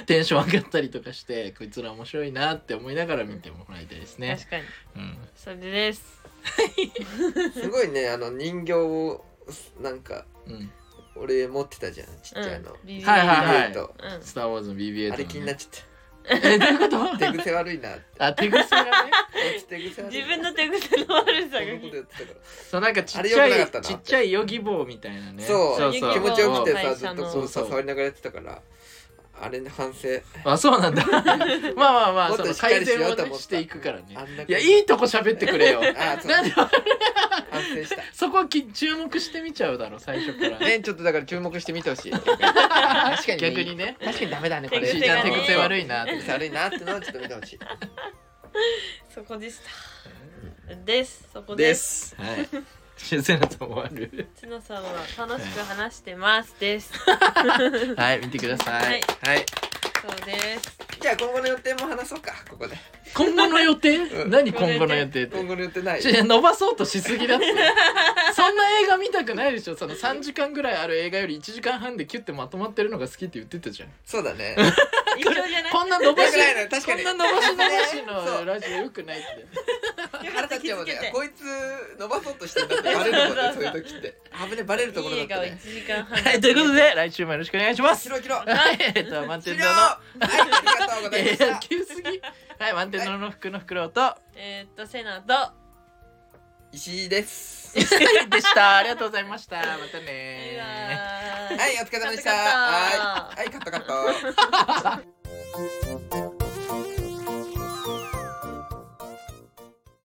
テンション上がったりとかしてこいつら面白いなって思いながら見てもらいたいですね。確かにうん、それですすごいねあの人形をなんかうん、俺持ってたじゃんちっちゃいの、うんビデオはいはいはいビデオとうんスター・ウォーズの BBA あれ気になっちちゃっえどういうこと た手癖悪いなってあ手 癖がねこいつ手癖悪い自分の手癖の悪さそがんなことやってたからそうなんかちっちあゃれ良くないかったなちっちゃいヨギ棒みたいなねそうそう気持ちよくてそさうずっとこうそうさそう触りながらやってたからあれの反省あそう なんだまあまあまあもっそとのしっか改りし善よをうとね思ったしていくからねあんないやいいとこ喋ってくれよあそうなんで反省した そこはき注目してみちゃうだろ最初からねちょっとだから注目してみてほしい確かにね逆にね確かにダメだねここれれし手癖ーちゃがんね手癖悪いなって手癖悪いなってのをちょっと見てほしいそこでしたですそこでですすはい。修正のと終わる。つのさんは楽しく話してますですはい、見てください。はいはい。そう ですじゃあ今後の予定も話そうかここで今後の予定？うん何今後の予定って今。後の予定ないちょ伸ばそうとしすぎだって。 そんな映画見たくないでしょ。その三時間ぐらいある映画より一時間半でキュッてまとまってるのが好きって言ってたじゃ ん。そうだね一緒じゃないこんな伸ばしよくない ね、確かこんにな伸ばし伸ばしそのうラジオ良くないって。腹立っちゃうもん気づけねてこいつ伸ばそうとしてんだってバレるもそんねそううそいうう時って危ねバレるところいいだっ笑た顔ね一時間半はい、ということで来週もよろしくお願いします。切ろう切ろうはい、えっと満終点了堂の。はいありがとうござ いまいしたや急すぎ。はい、満点堂の服の袋と。えーっとセナと石井です でした。ありがとうございました。またねバイバイはいお疲れ様でしたカットカットはいはいカットカット